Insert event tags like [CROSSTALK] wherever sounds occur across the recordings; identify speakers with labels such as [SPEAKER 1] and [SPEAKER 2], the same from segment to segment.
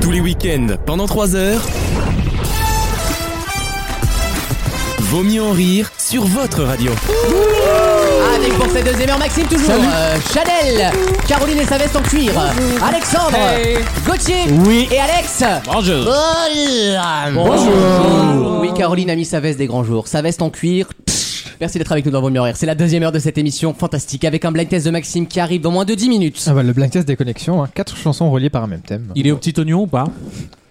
[SPEAKER 1] Tous les week-ends, pendant 3 heures. Vaut mieux en rire sur votre radio.
[SPEAKER 2] Avec pour cette deuxième heure Maxime toujours euh, Chanel, Caroline et sa veste en cuir, Alexandre, Gauthier
[SPEAKER 3] Oui.
[SPEAKER 2] et Alex.
[SPEAKER 1] Bonjour.
[SPEAKER 2] Bonjour. Oui Caroline a mis sa veste des grands jours, sa veste en cuir. Pff, Merci d'être avec nous dans Vaut mieux en rire. C'est la deuxième heure de cette émission fantastique avec un blind test de Maxime qui arrive dans moins de 10 minutes.
[SPEAKER 3] Ah bah le blind test des connexions, hein. quatre chansons reliées par un même thème.
[SPEAKER 4] Il est au petit oignon ou pas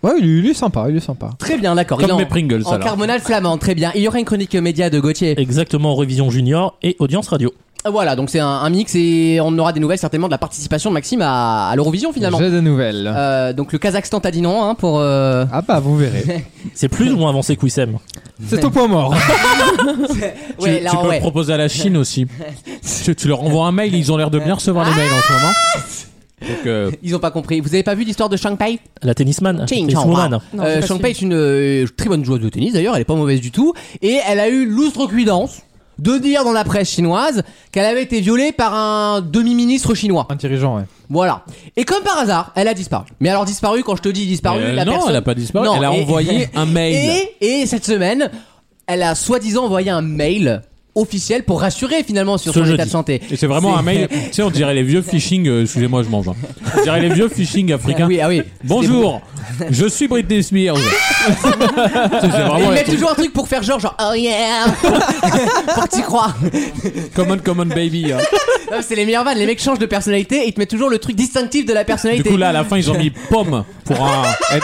[SPEAKER 3] Ouais, il, est- il est sympa, il est sympa.
[SPEAKER 2] Très bien, d'accord.
[SPEAKER 4] Comme
[SPEAKER 2] Il est en-
[SPEAKER 4] mes Pringles,
[SPEAKER 2] En
[SPEAKER 4] alors.
[SPEAKER 2] carbonale flamand, très bien. Il y aura une chronique média de Gauthier. Ah,
[SPEAKER 5] Exactement, Révision Junior et Audience Radio.
[SPEAKER 2] Voilà, donc c'est un, un mix et on aura des nouvelles certainement de la participation de Maxime à, à l'Eurovision finalement.
[SPEAKER 3] J'ai des nouvelles.
[SPEAKER 2] Euh, donc le Kazakhstan t'a dit non hein, pour. euh,
[SPEAKER 3] Ah bah vous verrez.
[SPEAKER 2] [LAUGHS]
[SPEAKER 5] C'est plus ou moins avancé que Wissem
[SPEAKER 3] C'est au point mort.
[SPEAKER 2] ouais,
[SPEAKER 4] Tu,
[SPEAKER 2] là,
[SPEAKER 4] tu peux
[SPEAKER 2] ouais.
[SPEAKER 4] le proposer à la Chine aussi. tu, tu leur envoies un mail, ils ont l'air de bien recevoir les mails en ce moment. Donc, euh,
[SPEAKER 2] Ils ont pas compris. Vous avez pas vu l'histoire de Shang Pai
[SPEAKER 4] Ah,
[SPEAKER 5] La tennisman,
[SPEAKER 2] Ching, Euh, Ah,
[SPEAKER 5] tenniswoman.
[SPEAKER 4] hein.
[SPEAKER 6] Non, j'ai pas
[SPEAKER 2] Shang
[SPEAKER 6] suivi.
[SPEAKER 2] Pai est une euh, très bonne joueuse de tennis d'ailleurs, elle est pas mauvaise du tout. Et elle a eu l'outrecuidance de dire dans la presse chinoise qu'elle avait été violée par un demi-ministre chinois.
[SPEAKER 3] un dirigeant, ouais.
[SPEAKER 2] Voilà. Et comme par hasard, elle a disparu. Mais alors disparu, quand je te dis disparu,
[SPEAKER 4] euh,
[SPEAKER 2] la
[SPEAKER 4] non,
[SPEAKER 2] personne...
[SPEAKER 4] elle a pas disparu.
[SPEAKER 2] Non,
[SPEAKER 4] elle a
[SPEAKER 2] et- [LAUGHS]
[SPEAKER 4] envoyé un mail.
[SPEAKER 2] Et, et cette semaine, elle a soi-disant envoyé un mail officiel pour rassurer finalement sur
[SPEAKER 5] Ce
[SPEAKER 2] son état
[SPEAKER 5] jeudi.
[SPEAKER 2] de santé.
[SPEAKER 4] Et c'est vraiment un mail. Tu sais, on dirait les vieux phishing. euh, Excusez-moi, je mange. hein. On dirait les vieux phishing
[SPEAKER 2] Ah
[SPEAKER 4] africains.
[SPEAKER 2] oui, ah oui.
[SPEAKER 4] Bonjour, je suis Britney Spears. Ça, c'est
[SPEAKER 2] Et
[SPEAKER 4] vraiment
[SPEAKER 2] ils
[SPEAKER 4] un
[SPEAKER 2] mettent
[SPEAKER 4] truc.
[SPEAKER 2] toujours un truc pour faire genre, genre oh yeah, pour que t'y crois.
[SPEAKER 4] Common Common Baby. hein.
[SPEAKER 2] Non, C'est les meilleurs vannes, les mecs changent de personnalité et ils te mettent toujours le truc distinctif de la
[SPEAKER 4] Du
[SPEAKER 2] personnalité.
[SPEAKER 4] coup, là, à la fin, ils ont mis pomme pour un,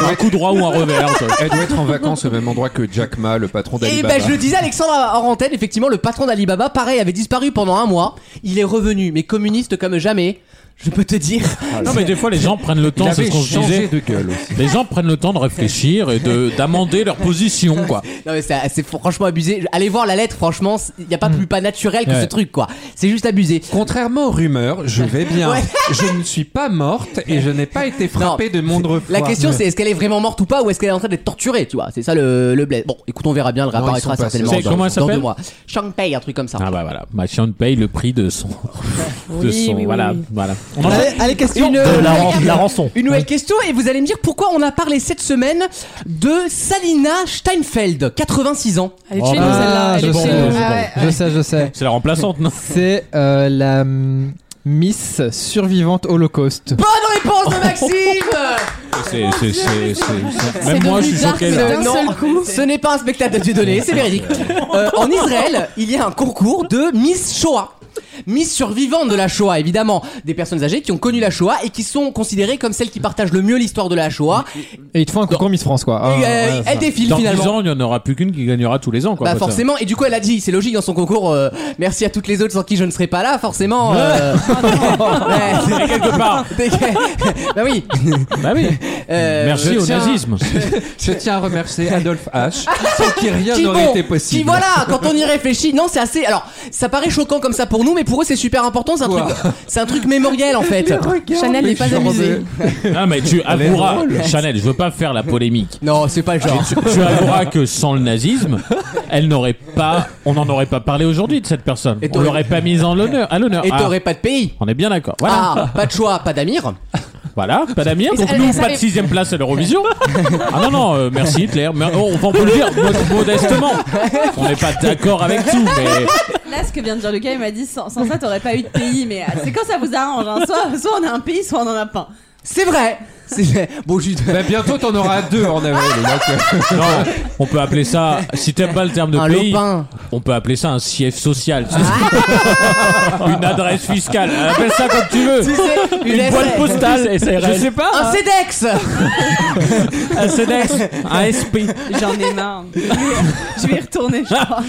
[SPEAKER 4] un coup droit ou un revers. quoi.
[SPEAKER 7] Elle doit être
[SPEAKER 2] [LAUGHS]
[SPEAKER 7] en vacances au même endroit que Jack Ma, le patron
[SPEAKER 2] Et
[SPEAKER 7] d'Alibaba.
[SPEAKER 2] ben je le disais Alexandre hors antenne, effectivement le patron d'Alibaba, pareil, avait disparu pendant un mois. Il est revenu, mais communiste comme jamais. Je peux te dire.
[SPEAKER 4] Non, mais des fois, les gens prennent le
[SPEAKER 7] Il
[SPEAKER 4] temps, c'est
[SPEAKER 7] avait
[SPEAKER 4] ce qu'on se disait.
[SPEAKER 7] changé de gueule aussi.
[SPEAKER 4] Les gens prennent le temps de réfléchir et de d'amender leur position, quoi.
[SPEAKER 2] Non mais c'est c'est franchement abusé. Allez voir la lettre, franchement, il n'y a pas plus pas naturel que
[SPEAKER 4] Hmm. Ouais.
[SPEAKER 2] ce truc quoi. C'est juste abusé.
[SPEAKER 7] Contrairement aux rumeurs, je vais bien.
[SPEAKER 2] Ouais.
[SPEAKER 7] Je ne suis pas morte et je n'ai pas été frappée
[SPEAKER 2] Non.
[SPEAKER 7] de moindre fois.
[SPEAKER 2] La question c'est est-ce qu'elle est vraiment morte ou pas ou est-ce qu'elle est en train d'être torturée, tu vois C'est ça le, le bled. Bon, écoute, on verra bien, elle réapparaîtra
[SPEAKER 7] ils sont pas
[SPEAKER 2] certainement
[SPEAKER 4] seuls.
[SPEAKER 2] dans,
[SPEAKER 4] Comment elle
[SPEAKER 2] dans deux
[SPEAKER 4] s'appelle
[SPEAKER 2] mois. Shang Pei, un truc comme ça.
[SPEAKER 4] Ah bah voilà, Machin paye le prix de son, de
[SPEAKER 6] Oui,
[SPEAKER 4] son,
[SPEAKER 6] oui,
[SPEAKER 4] voilà,
[SPEAKER 6] oui.
[SPEAKER 4] voilà. On en-
[SPEAKER 3] Allez, question.
[SPEAKER 5] De la, ran- la rançon.
[SPEAKER 2] Une nouvelle question et vous allez me dire pourquoi on a parlé cette semaine de Salina Steinfeld, 86 ans.
[SPEAKER 6] Elle est
[SPEAKER 4] Oh,
[SPEAKER 6] chez nous,
[SPEAKER 4] bah,
[SPEAKER 6] celle-là. Elle
[SPEAKER 3] je
[SPEAKER 6] est
[SPEAKER 3] sais,
[SPEAKER 6] chez nous.
[SPEAKER 4] je
[SPEAKER 6] Ah ouais,
[SPEAKER 3] je sais, je sais.
[SPEAKER 4] C'est la remplaçante, non
[SPEAKER 3] C'est euh, la hum, Miss survivante Holocauste.
[SPEAKER 2] Bonne réponse de [LAUGHS] Maxime
[SPEAKER 4] C'est, c'est, c'est, c'est- Même
[SPEAKER 6] devenu
[SPEAKER 4] moi, je suis
[SPEAKER 6] dark,
[SPEAKER 4] choqué.
[SPEAKER 6] c'est
[SPEAKER 4] Là.
[SPEAKER 6] devenu- D'un seul coup.
[SPEAKER 2] ce n'est pas un spectacle de donné, c'est véridique. Euh, en Israël, il y a un concours de Miss Shoah. Miss survivante de la Shoah, évidemment, des personnes âgées qui ont connu la Shoah et qui sont considérées comme celles qui partagent le mieux l'histoire de la Shoah.
[SPEAKER 3] Et ils te font un concours Miss France, quoi.
[SPEAKER 2] Et,
[SPEAKER 3] Ah,
[SPEAKER 2] euh,
[SPEAKER 3] ouais,
[SPEAKER 2] elle défile
[SPEAKER 4] Dans 10
[SPEAKER 2] finalement.
[SPEAKER 4] ans, il n'y en aura plus qu'une qui gagnera tous les ans, quoi.
[SPEAKER 2] Bah
[SPEAKER 4] Parce que-
[SPEAKER 2] forcément, et du coup elle a dit, c'est logique dans son concours, euh, merci à toutes les autres sans qui je ne serais pas là, forcément. euh, [LAUGHS] ouais.
[SPEAKER 4] [LAUGHS] Et quelque part.
[SPEAKER 2] bah oui.
[SPEAKER 4] Bah oui.
[SPEAKER 2] [LAUGHS] Euh,
[SPEAKER 4] Merci
[SPEAKER 7] je
[SPEAKER 4] au
[SPEAKER 7] tiens-
[SPEAKER 4] nazisme.
[SPEAKER 2] [LAUGHS]
[SPEAKER 7] Je tiens à remercier Adolphe H.
[SPEAKER 2] Ah,
[SPEAKER 7] sans qui rien
[SPEAKER 2] Qui,
[SPEAKER 7] n'aurait
[SPEAKER 2] bon,
[SPEAKER 7] été possible.
[SPEAKER 2] qui voilà, quand on y réfléchit, non c'est assez. Alors ça paraît choquant comme ça pour nous, mais pour eux c'est super important, c'est un
[SPEAKER 7] Quoi
[SPEAKER 2] truc, c'est un truc mémoriel
[SPEAKER 4] [LAUGHS]
[SPEAKER 2] en fait.
[SPEAKER 6] Chanel n'est pas amusée.
[SPEAKER 4] Non Ah, mais tu
[SPEAKER 7] Elle est
[SPEAKER 4] avoueras,
[SPEAKER 7] drôle.
[SPEAKER 4] Chanel, je veux pas faire la polémique.
[SPEAKER 2] Non, c'est pas le genre.
[SPEAKER 4] Ah, Tu, tu avoueras que sans le nazisme, elle n'aurait pas, on n'en aurait pas parlé aujourd'hui de cette personne.
[SPEAKER 2] Et
[SPEAKER 4] on
[SPEAKER 2] t'aurais-
[SPEAKER 4] l'aurait pas mise en l'honneur, à l'honneur.
[SPEAKER 2] Et
[SPEAKER 4] Ah,
[SPEAKER 2] t'aurais pas de pays.
[SPEAKER 4] on est bien d'accord. Voilà.
[SPEAKER 2] Ah, pas de choix, pas d'Amir.
[SPEAKER 4] Voilà, pas d'Amir, donc
[SPEAKER 6] elle-
[SPEAKER 4] nous,
[SPEAKER 6] elle
[SPEAKER 4] pas de
[SPEAKER 6] savait-
[SPEAKER 4] sixième place à l'Eurovision. Ah non, non, euh, merci Hitler. Mais, oh, on peut le dire mo- modestement. On n'est pas d'accord avec tout, mais
[SPEAKER 6] Là, ce que vient de dire Lucas, il m'a dit sans, sans ça, t'aurais pas eu de pays. Mais euh, c'est quand ça vous arrange. hein. Soit, soit on a un pays, soit on en a pas.
[SPEAKER 2] C'est vrai. C'est- Bon juste.
[SPEAKER 7] Bah, bientôt, t'en auras deux
[SPEAKER 2] [LAUGHS]
[SPEAKER 7] en avril. donc,
[SPEAKER 4] non, on peut appeler ça, si t'aimes pas le terme de
[SPEAKER 2] Un
[SPEAKER 4] pays, [LAUGHS]
[SPEAKER 2] lopin.
[SPEAKER 4] on peut appeler ça un siège social. Une adresse fiscale, appelle ça comme tu veux.
[SPEAKER 2] Tu sais,
[SPEAKER 4] Ah. Une
[SPEAKER 2] SRL.
[SPEAKER 4] boîte postale,
[SPEAKER 5] SRL.
[SPEAKER 4] je sais pas,
[SPEAKER 2] Un CEDEX
[SPEAKER 4] un CEDEX, un SP.
[SPEAKER 6] J'en ai marre. Je vais y retourner,
[SPEAKER 2] [LAUGHS]
[SPEAKER 6] je crois.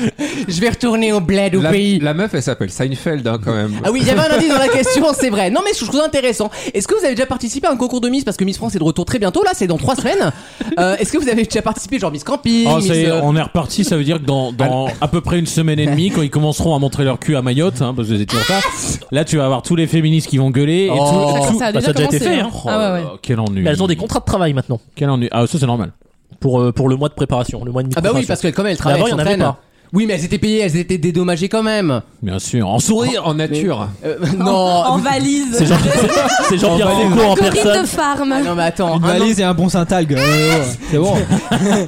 [SPEAKER 2] Je vais retourner au bled
[SPEAKER 7] euh,
[SPEAKER 2] au
[SPEAKER 7] la,
[SPEAKER 2] pays.
[SPEAKER 7] la meuf, elle s'appelle Seinfeld hein, quand même.
[SPEAKER 2] Ah oui, il y avait un indice dans la question, [LAUGHS] c'est vrai. Non, mais je trouve ça intéressant. Est-ce que vous avez déjà participé à un concours de Miss Parce que Miss France est de retour très bientôt, là, c'est dans trois semaines. Euh, Est-ce que vous avez déjà participé, genre Miss Camping
[SPEAKER 4] Oh,
[SPEAKER 2] Miss,
[SPEAKER 4] ça y est,
[SPEAKER 2] euh,
[SPEAKER 4] on est reparti, ça veut dire que dans, dans à peu près une semaine et demie, quand ils commenceront à montrer leur cul à Mayotte, hein, parce que c'est toujours ça, là tu vas avoir tous les féministes qui vont gueuler et
[SPEAKER 2] Oh.
[SPEAKER 4] tout,
[SPEAKER 5] Ça,
[SPEAKER 4] tout-
[SPEAKER 5] ça a déjà commencé,
[SPEAKER 4] fait.
[SPEAKER 5] hein.
[SPEAKER 4] Oh,
[SPEAKER 6] Ah ouais, ouais.
[SPEAKER 4] Quel ennui.
[SPEAKER 5] Mais elles ont des contrats de travail maintenant
[SPEAKER 4] Quel ennui. Ah, ça c'est normal.
[SPEAKER 5] pour, euh, pour le mois de préparation, le mois de
[SPEAKER 2] Ah bah oui, parce que comme elle
[SPEAKER 5] Mais
[SPEAKER 2] travaille,
[SPEAKER 5] avant,
[SPEAKER 2] elle
[SPEAKER 5] il y en avait
[SPEAKER 2] s'entraîne.
[SPEAKER 5] pas.
[SPEAKER 2] Oui, mais elles étaient payées, elles étaient dédommagées quand même.
[SPEAKER 4] Bien sûr, en sourire, en nature.
[SPEAKER 2] Euh, non.
[SPEAKER 6] En valise.
[SPEAKER 5] C'est Jean- c'est Jean-Pierre Foucault en
[SPEAKER 8] Corinne de
[SPEAKER 5] personne
[SPEAKER 8] Farm.
[SPEAKER 2] Ah Non, mais attends.
[SPEAKER 3] Une
[SPEAKER 2] un an-
[SPEAKER 3] valise et un bon Saint-Algue. euh,
[SPEAKER 2] [LAUGHS]
[SPEAKER 3] c'est bon.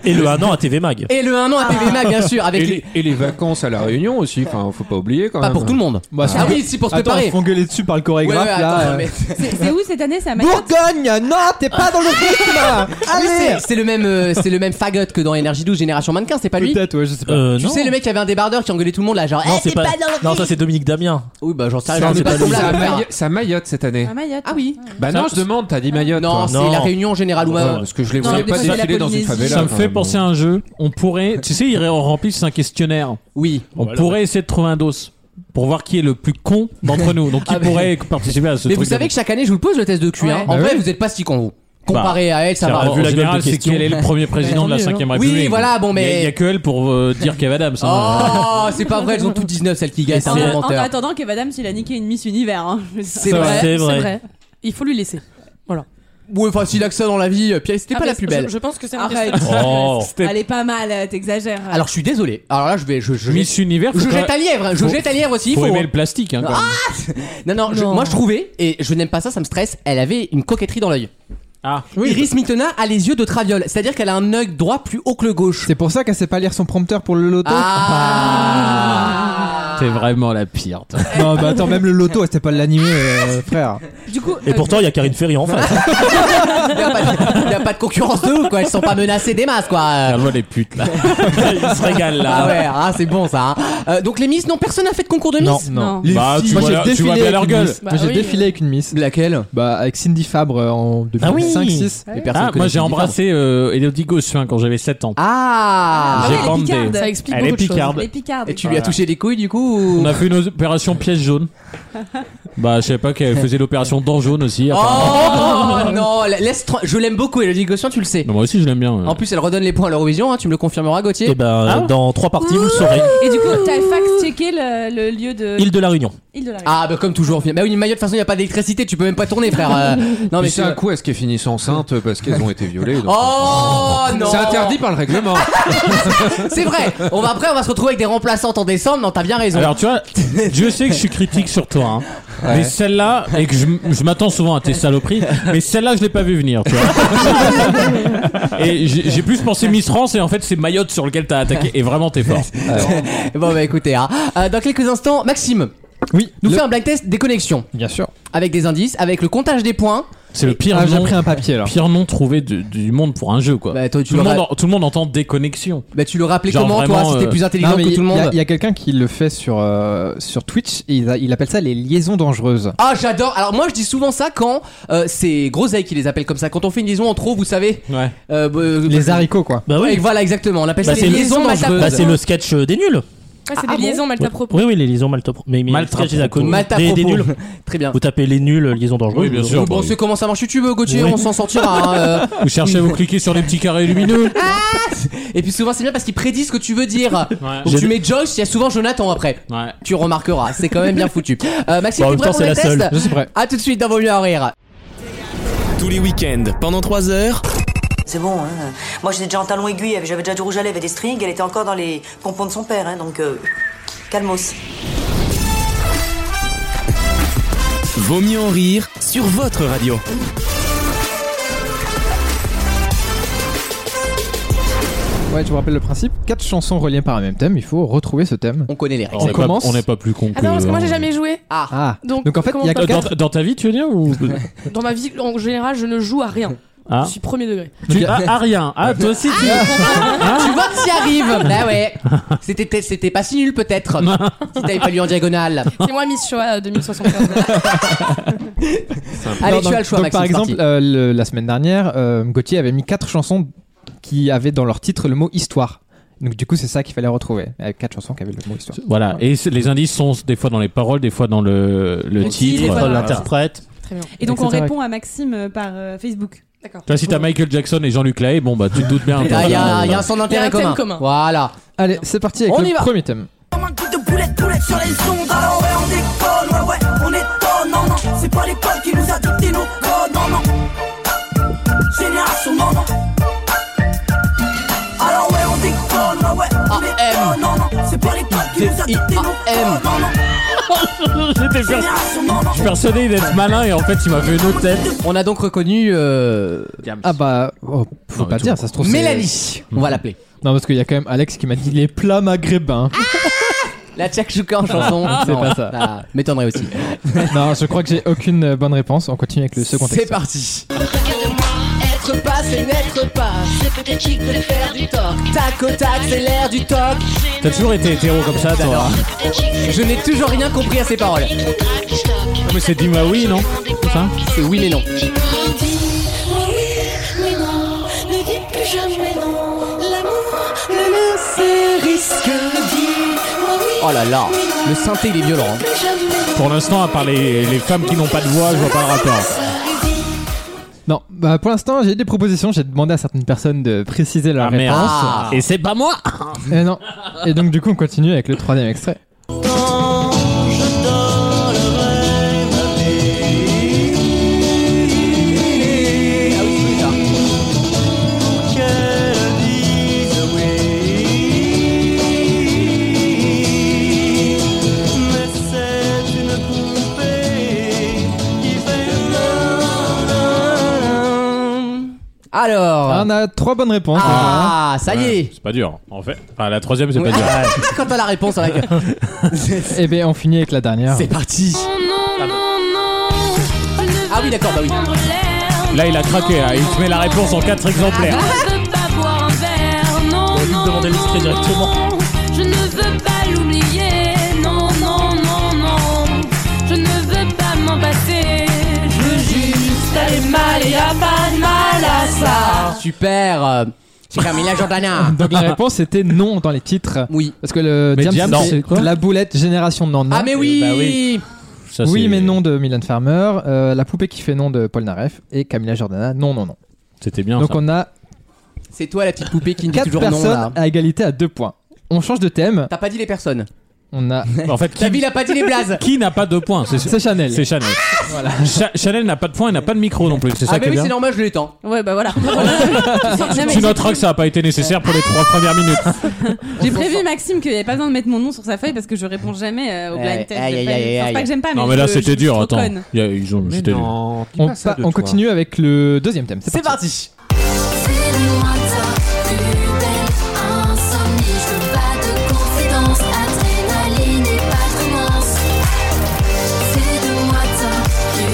[SPEAKER 5] et le 1 an à TV Mag.
[SPEAKER 2] Et le 1 an à TVMA, bien sûr, avec
[SPEAKER 7] Et
[SPEAKER 2] les-
[SPEAKER 7] les, et les vacances à La Réunion aussi, enfin, faut pas oublier quand
[SPEAKER 2] Pas
[SPEAKER 7] même.
[SPEAKER 2] pour tout le monde.
[SPEAKER 3] Bah,
[SPEAKER 2] ah
[SPEAKER 3] surtout-
[SPEAKER 2] oui, si pour se
[SPEAKER 3] Attends, ils
[SPEAKER 2] préparer.
[SPEAKER 3] font gueuler dessus par le
[SPEAKER 2] Ouais,
[SPEAKER 3] chorégraphe
[SPEAKER 2] ouais,
[SPEAKER 3] là.
[SPEAKER 2] attends,
[SPEAKER 3] euh.
[SPEAKER 2] mais-
[SPEAKER 6] C'est c'est où cette année, c'est à
[SPEAKER 3] Bah,
[SPEAKER 6] Mayotte
[SPEAKER 3] Bourgogne, non, t'es pas [LAUGHS] dans le rythme.
[SPEAKER 2] Oui,
[SPEAKER 3] Allez.
[SPEAKER 2] c'est- C'est le même, euh, c'est le même fagot que dans Energy 12 Génération Mannequin, c'est pas lui.
[SPEAKER 3] Peut-être, ouais, je sais pas.
[SPEAKER 5] Euh,
[SPEAKER 2] Tu
[SPEAKER 5] non.
[SPEAKER 2] sais le mec qui avait un débardeur qui engueulait tout le monde là, genre.
[SPEAKER 5] Non,
[SPEAKER 2] eh,
[SPEAKER 5] Ah, c'est
[SPEAKER 2] t'es
[SPEAKER 5] pas.
[SPEAKER 2] dans le
[SPEAKER 5] Non,
[SPEAKER 2] film.
[SPEAKER 5] ça c'est Dominique Damien.
[SPEAKER 2] Oui, bah j'en sais
[SPEAKER 7] C'est
[SPEAKER 2] rien.
[SPEAKER 7] à
[SPEAKER 2] j'en ai pas
[SPEAKER 5] Mayotte.
[SPEAKER 2] semblé
[SPEAKER 7] c'est
[SPEAKER 2] à
[SPEAKER 7] à
[SPEAKER 2] faire.
[SPEAKER 7] Mayotte- c'est à Mayotte cette année.
[SPEAKER 6] À Mayotte.
[SPEAKER 2] Ah oui.
[SPEAKER 7] Bah
[SPEAKER 5] Ça-
[SPEAKER 7] non, je demande, t'as dit Mayotte.
[SPEAKER 2] Euh, Non,
[SPEAKER 7] toi.
[SPEAKER 2] c'est
[SPEAKER 5] Non.
[SPEAKER 2] la Réunion Générale ou
[SPEAKER 7] Ouais,
[SPEAKER 2] ma-
[SPEAKER 7] parce que je les
[SPEAKER 6] Non,
[SPEAKER 7] voulais
[SPEAKER 6] mais
[SPEAKER 7] pas
[SPEAKER 6] parce que la
[SPEAKER 7] défiler dans une
[SPEAKER 6] Polynésie.
[SPEAKER 7] favela.
[SPEAKER 4] ça me fait
[SPEAKER 7] quand
[SPEAKER 4] penser à un jeu. On pourrait, tu sais, il remplit un questionnaire.
[SPEAKER 2] Oui.
[SPEAKER 4] On pourrait essayer de trouver un dos pour voir qui est le plus con d'entre nous. Donc qui
[SPEAKER 2] Ah, mais-
[SPEAKER 4] pourrait participer à
[SPEAKER 2] [LAUGHS]
[SPEAKER 4] ce
[SPEAKER 2] Mais vous
[SPEAKER 4] truc.
[SPEAKER 2] savez que chaque année, je vous le pose le test de cul. hein.
[SPEAKER 6] Ouais.
[SPEAKER 2] En
[SPEAKER 3] Bah
[SPEAKER 2] vrai,
[SPEAKER 3] oui.
[SPEAKER 2] vous êtes pas si con vous. Comparé à elle, ça
[SPEAKER 5] ça
[SPEAKER 2] va.
[SPEAKER 5] va.
[SPEAKER 4] en
[SPEAKER 5] vu la gueule de
[SPEAKER 4] général, c'est
[SPEAKER 5] question.
[SPEAKER 4] quel est le premier président de la 5ème
[SPEAKER 2] hein. Oui,
[SPEAKER 4] République.
[SPEAKER 2] voilà, bon, mais-
[SPEAKER 4] Il y a- il y, a que elle pour euh, dire qu'Eve Adams. hein.
[SPEAKER 2] Oh, c'est pas vrai, elles ont toutes 19 celles qui gagnent, c'est
[SPEAKER 6] En,
[SPEAKER 2] un
[SPEAKER 6] en-
[SPEAKER 2] gros
[SPEAKER 6] en
[SPEAKER 2] menteur.
[SPEAKER 6] attendant qu'Evadam s'il a niqué une Miss Univers. hein. Je veux dire.
[SPEAKER 2] C'est vrai.
[SPEAKER 5] C'est vrai.
[SPEAKER 8] Il faut lui laisser.
[SPEAKER 2] Ouais, facile accès dans la vie, puis c'était
[SPEAKER 8] Ah,
[SPEAKER 2] pas
[SPEAKER 8] mais
[SPEAKER 2] la plus belle.
[SPEAKER 8] Je, je pense que c'est un
[SPEAKER 6] Arrête.
[SPEAKER 4] Oh.
[SPEAKER 6] [LAUGHS] Elle est pas mal, euh, t'exagères.
[SPEAKER 2] Alors je suis désolé. Alors là, je vais. Je, je,
[SPEAKER 4] Miss Univers.
[SPEAKER 2] je
[SPEAKER 4] faut
[SPEAKER 2] jette
[SPEAKER 4] quand-
[SPEAKER 2] à lièvre, hein. Ah. je
[SPEAKER 4] Faut-
[SPEAKER 2] jette à lièvre aussi.
[SPEAKER 4] faut
[SPEAKER 2] faut-
[SPEAKER 4] aimer le plastique. hein, quand même.
[SPEAKER 2] Non, non, je-
[SPEAKER 8] Non.
[SPEAKER 2] moi je trouvais, et je n'aime pas ça, ça me stresse, elle avait une coquetterie dans l'œil.
[SPEAKER 4] Ah.
[SPEAKER 2] Iris Mitona a les yeux de Traviole, c'est-à-dire qu'elle a un œil droit plus haut que le gauche.
[SPEAKER 3] C'est pour ça qu'elle sait pas lire son prompteur pour le loto.
[SPEAKER 2] Ah.
[SPEAKER 4] Ah, T'es vraiment la pire. toi.
[SPEAKER 3] Non, bah attends, même le loto, elle sait pas l'animer, euh, frère.
[SPEAKER 6] du coup,
[SPEAKER 5] Et
[SPEAKER 6] euh,
[SPEAKER 5] pourtant, il y a Karine Ferry en face.
[SPEAKER 2] Il n'y a, pas de- y a pas de concurrence de ouf, quoi. Elles sont pas menacées des masses, quoi. Euh,
[SPEAKER 4] Elle voit Ah, les
[SPEAKER 2] [LAUGHS]
[SPEAKER 4] putes là.
[SPEAKER 5] Il se régale
[SPEAKER 2] Ah
[SPEAKER 5] là.
[SPEAKER 2] ouais, ah, c'est bon ça. hein. Euh, donc les Miss, non, personne n'a fait de concours de Miss
[SPEAKER 5] Non.
[SPEAKER 6] non.
[SPEAKER 3] Les
[SPEAKER 4] Bah, tu
[SPEAKER 3] Moi,
[SPEAKER 4] vois
[SPEAKER 3] j'ai
[SPEAKER 4] la- tu
[SPEAKER 3] défilé
[SPEAKER 4] vois bien
[SPEAKER 3] avec
[SPEAKER 4] leur
[SPEAKER 3] une
[SPEAKER 4] gueule.
[SPEAKER 3] miss.
[SPEAKER 8] Bah
[SPEAKER 3] Moi, j'ai
[SPEAKER 8] oui.
[SPEAKER 3] défilé avec une miss.
[SPEAKER 2] Laquelle
[SPEAKER 3] Bah, avec Cindy Fabre euh, en 2005-6.
[SPEAKER 5] Ah oui.
[SPEAKER 2] Les personnes
[SPEAKER 4] Ah,
[SPEAKER 2] que
[SPEAKER 4] moi
[SPEAKER 2] je
[SPEAKER 4] j'ai
[SPEAKER 2] dis
[SPEAKER 4] embrassé euh, Elodie Gossuin quand j'avais 7 ans.
[SPEAKER 2] pas. Ah
[SPEAKER 6] Ah
[SPEAKER 4] J'ai
[SPEAKER 6] oui, les
[SPEAKER 4] bandé.
[SPEAKER 6] Picardes.
[SPEAKER 8] Ça explique
[SPEAKER 4] Elle est
[SPEAKER 2] hein.
[SPEAKER 8] beaucoup de choses.
[SPEAKER 4] picarde.
[SPEAKER 6] Les Picardes.
[SPEAKER 2] Et tu lui as touché les couilles du coup ou-
[SPEAKER 4] On a fait une opération pièce
[SPEAKER 5] [LAUGHS]
[SPEAKER 4] jaune. Bah, je savais pas qu'elle faisait l'opération dent jaune aussi.
[SPEAKER 5] Oh.
[SPEAKER 4] apparemment.
[SPEAKER 2] Oh non, la- laisse. tra- Je l'aime beaucoup, Elodie Gossuin, tu le sais.
[SPEAKER 4] Non, moi aussi, je l'aime bien. euh. Ah. ouais.
[SPEAKER 2] En plus, elle redonne les points à l'Eurovision, hein, tu me le confirmeras, Gauthier.
[SPEAKER 5] Et ben, dans trois parties, vous le saurez.
[SPEAKER 6] Et du coup, t'as fact-checké le, le lieu de.
[SPEAKER 5] Île de la Réunion.
[SPEAKER 6] Île de la Réunion.
[SPEAKER 2] Ah, bah comme toujours. Bah oui, Mayotte, de toute façon, il n'y a pas d'électricité, tu peux même pas tourner, frère.
[SPEAKER 4] [LAUGHS]
[SPEAKER 2] Euh, Non,
[SPEAKER 7] même.
[SPEAKER 2] mais
[SPEAKER 7] Mais c'est un coup, est-ce qu'elles finissent enceintes euh, parce qu'elles ont été violées donc-
[SPEAKER 2] Oh non
[SPEAKER 7] C'est interdit par
[SPEAKER 2] [LAUGHS]
[SPEAKER 7] le règlement.
[SPEAKER 2] C'est vrai On va après on va se retrouver avec des remplaçantes en décembre, non t'as bien raison.
[SPEAKER 4] Alors, tu vois, Dieu sait que je suis critique sur toi. hein. Mais celle-là, et que je, m- je m'attends souvent à tes saloperies, mais celle-là, je l'ai pas vu venir, tu vois.
[SPEAKER 5] [LAUGHS]
[SPEAKER 4] et j'ai j'ai plus pensé Miss France, et en fait, c'est Mayotte sur lequel t'as attaqué. Et vraiment, t'es fort.
[SPEAKER 2] Bon bah écoutez, hein. Euh, dans quelques instants, Maxime
[SPEAKER 3] Oui,
[SPEAKER 2] nous
[SPEAKER 3] le-
[SPEAKER 2] fait un blind test déconnexion
[SPEAKER 3] bien sûr.
[SPEAKER 2] avec des indices, avec le comptage des points.
[SPEAKER 4] C'est le pire
[SPEAKER 3] Ah, j'ai
[SPEAKER 4] nom.
[SPEAKER 3] pris un papier là.
[SPEAKER 4] Pire nom trouvé du, du monde pour un jeu, quoi.
[SPEAKER 2] Bah, toi, tu
[SPEAKER 4] tout, le
[SPEAKER 2] l'auras-
[SPEAKER 4] monde, en- tout le monde entend déconnexion.
[SPEAKER 2] Bah tu le rappelais
[SPEAKER 4] Genre
[SPEAKER 2] comment
[SPEAKER 4] vraiment,
[SPEAKER 2] toi si t'es
[SPEAKER 4] euh,
[SPEAKER 2] plus intelligent que
[SPEAKER 3] il
[SPEAKER 2] tout le
[SPEAKER 3] il y a,
[SPEAKER 2] monde
[SPEAKER 3] il y a quelqu'un qui le fait sur, euh, sur Twitch, il, a- il appelle ça les liaisons dangereuses.
[SPEAKER 2] Ah j'adore. Alors moi je dis souvent ça quand euh, c'est Groseille qui les appelle comme ça. Quand on fait une liaison en trop, vous savez.
[SPEAKER 4] Ouais.
[SPEAKER 2] euh, bah, euh,
[SPEAKER 3] Les haricots quoi.
[SPEAKER 5] Bah
[SPEAKER 2] Ouais,
[SPEAKER 5] oui.
[SPEAKER 2] voilà exactement. On appelle
[SPEAKER 5] Bah,
[SPEAKER 2] ça
[SPEAKER 5] c'est
[SPEAKER 2] les
[SPEAKER 5] une
[SPEAKER 2] liaisons
[SPEAKER 8] liaison
[SPEAKER 2] dangereuses.
[SPEAKER 5] Bah, c'est le sketch euh, des nuls.
[SPEAKER 8] Ouais, Ah,
[SPEAKER 2] ah
[SPEAKER 6] Ah,
[SPEAKER 8] c'est des liaisons mal t'appropriées.
[SPEAKER 5] Oui, oui, les liaisons mal top. Mais, mais le sketch, il a connu.
[SPEAKER 2] Mal à
[SPEAKER 5] Des, des
[SPEAKER 2] propos.
[SPEAKER 5] nuls.
[SPEAKER 2] [LAUGHS] Très bien.
[SPEAKER 5] Vous tapez les nuls, euh, liaisons dangereuses.
[SPEAKER 4] Oui, bien sûr.
[SPEAKER 2] Bon,
[SPEAKER 4] bah,
[SPEAKER 2] on sait comment ça marche YouTube, Gauthier,
[SPEAKER 5] Oui.
[SPEAKER 2] on s'en sortira. hein, euh.
[SPEAKER 4] Vous cherchez, vous cliquez sur les petits carrés lumineux.
[SPEAKER 2] Et puis souvent c'est bien parce qu'ils prédisent ce que tu veux dire.
[SPEAKER 4] Ouais.
[SPEAKER 2] Donc
[SPEAKER 5] J'ai-
[SPEAKER 2] tu mets Josh, il y a souvent Jonathan après.
[SPEAKER 4] Ouais.
[SPEAKER 2] Tu remarqueras, c'est quand même bien foutu. Euh, Maxime,
[SPEAKER 5] Bon, en
[SPEAKER 2] t'es prêt
[SPEAKER 5] même temps,
[SPEAKER 2] pour le
[SPEAKER 5] c'est
[SPEAKER 2] test
[SPEAKER 5] la seule.
[SPEAKER 3] Je suis prêt.
[SPEAKER 2] A tout de suite dans Vos mieux en rire.
[SPEAKER 1] Tous les week-ends, pendant 3 heures,
[SPEAKER 9] C'est bon, hein. Moi, j'étais déjà en talon aiguille, j'avais déjà du rouge à lèvres et des strings, elle était encore dans les pompons de son père, hein, donc euh, calmos.
[SPEAKER 1] Vaut mieux en rire sur votre radio.
[SPEAKER 3] Ouais, je vous rappelle le principe. Quatre chansons reliées par un même thème, il faut retrouver ce thème.
[SPEAKER 2] On connaît les règles.
[SPEAKER 4] On n'est pas,
[SPEAKER 3] commence.
[SPEAKER 4] on est pas plus con que-
[SPEAKER 8] Attends, Ah parce que moi j'ai jamais joué.
[SPEAKER 2] Ah,
[SPEAKER 3] Ah,
[SPEAKER 8] Donc,
[SPEAKER 3] donc, en fait, il y a
[SPEAKER 8] comment
[SPEAKER 4] Euh, dans,
[SPEAKER 3] quatre.
[SPEAKER 4] dans ta vie, tu veux dire ou...
[SPEAKER 8] Dans ma vie, en général, je ne joue à rien.
[SPEAKER 4] Ah.
[SPEAKER 8] Je suis premier degré.
[SPEAKER 4] Tu- ah, ah, rien. Ah, toi aussi, tu.
[SPEAKER 2] [LAUGHS]
[SPEAKER 3] Ah.
[SPEAKER 2] tu vois que t'y
[SPEAKER 3] [LAUGHS]
[SPEAKER 2] arrives Bah ouais. C'était, c'était pas si nul peut-être. si t'avais pas lu en diagonale.
[SPEAKER 8] C'est moi Miss Shoah euh, 2075.
[SPEAKER 2] Allez,
[SPEAKER 3] Non,
[SPEAKER 2] tu
[SPEAKER 3] donc-
[SPEAKER 2] as le choix,
[SPEAKER 3] donc,
[SPEAKER 2] Maxime.
[SPEAKER 3] Par
[SPEAKER 2] c'est
[SPEAKER 3] exemple,
[SPEAKER 2] parti.
[SPEAKER 3] euh, le- la semaine dernière, euh, Gauthier avait mis quatre chansons qui avaient dans leur titre le mot histoire. Donc du coup, c'est ça qu'il fallait retrouver. Avec quatre chansons qui avaient le mot histoire.
[SPEAKER 4] Voilà. Et c'est- les indices sont des fois dans les paroles, des fois dans le, le titre.
[SPEAKER 6] titre,
[SPEAKER 4] Toi,
[SPEAKER 6] voilà.
[SPEAKER 5] L'interprète.
[SPEAKER 6] Et donc, on
[SPEAKER 3] etc.
[SPEAKER 6] répond à Maxime euh, par euh, Facebook.
[SPEAKER 8] D'accord.
[SPEAKER 4] si t'as Michael Jackson et Jean-Luc Lahaye, bon bah tu te doutes
[SPEAKER 3] euh,
[SPEAKER 4] bien. un peu.
[SPEAKER 2] Ah, il y a, il y a un son
[SPEAKER 8] Il y a
[SPEAKER 2] d'intérêt
[SPEAKER 8] un thème
[SPEAKER 2] commun.
[SPEAKER 8] commun.
[SPEAKER 2] Voilà.
[SPEAKER 3] Allez, c'est parti avec
[SPEAKER 2] On y
[SPEAKER 3] le
[SPEAKER 2] va.
[SPEAKER 3] premier thème.
[SPEAKER 9] Comme un coup de boulette, boulette sur les ondes, à l'envers, on déconne, ouais, ouais, on étonne, non, non, c'est pas l'école qui nous a dicté nos codes, non, non, génération, non, non, alors ouais, on déconne, ouais, ouais, on
[SPEAKER 2] Ah, M.
[SPEAKER 9] étonne, oh, non, non, c'est
[SPEAKER 2] Ah, I-A-M.
[SPEAKER 4] J'étais pers- je suis persuadé d'être malin et en fait il m'a fait une autre tête.
[SPEAKER 2] On a donc reconnu euh,
[SPEAKER 3] Ah bah, oh, faut
[SPEAKER 4] Non, mais
[SPEAKER 3] pas
[SPEAKER 4] tout
[SPEAKER 3] dire, ça se trouve. c'est-
[SPEAKER 2] Mélanie. On va l'appeler.
[SPEAKER 3] Non, parce qu'il y a quand même Alex qui m'a dit les plats maghrébins.
[SPEAKER 2] Ah. La Tchakchouka en chanson.
[SPEAKER 3] [LAUGHS] c'est
[SPEAKER 2] Non,
[SPEAKER 3] pas ça.
[SPEAKER 2] bah, M'étonnerait aussi.
[SPEAKER 3] non, je crois que j'ai aucune euh, bonne réponse. On continue avec le second
[SPEAKER 2] C'est
[SPEAKER 3] texte.
[SPEAKER 2] parti. Être pas, c'est n'être pas. C'est peut-être chic de faire du toc. Tac au tac, c'est l'air du toc.
[SPEAKER 4] T'as toujours été hétéro comme ça, toi. hein
[SPEAKER 2] Je n'ai toujours rien compris à ces paroles.
[SPEAKER 4] Mais c'est Dima oui, non C'est ça
[SPEAKER 2] C'est oui mais non. Oh là là, le synthé il est violent. hein.
[SPEAKER 4] Pour l'instant, à part les, les femmes qui n'ont pas de voix, je vois pas le rapport.
[SPEAKER 3] Non, bah pour l'instant, j'ai eu des propositions. J'ai demandé à certaines personnes de préciser leur
[SPEAKER 4] Ah, merde.
[SPEAKER 3] réponse.
[SPEAKER 2] Ah.
[SPEAKER 5] Et c'est pas moi
[SPEAKER 3] Et non. Et donc, du coup, on continue avec le troisième extrait.
[SPEAKER 2] Alors.
[SPEAKER 4] Ah,
[SPEAKER 3] On a trois bonnes réponses. déjà.
[SPEAKER 2] Ah, ça y est.
[SPEAKER 4] C'est pas dur. En fait, enfin, la troisième, c'est pas
[SPEAKER 2] Oui.
[SPEAKER 4] dur.
[SPEAKER 2] [LAUGHS] Quand t'as la réponse à la gueule. C'est-
[SPEAKER 3] Et Eh bien, on finit avec la dernière.
[SPEAKER 2] C'est parti. Ah oui, d'accord, bah oui.
[SPEAKER 4] Là, il a craqué. là. Il te met la réponse en quatre exemplaires.
[SPEAKER 10] Je ne veux pas boire un verre, non,
[SPEAKER 5] On lui demander l'extrait directement.
[SPEAKER 10] je ne veux pas l'oublier, non, non, non, non, je ne veux pas m'en passer, je veux juste aller mal et à pas de mal à ça.
[SPEAKER 2] Super. euh, C'est Camilla Jordana.
[SPEAKER 3] Donc, la réponse était non dans les titres.
[SPEAKER 2] Oui.
[SPEAKER 3] Parce que le
[SPEAKER 4] Mais Diams,
[SPEAKER 3] Diams,
[SPEAKER 4] c'est quoi
[SPEAKER 3] la boulette Génération Non Non.
[SPEAKER 2] Ah mais oui.
[SPEAKER 4] bah oui. Ça,
[SPEAKER 3] oui,
[SPEAKER 4] c'est-
[SPEAKER 3] mais non de Mylène Farmer, euh, La poupée qui fait non de Paul Naref et Camilla Jordana, non, non, non.
[SPEAKER 4] C'était bien.
[SPEAKER 3] Donc
[SPEAKER 4] ça.
[SPEAKER 3] on a
[SPEAKER 2] C'est toi la petite poupée qui ne dit
[SPEAKER 3] 4
[SPEAKER 2] toujours non là.
[SPEAKER 3] personnes à égalité à 2 points. On change de thème,
[SPEAKER 2] T'as pas dit les personnes. [LAUGHS]
[SPEAKER 3] on a.
[SPEAKER 4] En fait,
[SPEAKER 2] David
[SPEAKER 4] qui,
[SPEAKER 2] il a pas dit les blazes.
[SPEAKER 4] qui n'a pas de points C'est
[SPEAKER 3] C'est Chanel.
[SPEAKER 4] c'est Chanel. Cha- Chanel n'a pas de points et n'a pas de micro non plus. C'est ça
[SPEAKER 2] Ah
[SPEAKER 4] qui
[SPEAKER 2] mais
[SPEAKER 4] est
[SPEAKER 2] oui,
[SPEAKER 4] bien.
[SPEAKER 2] c'est normal, je l'étends.
[SPEAKER 6] Ouais, bah voilà.
[SPEAKER 4] Tu noteras que ça n'a pas été nécessaire pour les trois premières minutes.
[SPEAKER 6] J'ai prévu Maxime qu'il n'y avait pas besoin de mettre mon nom sur sa feuille parce que je réponds jamais euh, au blind
[SPEAKER 2] Aïe,
[SPEAKER 6] test.
[SPEAKER 2] aïe,
[SPEAKER 6] J'ai pas-
[SPEAKER 2] aïe, aïe,
[SPEAKER 6] enfin, c'est pas
[SPEAKER 2] aïe.
[SPEAKER 6] que j'aime pas,
[SPEAKER 4] Non,
[SPEAKER 6] mais,
[SPEAKER 4] mais là,
[SPEAKER 6] je-
[SPEAKER 4] c'était
[SPEAKER 6] je suis
[SPEAKER 4] dur.
[SPEAKER 6] trop
[SPEAKER 4] Attends.
[SPEAKER 6] conne.
[SPEAKER 4] Il y a- Ils ont.
[SPEAKER 7] Mais
[SPEAKER 4] c'était dur.
[SPEAKER 7] non, dis
[SPEAKER 3] On,
[SPEAKER 7] pas ça
[SPEAKER 3] pa-
[SPEAKER 7] de
[SPEAKER 3] on
[SPEAKER 7] toi.
[SPEAKER 3] continue avec le deuxième thème.
[SPEAKER 2] C'est
[SPEAKER 3] parti.
[SPEAKER 2] parti.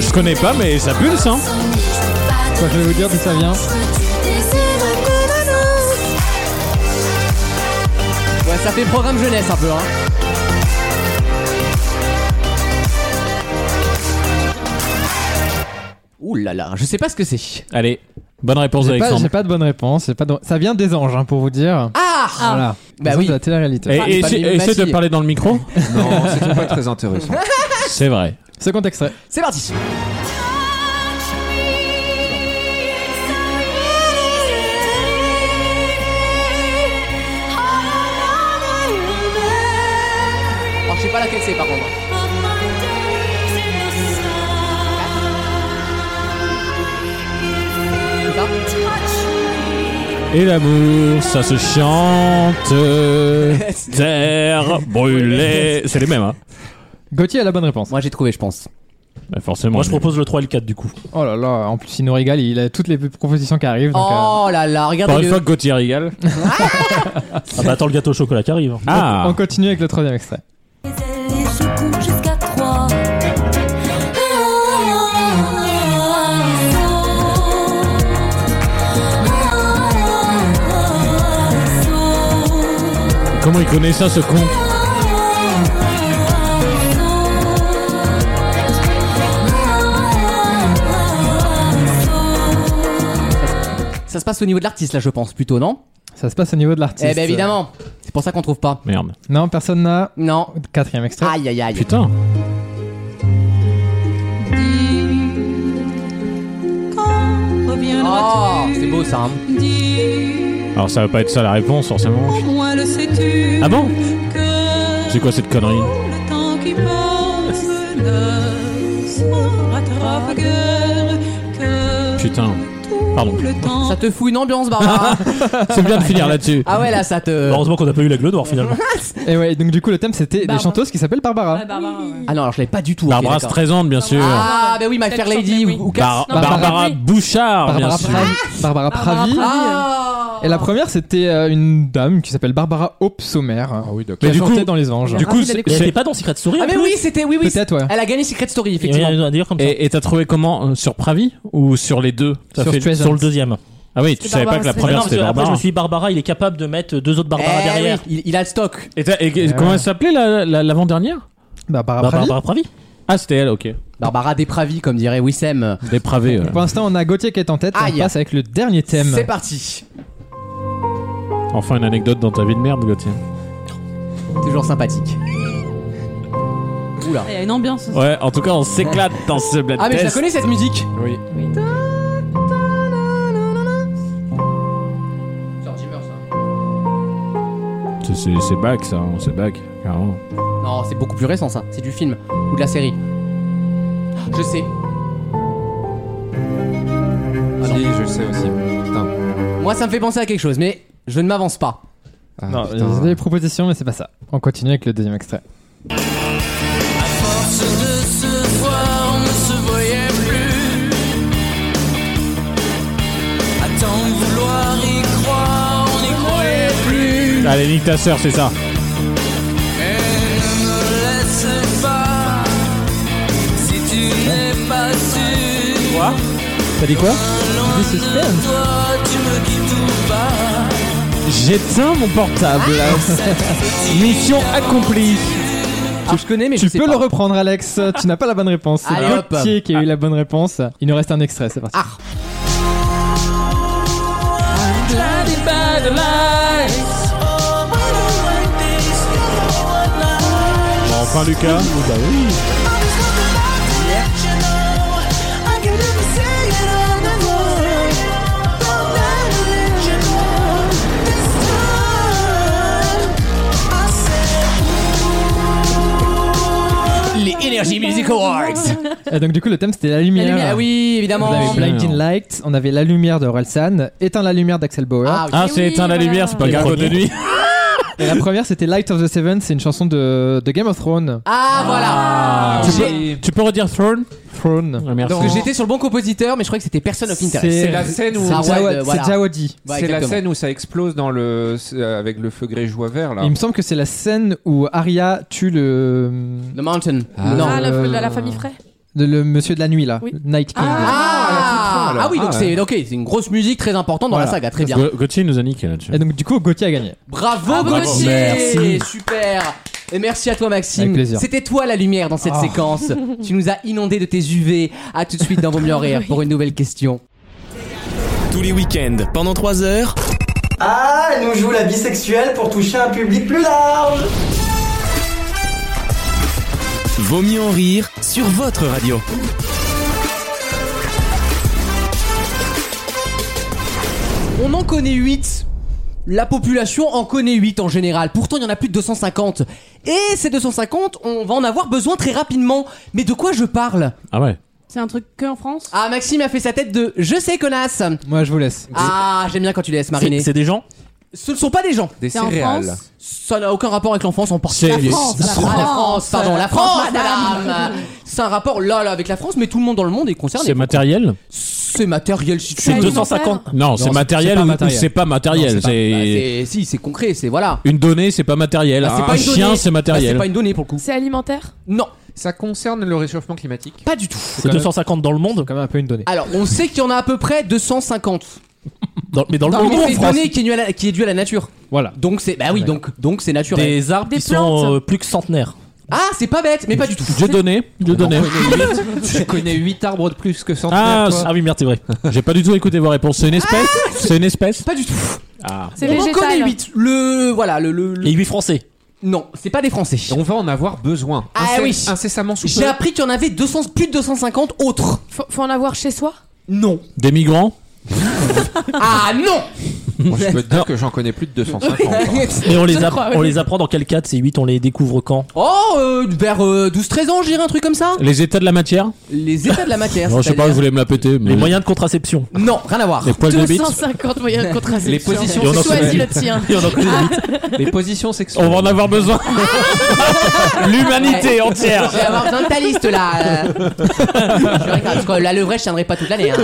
[SPEAKER 4] Je connais pas, mais ça pulse. Hein.
[SPEAKER 3] Quoi, je vais vous dire d'où ça vient.
[SPEAKER 6] Ah
[SPEAKER 2] Ouais, ça fait programme jeunesse un peu hein. Ouh là là, je sais pas ce que c'est.
[SPEAKER 4] Allez, bonne réponse
[SPEAKER 3] J'ai pas,
[SPEAKER 4] d'Alexandre.
[SPEAKER 3] j'ai pas de bonne réponse. j'ai Pas de- Ça vient des anges, hein, pour vous dire.
[SPEAKER 2] Ah
[SPEAKER 3] Voilà.
[SPEAKER 2] Bah
[SPEAKER 3] Des anges
[SPEAKER 2] oui.
[SPEAKER 3] De la télé-réalité.
[SPEAKER 4] Et,
[SPEAKER 2] Ah,
[SPEAKER 4] et
[SPEAKER 2] mais pas
[SPEAKER 4] essaie
[SPEAKER 2] mes
[SPEAKER 4] essaie de
[SPEAKER 2] maquilles.
[SPEAKER 4] parler dans le micro.
[SPEAKER 7] [LAUGHS] Non, c'était pas très intéressant.
[SPEAKER 4] C'est vrai.
[SPEAKER 3] Second extrait.
[SPEAKER 2] C'est parti. Alors, Oh, je sais pas laquelle c'est par contre. C'est ça
[SPEAKER 4] Et l'amour, ça se [LAUGHS] chante. Terre [LAUGHS] brûlée. C'est les mêmes, hein.
[SPEAKER 3] Gauthier a la bonne réponse.
[SPEAKER 2] Moi j'ai trouvé, je pense.
[SPEAKER 4] Bah, forcément.
[SPEAKER 5] Moi je propose le 3 et le 4 du coup.
[SPEAKER 3] Oh là là, en plus il nous régale, il a toutes les propositions qui arrivent. donc, euh,
[SPEAKER 2] Oh là là,
[SPEAKER 4] Par une
[SPEAKER 2] regardez-le.
[SPEAKER 4] fois que Gauthier régale.
[SPEAKER 5] Ah bah attends le gâteau au chocolat qui arrive.
[SPEAKER 4] Ah
[SPEAKER 3] euh, On continue avec le troisième extrait.
[SPEAKER 4] Comment il connaît ça, ce con
[SPEAKER 2] Ça se passe au niveau de l'artiste là, je pense plutôt, non
[SPEAKER 3] Ça se passe au niveau de l'artiste.
[SPEAKER 2] Eh ben évidemment. C'est pour ça qu'on trouve pas.
[SPEAKER 4] Merde.
[SPEAKER 3] Non, personne n'a.
[SPEAKER 2] Non.
[SPEAKER 3] Quatrième extrait.
[SPEAKER 2] Aïe aïe aïe.
[SPEAKER 4] Putain.
[SPEAKER 2] Oh, c'est beau ça. hein.
[SPEAKER 4] Alors ça va pas être ça la réponse, forcément.
[SPEAKER 10] Moi le sais-tu
[SPEAKER 4] Ah bon
[SPEAKER 10] que
[SPEAKER 4] C'est quoi cette connerie
[SPEAKER 10] le temps qui passe ne se rattrape guère que
[SPEAKER 4] Putain.
[SPEAKER 10] tout
[SPEAKER 4] Pardon.
[SPEAKER 2] Ça te fout une ambiance, Barbara
[SPEAKER 4] C'est bien de finir là-dessus.
[SPEAKER 2] Ah ouais, là, ça te.
[SPEAKER 5] Heureusement qu'on n'a pas eu la gueule d'or finalement.
[SPEAKER 3] Et ouais, donc du coup, le thème c'était des
[SPEAKER 8] Barbara.
[SPEAKER 3] chanteuses qui s'appellent Barbara.
[SPEAKER 2] Ah non, alors je l'ai pas du tout. ok,
[SPEAKER 4] Barbara
[SPEAKER 2] d'accord.
[SPEAKER 4] Streisand, bien sûr. Ah,
[SPEAKER 2] Ah, bah oui, My Fair Lady ou, ou Cass.
[SPEAKER 4] Bar-
[SPEAKER 5] Ah,
[SPEAKER 4] Barbara Bouchard, Ah, bien
[SPEAKER 3] Barbara,
[SPEAKER 4] sûr.
[SPEAKER 3] Pravi, Barbara Pravi.
[SPEAKER 2] Ah
[SPEAKER 3] Et la première, c'était euh, une dame qui s'appelle Barbara Hope Sommer, qui
[SPEAKER 4] Ah Mais
[SPEAKER 3] a
[SPEAKER 4] du
[SPEAKER 3] chanté
[SPEAKER 4] coup-
[SPEAKER 3] dans Les Anges.
[SPEAKER 4] Du coup,
[SPEAKER 5] Elle
[SPEAKER 4] c'est-
[SPEAKER 5] était
[SPEAKER 4] c'est-
[SPEAKER 5] pas dans Secret Story.
[SPEAKER 2] Ah,
[SPEAKER 5] en
[SPEAKER 2] mais
[SPEAKER 5] plus
[SPEAKER 2] oui, c'était. Oui, oui.
[SPEAKER 3] Peut-être, ouais.
[SPEAKER 2] Elle a gagné Secret Story,
[SPEAKER 5] Il y a
[SPEAKER 2] effectivement.
[SPEAKER 5] un d'ailleurs comme ça.
[SPEAKER 4] et et t'as trouvé comment euh, Sur Pravi Ou sur les deux T'as
[SPEAKER 3] Sur
[SPEAKER 4] fait-
[SPEAKER 3] Streisand.
[SPEAKER 5] Sur le deuxième.
[SPEAKER 4] Ah oui, tu
[SPEAKER 8] C'était
[SPEAKER 4] savais pas
[SPEAKER 8] Barbara
[SPEAKER 4] que la
[SPEAKER 5] Ah non,
[SPEAKER 4] première
[SPEAKER 5] parce que
[SPEAKER 4] c'était
[SPEAKER 5] après, je me
[SPEAKER 4] Barbara.
[SPEAKER 5] suis dit, Barbara, il est capable de mettre deux autres Barbara
[SPEAKER 2] Eh
[SPEAKER 5] derrière.
[SPEAKER 2] oui, il, il a le stock.
[SPEAKER 4] Et, t'as- et- et comment elle s'appelait la- la- l'avant-dernière
[SPEAKER 3] Bah, Barbara
[SPEAKER 5] Barbara,
[SPEAKER 3] Pravi.
[SPEAKER 5] Barbara Pravi.
[SPEAKER 4] Ah, c'était elle, ok.
[SPEAKER 2] Barbara dépravie, comme dirait Wissem.
[SPEAKER 4] [LAUGHS] Dépravée. euh.
[SPEAKER 3] Pour l'instant, on a Gauthier qui est en tête.
[SPEAKER 2] Aïe.
[SPEAKER 3] On passe avec le dernier thème.
[SPEAKER 2] C'est parti.
[SPEAKER 4] Enfin, une anecdote dans ta vie de merde, Gauthier.
[SPEAKER 2] Toujours sympathique. Oula.
[SPEAKER 6] Il y a une ambiance.
[SPEAKER 4] Ouais, en tout cas, on s'éclate dans ce blind
[SPEAKER 2] Ah, mais je la connais cette musique.
[SPEAKER 4] Oui. C'est c'est back ça, on c'est back, carrément.
[SPEAKER 2] Non, c'est beaucoup plus récent ça. C'est du film ou de la série. Je sais.
[SPEAKER 7] Si, je le sais aussi.
[SPEAKER 2] Moi, ça me fait penser à quelque chose, mais je ne m'avance pas.
[SPEAKER 7] Ah,
[SPEAKER 3] Non,
[SPEAKER 7] putain.
[SPEAKER 3] j'ai des propositions, mais c'est pas ça. On continue avec le deuxième extrait.
[SPEAKER 9] force de se voir, on ne se voyait plus. À tant vouloir y croire, on n'y croyait plus.
[SPEAKER 4] Allez, nique ta sœur, c'est ça.
[SPEAKER 9] Et ne me laisse pas, si tu n'es pas sûr. Quoi
[SPEAKER 4] T'as dit quoi
[SPEAKER 9] Toi, tu me dis tout bas.
[SPEAKER 4] J'éteins mon portable. Mission accomplie.
[SPEAKER 2] Alors, je connais, mais
[SPEAKER 3] Tu
[SPEAKER 2] je sais
[SPEAKER 3] peux
[SPEAKER 2] pas.
[SPEAKER 3] le
[SPEAKER 2] [LAUGHS]
[SPEAKER 3] reprendre, Alex. Tu n'as pas la bonne réponse. C'est
[SPEAKER 2] Allez, hop.
[SPEAKER 3] Gauthier qui a eu la bonne réponse. Il nous reste un extrait, c'est parti.
[SPEAKER 2] Ah.
[SPEAKER 4] enfin, Lucas.
[SPEAKER 2] Les Energy Music Awards.
[SPEAKER 3] Et Euh, donc, du coup, le thème c'était la
[SPEAKER 2] Ah. La
[SPEAKER 3] lumière.
[SPEAKER 2] lumière, Ah oui, Oh.
[SPEAKER 3] On
[SPEAKER 2] évidemment.
[SPEAKER 3] avait
[SPEAKER 4] Lumière.
[SPEAKER 3] Blinding Light, on avait la lumière de Orelsan, éteint la lumière d'Axel Bauer.
[SPEAKER 2] Ah, oui.
[SPEAKER 4] Ah,
[SPEAKER 8] Eh
[SPEAKER 4] c'est
[SPEAKER 8] oui,
[SPEAKER 4] éteint la
[SPEAKER 8] voilà.
[SPEAKER 4] lumière, c'est pas
[SPEAKER 5] Les
[SPEAKER 4] garde de
[SPEAKER 5] premiers.
[SPEAKER 4] nuit.
[SPEAKER 3] Et la première c'était Light of the Seven, c'est une chanson de, de Game of Thrones.
[SPEAKER 2] Ah, voilà.
[SPEAKER 4] Tu
[SPEAKER 2] J'ai-
[SPEAKER 4] peux, tu peux redire Throne
[SPEAKER 3] Throne.
[SPEAKER 4] Ah, Merci.
[SPEAKER 2] Parce que j'étais sur le bon compositeur, mais je crois que c'était Person of Interest.
[SPEAKER 7] C'est la scène où.
[SPEAKER 2] Ça,
[SPEAKER 3] C'est Jawad-
[SPEAKER 2] ouais, de- euh, voilà.
[SPEAKER 3] c'est Jawadi.
[SPEAKER 2] Ouais,
[SPEAKER 7] c'est la
[SPEAKER 2] exactement.
[SPEAKER 7] scène où ça explose dans le c'est- euh, avec le feu grégeois vert là.
[SPEAKER 3] Il me semble que c'est la scène où Arya tue le,
[SPEAKER 2] The Mountain.
[SPEAKER 7] Ah.
[SPEAKER 2] Non.
[SPEAKER 8] Ah, la,
[SPEAKER 3] euh,
[SPEAKER 8] la- la famille Frey.
[SPEAKER 3] le, le monsieur de la nuit là,
[SPEAKER 8] Oui.
[SPEAKER 3] Night King.
[SPEAKER 2] Ah,
[SPEAKER 7] Ah, elle a tout fait, alors.
[SPEAKER 2] oui, donc
[SPEAKER 7] Ah,
[SPEAKER 2] c'est ok, c'est une grosse musique très importante dans la saga, très bien.
[SPEAKER 4] Ga- Gauthier nous a niqué là-dessus.
[SPEAKER 3] Et donc du coup Gauthier a gagné.
[SPEAKER 2] Bravo,
[SPEAKER 8] Bravo,
[SPEAKER 2] Gauthier,
[SPEAKER 4] Gauthier.
[SPEAKER 2] super. Et merci à toi Maxime.
[SPEAKER 3] Avec plaisir.
[SPEAKER 2] C'était toi la lumière dans cette
[SPEAKER 3] Ah.
[SPEAKER 2] séquence. tu nous as inondé de tes UV. À tout de suite dans Vos mieux en rire pour une nouvelle question.
[SPEAKER 1] Tous les week-ends, pendant 3 heures,
[SPEAKER 11] Ah, elle nous joue la bisexuelle pour toucher un public plus large
[SPEAKER 1] Vaut mieux en rire sur votre radio.
[SPEAKER 2] On en connaît 8. La population en connaît 8 en général. Pourtant, il y en a plus de 250. Et ces 250, on va en avoir besoin très rapidement. Mais de quoi je parle
[SPEAKER 4] Ah ouais.
[SPEAKER 6] C'est un truc que en France
[SPEAKER 2] Ah, Maxime a fait sa tête de je sais connasse.
[SPEAKER 3] Moi je vous laisse.
[SPEAKER 2] Ah, j'aime bien quand tu les laisses mariner.
[SPEAKER 5] C'est c'est des gens.
[SPEAKER 2] Ce ne sont pas des gens.
[SPEAKER 7] Des
[SPEAKER 6] C'est en
[SPEAKER 7] céréales.
[SPEAKER 6] France
[SPEAKER 2] Ça n'a aucun rapport avec l'enfance en
[SPEAKER 4] C'est-
[SPEAKER 2] particulier.
[SPEAKER 6] France, la France.
[SPEAKER 2] Ah, la France, pardon, la
[SPEAKER 6] La
[SPEAKER 2] France,
[SPEAKER 6] France,
[SPEAKER 2] madame. C'est un rapport là, là, avec la France, mais tout le monde dans le monde est concerné.
[SPEAKER 4] C'est matériel
[SPEAKER 2] C'est matériel si tu
[SPEAKER 5] C'est
[SPEAKER 2] veux.
[SPEAKER 8] deux-
[SPEAKER 5] 250.
[SPEAKER 4] Non,
[SPEAKER 3] c'est-
[SPEAKER 4] c'est
[SPEAKER 3] c'est
[SPEAKER 4] matériel
[SPEAKER 3] pas
[SPEAKER 4] ou ou
[SPEAKER 3] matériel.
[SPEAKER 4] c'est pas matériel.
[SPEAKER 3] Non, c'est pas-
[SPEAKER 2] Bah,
[SPEAKER 4] C'est
[SPEAKER 2] c'est- si, c'est concret, c'est voilà.
[SPEAKER 4] une donnée, c'est pas matériel.
[SPEAKER 2] Bah, c'est
[SPEAKER 4] Un
[SPEAKER 2] pas une
[SPEAKER 4] chien,
[SPEAKER 2] donnée.
[SPEAKER 4] c'est
[SPEAKER 2] Bah, c'est
[SPEAKER 4] matériel.
[SPEAKER 2] pas une donnée pour le coup.
[SPEAKER 8] C'est alimentaire
[SPEAKER 2] Non,
[SPEAKER 7] Ça concerne le réchauffement climatique.
[SPEAKER 2] pas du tout.
[SPEAKER 5] C'est 250 dans le monde.
[SPEAKER 3] Quand même un peu une donnée.
[SPEAKER 2] Alors, on sait qu'il y en a à peu près 250.
[SPEAKER 5] Dans- mais dans le
[SPEAKER 2] mais
[SPEAKER 5] monde ou en
[SPEAKER 2] c'est une
[SPEAKER 5] France.
[SPEAKER 2] donnée qui est, due à la, qui est due à la nature.
[SPEAKER 3] Voilà.
[SPEAKER 2] Donc c'est bah oui, donc donc c'est naturel.
[SPEAKER 5] Des arbres
[SPEAKER 8] Des
[SPEAKER 5] qui
[SPEAKER 8] plantes.
[SPEAKER 5] sont euh, plus que centenaires.
[SPEAKER 2] Ah, c'est pas bête, mais pas du tout.
[SPEAKER 4] Je donnais, je donnais.
[SPEAKER 7] Tu connais 8 arbres de plus que
[SPEAKER 4] Ah,
[SPEAKER 7] centenaire toi
[SPEAKER 4] ah oui, merde, c'est vrai. J'ai pas du tout écouté vos réponses. C'est une espèce
[SPEAKER 2] Ah
[SPEAKER 4] C'est une espèce
[SPEAKER 2] [LAUGHS] Pas du tout.
[SPEAKER 4] Ah.
[SPEAKER 8] C'est
[SPEAKER 2] on en connaît
[SPEAKER 8] végétal.
[SPEAKER 2] 8. Le voilà, le, le- le-
[SPEAKER 5] Et 8 Français.
[SPEAKER 2] non, c'est pas des Français.
[SPEAKER 7] On va en avoir besoin.
[SPEAKER 2] Ah
[SPEAKER 7] Incess-
[SPEAKER 2] oui.
[SPEAKER 7] Incessamment sous
[SPEAKER 2] J'ai
[SPEAKER 7] peu.
[SPEAKER 2] appris qu'il y en avait 200, plus de 250 autres.
[SPEAKER 8] Faut, faut en avoir chez soi
[SPEAKER 2] Non.
[SPEAKER 4] Des migrants
[SPEAKER 2] Ah non
[SPEAKER 7] Moi, je peux te dire que j'en connais plus de 250.
[SPEAKER 2] [LAUGHS]
[SPEAKER 5] Et on les, app- on les apprend dans quel cadre ces 8 On les découvre quand
[SPEAKER 2] Oh, euh, vers euh, 12-13 ans, j'irai un truc comme ça
[SPEAKER 4] Les états de la matière
[SPEAKER 2] Les états de la matière.
[SPEAKER 4] Non, je sais pas, je
[SPEAKER 2] c'est-à-dire-
[SPEAKER 4] voulais me la péter. Mais...
[SPEAKER 5] Les moyens de contraception.
[SPEAKER 2] Non, rien à voir.
[SPEAKER 4] Les poils de bite
[SPEAKER 8] 250 moyens de contraception.
[SPEAKER 4] Les positions
[SPEAKER 8] Choisis
[SPEAKER 4] sexuelles.
[SPEAKER 8] le tien.
[SPEAKER 4] Et on en connaît
[SPEAKER 8] Ah,
[SPEAKER 7] Les positions sexuelles.
[SPEAKER 4] On va en avoir besoin. [LAUGHS] L'humanité
[SPEAKER 2] Eh,
[SPEAKER 4] entière.
[SPEAKER 2] Je vais avoir besoin de ta liste là. Euh, je regarde, parce que la levraie, je tiendrai pas toute l'année. hein.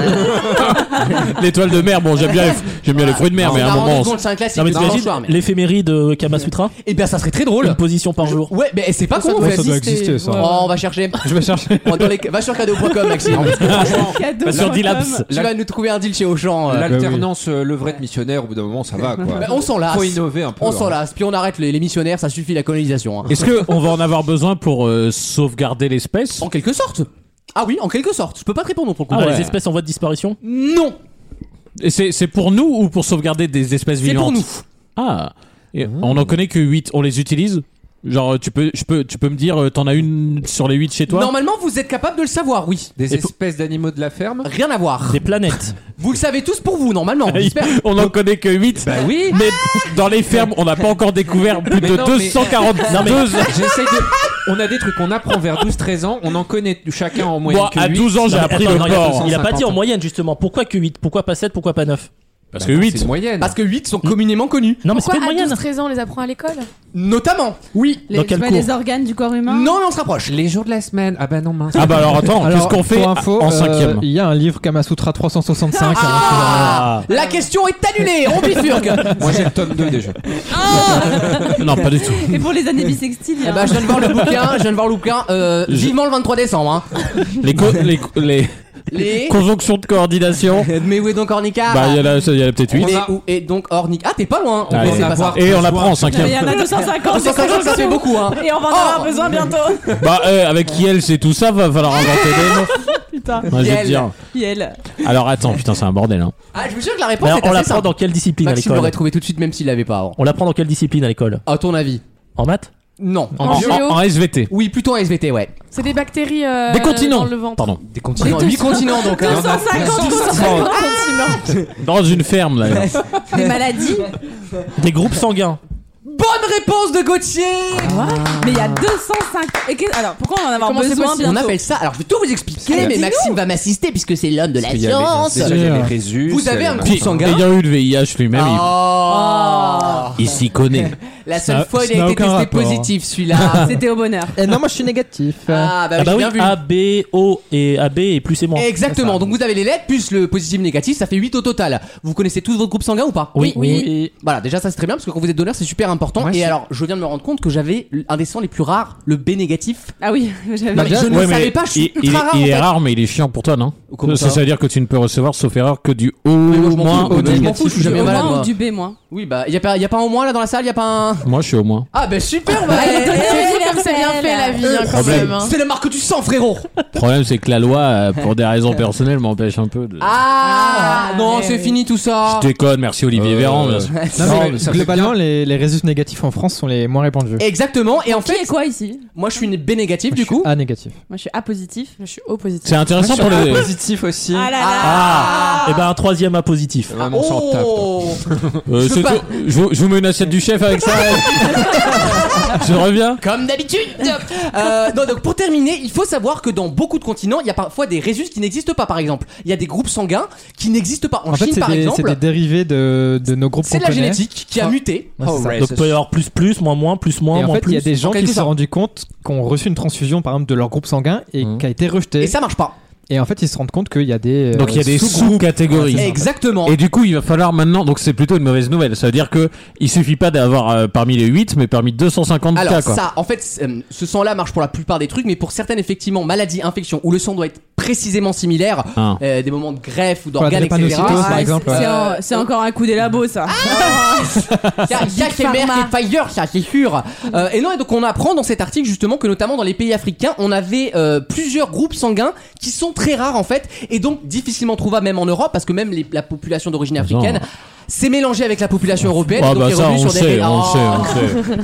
[SPEAKER 4] L'étoile de mer, bon, j'aime bien, les... j'aime bien les fruits de mer,
[SPEAKER 2] On
[SPEAKER 4] mais à
[SPEAKER 2] a
[SPEAKER 4] un
[SPEAKER 2] rendu
[SPEAKER 4] moment.
[SPEAKER 2] compte, c'est un classique.
[SPEAKER 5] Non, mais
[SPEAKER 2] c'est un
[SPEAKER 5] t'imagines
[SPEAKER 2] mangeoire, mais-
[SPEAKER 5] l'éphémérie de Kama Sutra
[SPEAKER 2] Eh bien, ça serait très drôle.
[SPEAKER 5] Une position par jour.
[SPEAKER 2] Ouais, mais c'est pas
[SPEAKER 3] Ça
[SPEAKER 2] con.
[SPEAKER 3] doit-
[SPEAKER 2] en fait.
[SPEAKER 3] ça doit exister, ça.
[SPEAKER 2] Oh, on va chercher.
[SPEAKER 3] Je vais chercher.
[SPEAKER 2] On- dans les- Va sur cadeau.com, Maxime.
[SPEAKER 7] bah
[SPEAKER 6] Cadeau.
[SPEAKER 5] Sur Dilabs.
[SPEAKER 2] Tu vas nous trouver un deal chez Auchan. euh.
[SPEAKER 7] L'alternance euh, levrette missionnaire, au bout d'un moment, ça
[SPEAKER 2] [LAUGHS]
[SPEAKER 7] va quoi.
[SPEAKER 2] Bah, on s'en lasse.
[SPEAKER 7] Faut innover un peu.
[SPEAKER 2] On s'en
[SPEAKER 7] hein.
[SPEAKER 2] lasse. Puis on arrête les, les missionnaires, ça suffit la colonisation. hein.
[SPEAKER 4] Est-ce qu'on va en avoir besoin pour euh, sauvegarder l'espèce
[SPEAKER 2] En quelque sorte. Ah oui, en quelque sorte. Je peux pas te répondre pour le coup.
[SPEAKER 5] Ah,
[SPEAKER 4] ouais.
[SPEAKER 5] Les espèces en voie de disparition
[SPEAKER 2] Non,
[SPEAKER 4] Et c'est, c'est pour nous ou pour sauvegarder des espèces
[SPEAKER 2] c'est
[SPEAKER 4] vivantes
[SPEAKER 2] pour nous.
[SPEAKER 4] Ah, Et on en connaît que 8, on les utilise Genre, tu peux, je peux, tu peux me dire, euh, t'en as une sur les 8 chez toi
[SPEAKER 2] Normalement, vous êtes capable de le savoir, oui.
[SPEAKER 7] Des
[SPEAKER 4] Et pour-
[SPEAKER 7] espèces d'animaux de la ferme
[SPEAKER 2] Rien à voir.
[SPEAKER 5] Des planètes.
[SPEAKER 2] Vous le savez tous pour vous, normalement. J'espère.
[SPEAKER 4] [LAUGHS] On en connaît que 8 Bah oui Mais dans les fermes, on n'a pas encore découvert plus
[SPEAKER 7] Mais
[SPEAKER 4] de
[SPEAKER 7] non, mais-
[SPEAKER 4] 242
[SPEAKER 7] J'essaie de. On a des trucs qu'on apprend vers 12-13 ans, on en connaît chacun en moyenne.
[SPEAKER 4] Moi,
[SPEAKER 7] que
[SPEAKER 4] à
[SPEAKER 7] huit.
[SPEAKER 4] 12 ans, j'ai
[SPEAKER 5] Non, mais
[SPEAKER 4] appris
[SPEAKER 5] attends,
[SPEAKER 4] le
[SPEAKER 5] non, il a-
[SPEAKER 4] port.
[SPEAKER 5] Il a pas dit en
[SPEAKER 7] 150.
[SPEAKER 5] moyenne justement. Pourquoi que 8 Pourquoi pas 7 Pourquoi pas 9
[SPEAKER 4] Parce que
[SPEAKER 7] C'est
[SPEAKER 4] 8
[SPEAKER 7] une moyenne.
[SPEAKER 2] Parce que 8 sont communément connus.
[SPEAKER 5] Non, mais c'est
[SPEAKER 8] Pourquoi
[SPEAKER 5] pas une
[SPEAKER 8] à
[SPEAKER 5] moyenne.
[SPEAKER 8] 12-13 ans on les apprend à l'école
[SPEAKER 2] Notamment. Oui.
[SPEAKER 6] Les,
[SPEAKER 5] Dans quel
[SPEAKER 6] ouais,
[SPEAKER 5] cours
[SPEAKER 6] les organes du corps humain
[SPEAKER 2] Non, mais on se rapproche.
[SPEAKER 7] Les jours de la semaine. Ah bah non, mince.
[SPEAKER 4] Ah bah alors attends,
[SPEAKER 3] Alors,
[SPEAKER 4] qu'est-ce qu'on fait
[SPEAKER 3] pour info,
[SPEAKER 4] en
[SPEAKER 3] euh,
[SPEAKER 4] cinquième
[SPEAKER 3] Il y a un livre Kamasutra 365.
[SPEAKER 2] Ah La question est annulée, on bifurque
[SPEAKER 4] [LAUGHS]
[SPEAKER 7] Moi j'ai le tome 2 déjà.
[SPEAKER 8] Ah.
[SPEAKER 4] Non, pas du tout.
[SPEAKER 6] Et Ah, pour les années bissextiles, il y
[SPEAKER 2] Eh
[SPEAKER 6] a
[SPEAKER 2] ben, je viens de voir le bouquin, je viens de voir le bouquin, euh,
[SPEAKER 4] Je-
[SPEAKER 2] vivement le 23 décembre. Hein.
[SPEAKER 4] Les, co- les, les
[SPEAKER 2] Les...
[SPEAKER 4] conjonctions de coordination.
[SPEAKER 2] Mais où est donc Ornica
[SPEAKER 4] Bah, il y a la, ça, il y a la petite 8.
[SPEAKER 2] Mais où est donc Ornica Ah, t'es pas loin
[SPEAKER 4] Allez.
[SPEAKER 2] on sait pas ça.
[SPEAKER 7] Avoir-
[SPEAKER 4] Et on apprend en
[SPEAKER 6] Il y
[SPEAKER 4] cinquième.
[SPEAKER 6] en a
[SPEAKER 8] Ah,
[SPEAKER 6] 250.
[SPEAKER 2] 250, ça fait beaucoup, hein.
[SPEAKER 6] Et on va en avoir
[SPEAKER 2] Oh.
[SPEAKER 6] besoin bientôt.
[SPEAKER 8] [LAUGHS]
[SPEAKER 4] Bah, euh, avec Yel, c'est tout ça, va falloir inventer des mots.
[SPEAKER 6] Putain.
[SPEAKER 4] Moi, je vais te
[SPEAKER 2] Yel.
[SPEAKER 4] dire.
[SPEAKER 6] Yel.
[SPEAKER 4] Alors attends, putain, c'est un bordel. Hein.
[SPEAKER 2] Ah, je vous jure que la réponse
[SPEAKER 5] Mais alors,
[SPEAKER 2] est
[SPEAKER 5] on
[SPEAKER 2] assez
[SPEAKER 5] l'apprend
[SPEAKER 2] simple.
[SPEAKER 5] dans quelle discipline à
[SPEAKER 2] Maxime l'aurait
[SPEAKER 5] l'école
[SPEAKER 2] trouvé tout de suite, même s'il l'avait pas avant.
[SPEAKER 5] On l'apprend dans quelle discipline à l'école
[SPEAKER 2] À ton avis
[SPEAKER 5] En maths
[SPEAKER 2] Non.
[SPEAKER 4] En,
[SPEAKER 8] En
[SPEAKER 4] en-
[SPEAKER 8] géo.
[SPEAKER 4] en SVT.
[SPEAKER 2] Oui, plutôt en SVT, ouais.
[SPEAKER 8] C'est des bactéries euh,
[SPEAKER 4] Des continents.
[SPEAKER 8] dans le ventre.
[SPEAKER 4] Pardon.
[SPEAKER 2] Des continents. 8 continents donc. hein.
[SPEAKER 6] 250
[SPEAKER 4] Dans une ferme, là.
[SPEAKER 6] Des maladies.
[SPEAKER 5] Des groupes sanguins
[SPEAKER 2] Bonne réponse de Gauthier
[SPEAKER 6] Mais il y a 250. Et que- Alors pourquoi on en a avoir
[SPEAKER 8] Comment c'est
[SPEAKER 6] besoin
[SPEAKER 8] possible
[SPEAKER 6] bientôt
[SPEAKER 2] On appelle ça, alors je vais tout vous expliquer,
[SPEAKER 6] Allez,
[SPEAKER 2] mais
[SPEAKER 6] dis-nous.
[SPEAKER 2] Maxime va m'assister puisque c'est l'homme de la
[SPEAKER 7] Il y a les-
[SPEAKER 2] science.
[SPEAKER 7] déjà, il y a les
[SPEAKER 3] Vous
[SPEAKER 7] résus.
[SPEAKER 2] Vous avez un
[SPEAKER 4] Puis,
[SPEAKER 2] groupe sanguin
[SPEAKER 4] ayant eu le VIH lui-même, il-
[SPEAKER 2] Ah. Oh.
[SPEAKER 4] il, s'y connaît.
[SPEAKER 2] La
[SPEAKER 3] Ça-
[SPEAKER 2] seule fois où il a
[SPEAKER 3] ça n'a
[SPEAKER 2] été testé
[SPEAKER 3] aucun rapport.
[SPEAKER 2] positif celui-là.
[SPEAKER 6] C'était au bonheur.
[SPEAKER 8] Euh,
[SPEAKER 3] Et non, moi je suis négatif.
[SPEAKER 2] ah bah,
[SPEAKER 5] Ah bah
[SPEAKER 2] j'ai
[SPEAKER 5] oui,
[SPEAKER 2] bien vu.
[SPEAKER 5] A, B, O et A, B et plus et moins.
[SPEAKER 2] Exactement, donc vous avez les lettres plus le positif négatif, ça fait 8 au total. Vous connaissez tous votre groupe sanguin ou pas
[SPEAKER 5] Oui, oui.
[SPEAKER 2] Voilà, déjà ça c'est très bien parce que quand vous êtes donneur c'est super important.
[SPEAKER 7] Ouais,
[SPEAKER 2] Et
[SPEAKER 7] c'est-
[SPEAKER 2] alors je viens de me rendre compte que j'avais un des sangs les plus rares, le B négatif.
[SPEAKER 6] Ah oui, [LAUGHS] j'avais.
[SPEAKER 8] bah,
[SPEAKER 2] Non, mais je ne
[SPEAKER 4] Ouais,
[SPEAKER 2] le
[SPEAKER 4] mais
[SPEAKER 2] savais pas, je suis
[SPEAKER 4] il, il-
[SPEAKER 2] ultra rare.
[SPEAKER 4] il
[SPEAKER 2] en
[SPEAKER 4] est
[SPEAKER 2] fait.
[SPEAKER 4] rare, mais il est chiant pour toi, non
[SPEAKER 2] Comment
[SPEAKER 4] ça,
[SPEAKER 2] ça
[SPEAKER 4] ça veut dire que tu ne peux recevoir, sauf erreur, que du O
[SPEAKER 2] Mais moi, je m'en
[SPEAKER 4] moins
[SPEAKER 2] fous,
[SPEAKER 4] ou
[SPEAKER 2] je
[SPEAKER 4] du
[SPEAKER 2] m'en fous, je suis
[SPEAKER 6] Du
[SPEAKER 2] jamais
[SPEAKER 6] au
[SPEAKER 2] malade.
[SPEAKER 6] moins ou
[SPEAKER 2] moi.
[SPEAKER 6] du B moins.
[SPEAKER 2] Oui, bah y a, pas, y a pas un au moins là dans la salle, y a pas un.
[SPEAKER 4] Moi, je suis au moins.
[SPEAKER 2] Ah bah super, on va
[SPEAKER 8] C'est
[SPEAKER 2] Eh,
[SPEAKER 8] comme c'est bien fait la vie hein, quand
[SPEAKER 4] Problème.
[SPEAKER 8] même. hein.
[SPEAKER 2] C'est la marque du sang, frérot.
[SPEAKER 4] Le problème, c'est que la loi, euh, pour des raisons personnelles, m'empêche un peu de.
[SPEAKER 2] Ah,
[SPEAKER 6] Ah,
[SPEAKER 2] non,
[SPEAKER 6] oui,
[SPEAKER 2] c'est
[SPEAKER 6] oui.
[SPEAKER 2] fini tout ça.
[SPEAKER 4] Je déconne, merci Olivier
[SPEAKER 7] Euh,
[SPEAKER 4] Véran. bien sûr.
[SPEAKER 3] Non,
[SPEAKER 7] Non,
[SPEAKER 3] mais
[SPEAKER 7] mais ça fait
[SPEAKER 3] globalement, les, les résus négatifs en France sont les moins répandus.
[SPEAKER 2] Exactement. Et en
[SPEAKER 6] Qui est
[SPEAKER 2] fait,
[SPEAKER 6] quoi ici
[SPEAKER 2] moi je suis une B négative du coup.
[SPEAKER 3] A négatif.
[SPEAKER 6] Moi je suis A positif.
[SPEAKER 8] Je suis au positif.
[SPEAKER 4] C'est intéressant pour les.
[SPEAKER 7] positif aussi.
[SPEAKER 6] Ah là
[SPEAKER 2] Ah.
[SPEAKER 5] Et ben un troisième A positif.
[SPEAKER 7] Vraiment, Ah, on s'en tape. hein. toi.
[SPEAKER 2] Oh.
[SPEAKER 4] Euh,
[SPEAKER 2] Je
[SPEAKER 4] c'est
[SPEAKER 2] veux pas.
[SPEAKER 4] tout. je, vous, je vous mets une assiette du chef
[SPEAKER 2] [LAUGHS]
[SPEAKER 4] avec ça. je reviens.
[SPEAKER 2] Comme d'habitude. [LAUGHS] Euh, non, donc pour terminer, il faut savoir que dans beaucoup de continents, il y a parfois des résus qui n'existent pas. Par exemple, il y a des groupes sanguins qui n'existent pas. En,
[SPEAKER 3] En fait,
[SPEAKER 2] Chine,
[SPEAKER 3] c'est
[SPEAKER 2] par
[SPEAKER 3] des, c'est des
[SPEAKER 2] exemple,
[SPEAKER 3] dérivés de, de nos groupes
[SPEAKER 2] c'est
[SPEAKER 3] qu'on
[SPEAKER 2] de la
[SPEAKER 3] connaît.
[SPEAKER 2] génétique qui a
[SPEAKER 3] Ah.
[SPEAKER 2] muté.
[SPEAKER 3] Ouais, c'est ça.
[SPEAKER 5] Donc il peut y avoir plus plus, moins moins, plus moins,
[SPEAKER 3] Et en
[SPEAKER 5] moins
[SPEAKER 3] fait, il
[SPEAKER 5] plus.
[SPEAKER 3] y a des gens qui
[SPEAKER 2] quelque
[SPEAKER 3] se sont
[SPEAKER 2] sorte.
[SPEAKER 3] rendus compte qu'on reçu une transfusion, par exemple, de leur groupe sanguin et
[SPEAKER 4] Mhm.
[SPEAKER 3] qui a été
[SPEAKER 2] Et
[SPEAKER 3] rejetée.
[SPEAKER 2] ça marche pas.
[SPEAKER 3] Et en fait, ils se rendent compte qu'il y a des. euh,
[SPEAKER 4] Donc il y a des
[SPEAKER 3] sous-groupes.
[SPEAKER 4] sous-catégories.
[SPEAKER 2] Exactement.
[SPEAKER 4] Et du coup, il va falloir maintenant. Donc c'est plutôt une mauvaise nouvelle. Ça veut dire que il suffit pas d'avoir euh, parmi les 8, mais parmi 250
[SPEAKER 2] Alors
[SPEAKER 4] cas. Quoi.
[SPEAKER 2] ça, en fait, c'est, euh, ce sang-là marche pour la plupart des trucs, mais pour certaines effectivement maladies, infections, où le sang doit être précisément similaire,
[SPEAKER 4] Ah.
[SPEAKER 2] euh, des moments de greffe ou
[SPEAKER 3] Pour la
[SPEAKER 2] d'organes, etc.
[SPEAKER 3] drépanocytose, par
[SPEAKER 6] Ah, c'est-
[SPEAKER 3] exemple.
[SPEAKER 6] c'est
[SPEAKER 2] Euh,
[SPEAKER 6] en- C'est encore un coup des labos ça.
[SPEAKER 2] Il y a- il y a chez Merck et Pfizer, ça c'est sûr. Euh, et non, et donc on apprend dans cet article justement que notamment dans les pays africains, on avait euh, plusieurs groupes sanguins qui sont très rares en fait, et donc difficilement trouvables même en Europe, parce que même les- la population d'origine africaine
[SPEAKER 4] Attends.
[SPEAKER 2] s'est mélangée avec la population européenne,
[SPEAKER 4] Ah
[SPEAKER 2] et donc
[SPEAKER 4] bah
[SPEAKER 2] est
[SPEAKER 4] ça,
[SPEAKER 2] revenue
[SPEAKER 4] on
[SPEAKER 2] sur des.
[SPEAKER 4] sait, on
[SPEAKER 2] Oh.
[SPEAKER 4] sait,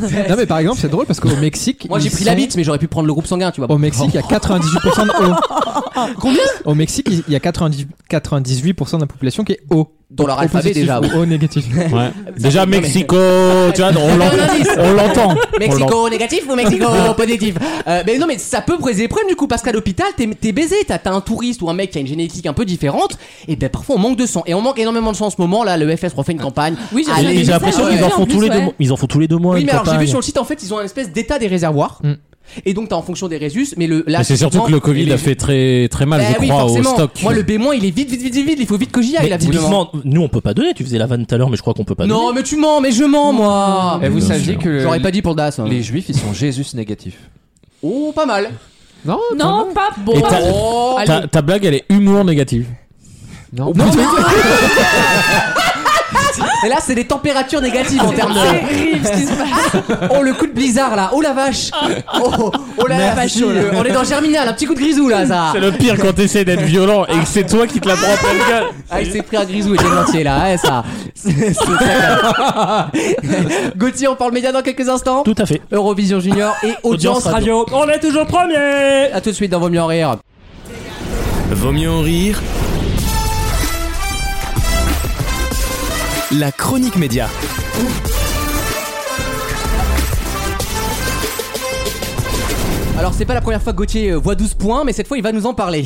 [SPEAKER 4] on sait.
[SPEAKER 3] Non, mais par exemple, c'est drôle parce qu'au Mexique.
[SPEAKER 2] Moi j'ai
[SPEAKER 3] ils
[SPEAKER 2] pris la
[SPEAKER 3] sont-
[SPEAKER 2] [LAUGHS] bite, mais j'aurais pu prendre le groupe sanguin, tu vois.
[SPEAKER 3] Au Mexique, il y a 98% de O.
[SPEAKER 2] Combien
[SPEAKER 3] Au Mexique, il y a 90 98% de la population qui est O.
[SPEAKER 2] Dans leur
[SPEAKER 3] O
[SPEAKER 2] alphabet,
[SPEAKER 3] positif
[SPEAKER 2] déjà,
[SPEAKER 3] ou
[SPEAKER 2] oui.
[SPEAKER 3] O négatif.
[SPEAKER 4] Ouais. Déjà, Mexico, tu vois, on l'entend. On l'entend. On
[SPEAKER 2] Mexico
[SPEAKER 4] l'entend.
[SPEAKER 2] négatif ou
[SPEAKER 4] [LAUGHS]
[SPEAKER 2] Mexico positif Euh, Mais non, mais ça peut poser des problèmes du coup, parce qu'à l'hôpital, t'es t'es baisé. T'as t'as un touriste ou un mec qui a une génétique un peu différente, et ben parfois on manque de sang. Et on manque énormément de sang en ce moment. Là, le FS refait une campagne. Ah,
[SPEAKER 6] Oui, j'ai-
[SPEAKER 2] Allez,
[SPEAKER 5] Mais j'ai
[SPEAKER 2] ça,
[SPEAKER 5] l'impression
[SPEAKER 2] ouais.
[SPEAKER 5] qu'ils en font tous les
[SPEAKER 2] Ouais.
[SPEAKER 5] deux mois. Ils en font tous les deux mois.
[SPEAKER 2] Oui,
[SPEAKER 5] une
[SPEAKER 2] mais alors j'ai vu
[SPEAKER 5] campagne.
[SPEAKER 2] sur le site, en fait, ils ont un espèce d'état des réservoirs. Et donc, t'as en fonction des résus, mais le. là,
[SPEAKER 4] Mais c'est surtout
[SPEAKER 2] typiquement,
[SPEAKER 4] que le Covid
[SPEAKER 2] les-
[SPEAKER 4] a fait très très mal,
[SPEAKER 2] Bah
[SPEAKER 4] je
[SPEAKER 2] oui,
[SPEAKER 4] crois, au
[SPEAKER 2] forcément.
[SPEAKER 4] stock.
[SPEAKER 2] Moi, le B- il est vite, vite, vite, vite. Il faut vite que j'y aille,
[SPEAKER 5] Mais
[SPEAKER 2] là, visiblement.
[SPEAKER 5] typiquement, nous on peut pas donner. Tu faisais la vanne tout à l'heure, mais je crois qu'on peut pas donner.
[SPEAKER 2] Non, mais tu mens, mais je mens, moi. Mm.
[SPEAKER 7] Et vous
[SPEAKER 5] Bien
[SPEAKER 7] saviez
[SPEAKER 5] sûr.
[SPEAKER 7] que
[SPEAKER 2] J'aurais pas dit pour le DAS. hein.
[SPEAKER 7] les juifs ils sont Jésus négatif.
[SPEAKER 2] Oh, pas mal.
[SPEAKER 7] Non,
[SPEAKER 6] Non, pas bon.
[SPEAKER 4] Et t'as-
[SPEAKER 2] Oh,
[SPEAKER 4] ta, ta blague, elle est humour négative.
[SPEAKER 7] non.
[SPEAKER 2] Et là, c'est des températures négatives en termes de.
[SPEAKER 6] Terrible ce qui se passe.
[SPEAKER 2] [LAUGHS] Oh, le coup de blizzard là. Oh la
[SPEAKER 6] [LAUGHS]
[SPEAKER 2] vache. Oh, oh la vache. Euh, On est dans Germinal, un petit coup de grisou là, ça.
[SPEAKER 4] C'est le pire quand t'essaies d'être violent et que c'est toi qui te la prends pleine [LAUGHS] gueule.
[SPEAKER 2] Avec ses frères grisou et Gentier là, ouais, ça. [LAUGHS] C'est- c'est sacré. [LAUGHS] Gauthier, on parle média dans quelques instants.
[SPEAKER 5] Tout à fait.
[SPEAKER 2] Eurovision Junior
[SPEAKER 5] [LAUGHS]
[SPEAKER 2] et Audience, radio.
[SPEAKER 5] On est toujours premier.
[SPEAKER 2] A tout de suite dans Vos mieux en rire.
[SPEAKER 1] Vaut mieux en rire. La chronique média.
[SPEAKER 2] Alors, c'est pas la première fois que Gauthier euh, voit 12 points, mais cette fois, il va nous en
[SPEAKER 5] [LAUGHS]
[SPEAKER 2] parler.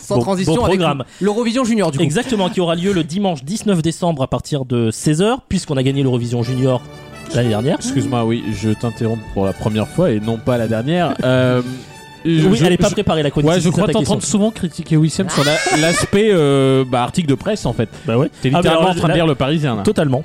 [SPEAKER 2] Sans
[SPEAKER 5] Bon-
[SPEAKER 2] transition
[SPEAKER 5] bon
[SPEAKER 2] avec
[SPEAKER 5] programme.
[SPEAKER 2] l'Eurovision Junior du coup.
[SPEAKER 5] Exactement, qui aura lieu le dimanche 19 décembre à partir de 16h, puisqu'on a gagné l'Eurovision Junior l'année dernière.
[SPEAKER 4] Excuse-moi, oui, je t'interromps pour la première fois et non pas la dernière. Euh, je-
[SPEAKER 5] oui,
[SPEAKER 4] je-
[SPEAKER 5] elle est pas
[SPEAKER 4] je-
[SPEAKER 5] préparée la chronique.
[SPEAKER 4] Ouais,
[SPEAKER 5] c'est
[SPEAKER 4] je crois
[SPEAKER 5] ça ta
[SPEAKER 4] t'entendre
[SPEAKER 5] question.
[SPEAKER 4] souvent critiquer Wissem sur la- l'aspect euh, bah, article de presse en fait.
[SPEAKER 5] Bah ouais.
[SPEAKER 4] T'es
[SPEAKER 5] Ah, mais
[SPEAKER 4] littéralement
[SPEAKER 5] alors,
[SPEAKER 4] en train de
[SPEAKER 5] là-
[SPEAKER 4] lire le Parisien là.
[SPEAKER 5] Totalement.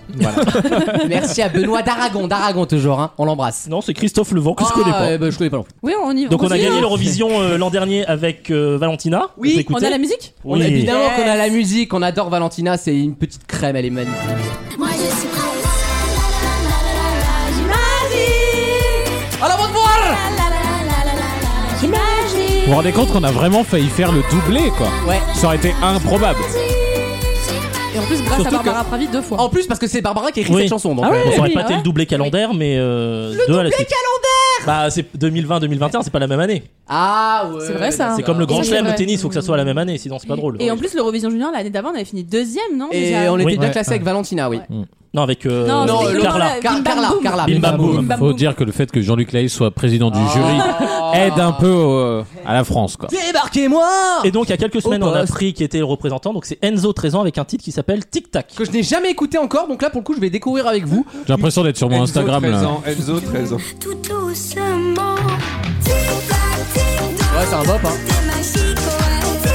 [SPEAKER 2] Merci à Benoît d'Aragon, d'Aragon toujours, hein. on l'embrasse.
[SPEAKER 5] Non, c'est Christophe Levent que je connais
[SPEAKER 2] Ah,
[SPEAKER 5] pas.
[SPEAKER 2] euh, bah, je connais pas non plus.
[SPEAKER 6] Oui, on y va.
[SPEAKER 5] Donc on a
[SPEAKER 6] continue,
[SPEAKER 5] gagné
[SPEAKER 6] hein.
[SPEAKER 5] l'Eurovision euh, l'an dernier avec euh, Valentina.
[SPEAKER 2] Oui,
[SPEAKER 5] Vous écoutez
[SPEAKER 6] On a la musique
[SPEAKER 2] On a-
[SPEAKER 5] Oui.
[SPEAKER 2] évidemment
[SPEAKER 6] Yes.
[SPEAKER 2] qu'on a la musique, on adore Valentina, c'est une petite crème, elle est magnifique.
[SPEAKER 10] Moi je suis prête. J'imagine.
[SPEAKER 2] Alors bon voir
[SPEAKER 10] J'imagine.
[SPEAKER 4] Vous vous rendez compte qu'on a vraiment failli faire le doublé quoi
[SPEAKER 2] Ouais.
[SPEAKER 4] Ça aurait été improbable.
[SPEAKER 8] Et en plus, grâce à
[SPEAKER 2] Surtout que- Oh,
[SPEAKER 8] Barbara Pravi, deux fois.
[SPEAKER 2] En plus parce que c'est Barbara qui écrit
[SPEAKER 5] Oui.
[SPEAKER 2] cette chanson donc.
[SPEAKER 5] Ah
[SPEAKER 2] euh,
[SPEAKER 5] on saurait
[SPEAKER 6] oui,
[SPEAKER 5] pas
[SPEAKER 6] ah ouais.
[SPEAKER 5] été le doublé calendaire, mais euh, le doublé calendaire. Bah c'est 2020-2021, c'est pas la même année.
[SPEAKER 2] Ah ouais.
[SPEAKER 8] C'est vrai, ça.
[SPEAKER 5] C'est comme le
[SPEAKER 8] Et
[SPEAKER 5] Grand
[SPEAKER 8] ça, c'est
[SPEAKER 5] Chelem au
[SPEAKER 8] vrai.
[SPEAKER 5] tennis, faut que ça soit la même année, sinon c'est pas drôle.
[SPEAKER 6] Et en plus, l'Eurovision Junior, l'année d'avant, on avait fini deuxième, non
[SPEAKER 2] Et
[SPEAKER 6] déjà
[SPEAKER 2] on était
[SPEAKER 5] Oui.
[SPEAKER 2] bien
[SPEAKER 3] Ouais.
[SPEAKER 2] classé avec Valentina, oui.
[SPEAKER 5] non avec euh,
[SPEAKER 6] Non,
[SPEAKER 2] Non,
[SPEAKER 6] c'était
[SPEAKER 2] le-
[SPEAKER 5] Carla.
[SPEAKER 6] Laurent,
[SPEAKER 2] Car-
[SPEAKER 6] Bim Bam
[SPEAKER 2] Carla,
[SPEAKER 6] Boum.
[SPEAKER 2] Carla.
[SPEAKER 5] Bim Bam Boum.
[SPEAKER 6] Bam
[SPEAKER 4] Faut
[SPEAKER 6] Boum.
[SPEAKER 4] dire que le fait que Jean-Luc Lahaye soit président du jury
[SPEAKER 2] Ah.
[SPEAKER 4] aide un peu euh, à la France quoi.
[SPEAKER 2] Débarquez-moi
[SPEAKER 5] Et donc il y a quelques semaines, on a
[SPEAKER 2] poste.
[SPEAKER 5] appris qui était le représentant. Donc c'est Enzo 13 ans avec un titre qui s'appelle Tic Tac.
[SPEAKER 2] que je n'ai jamais écouté encore, donc là pour le coup je vais découvrir avec vous.
[SPEAKER 4] J'ai l'impression d'être sur mon Instagram
[SPEAKER 7] Enzo 13
[SPEAKER 4] là.
[SPEAKER 7] ans, Enzo 13 ans.
[SPEAKER 10] Tout doucement. Tic-tac, tic-tac.
[SPEAKER 2] Ouais, c'est un bop, hein.
[SPEAKER 10] T'es magique, ouais.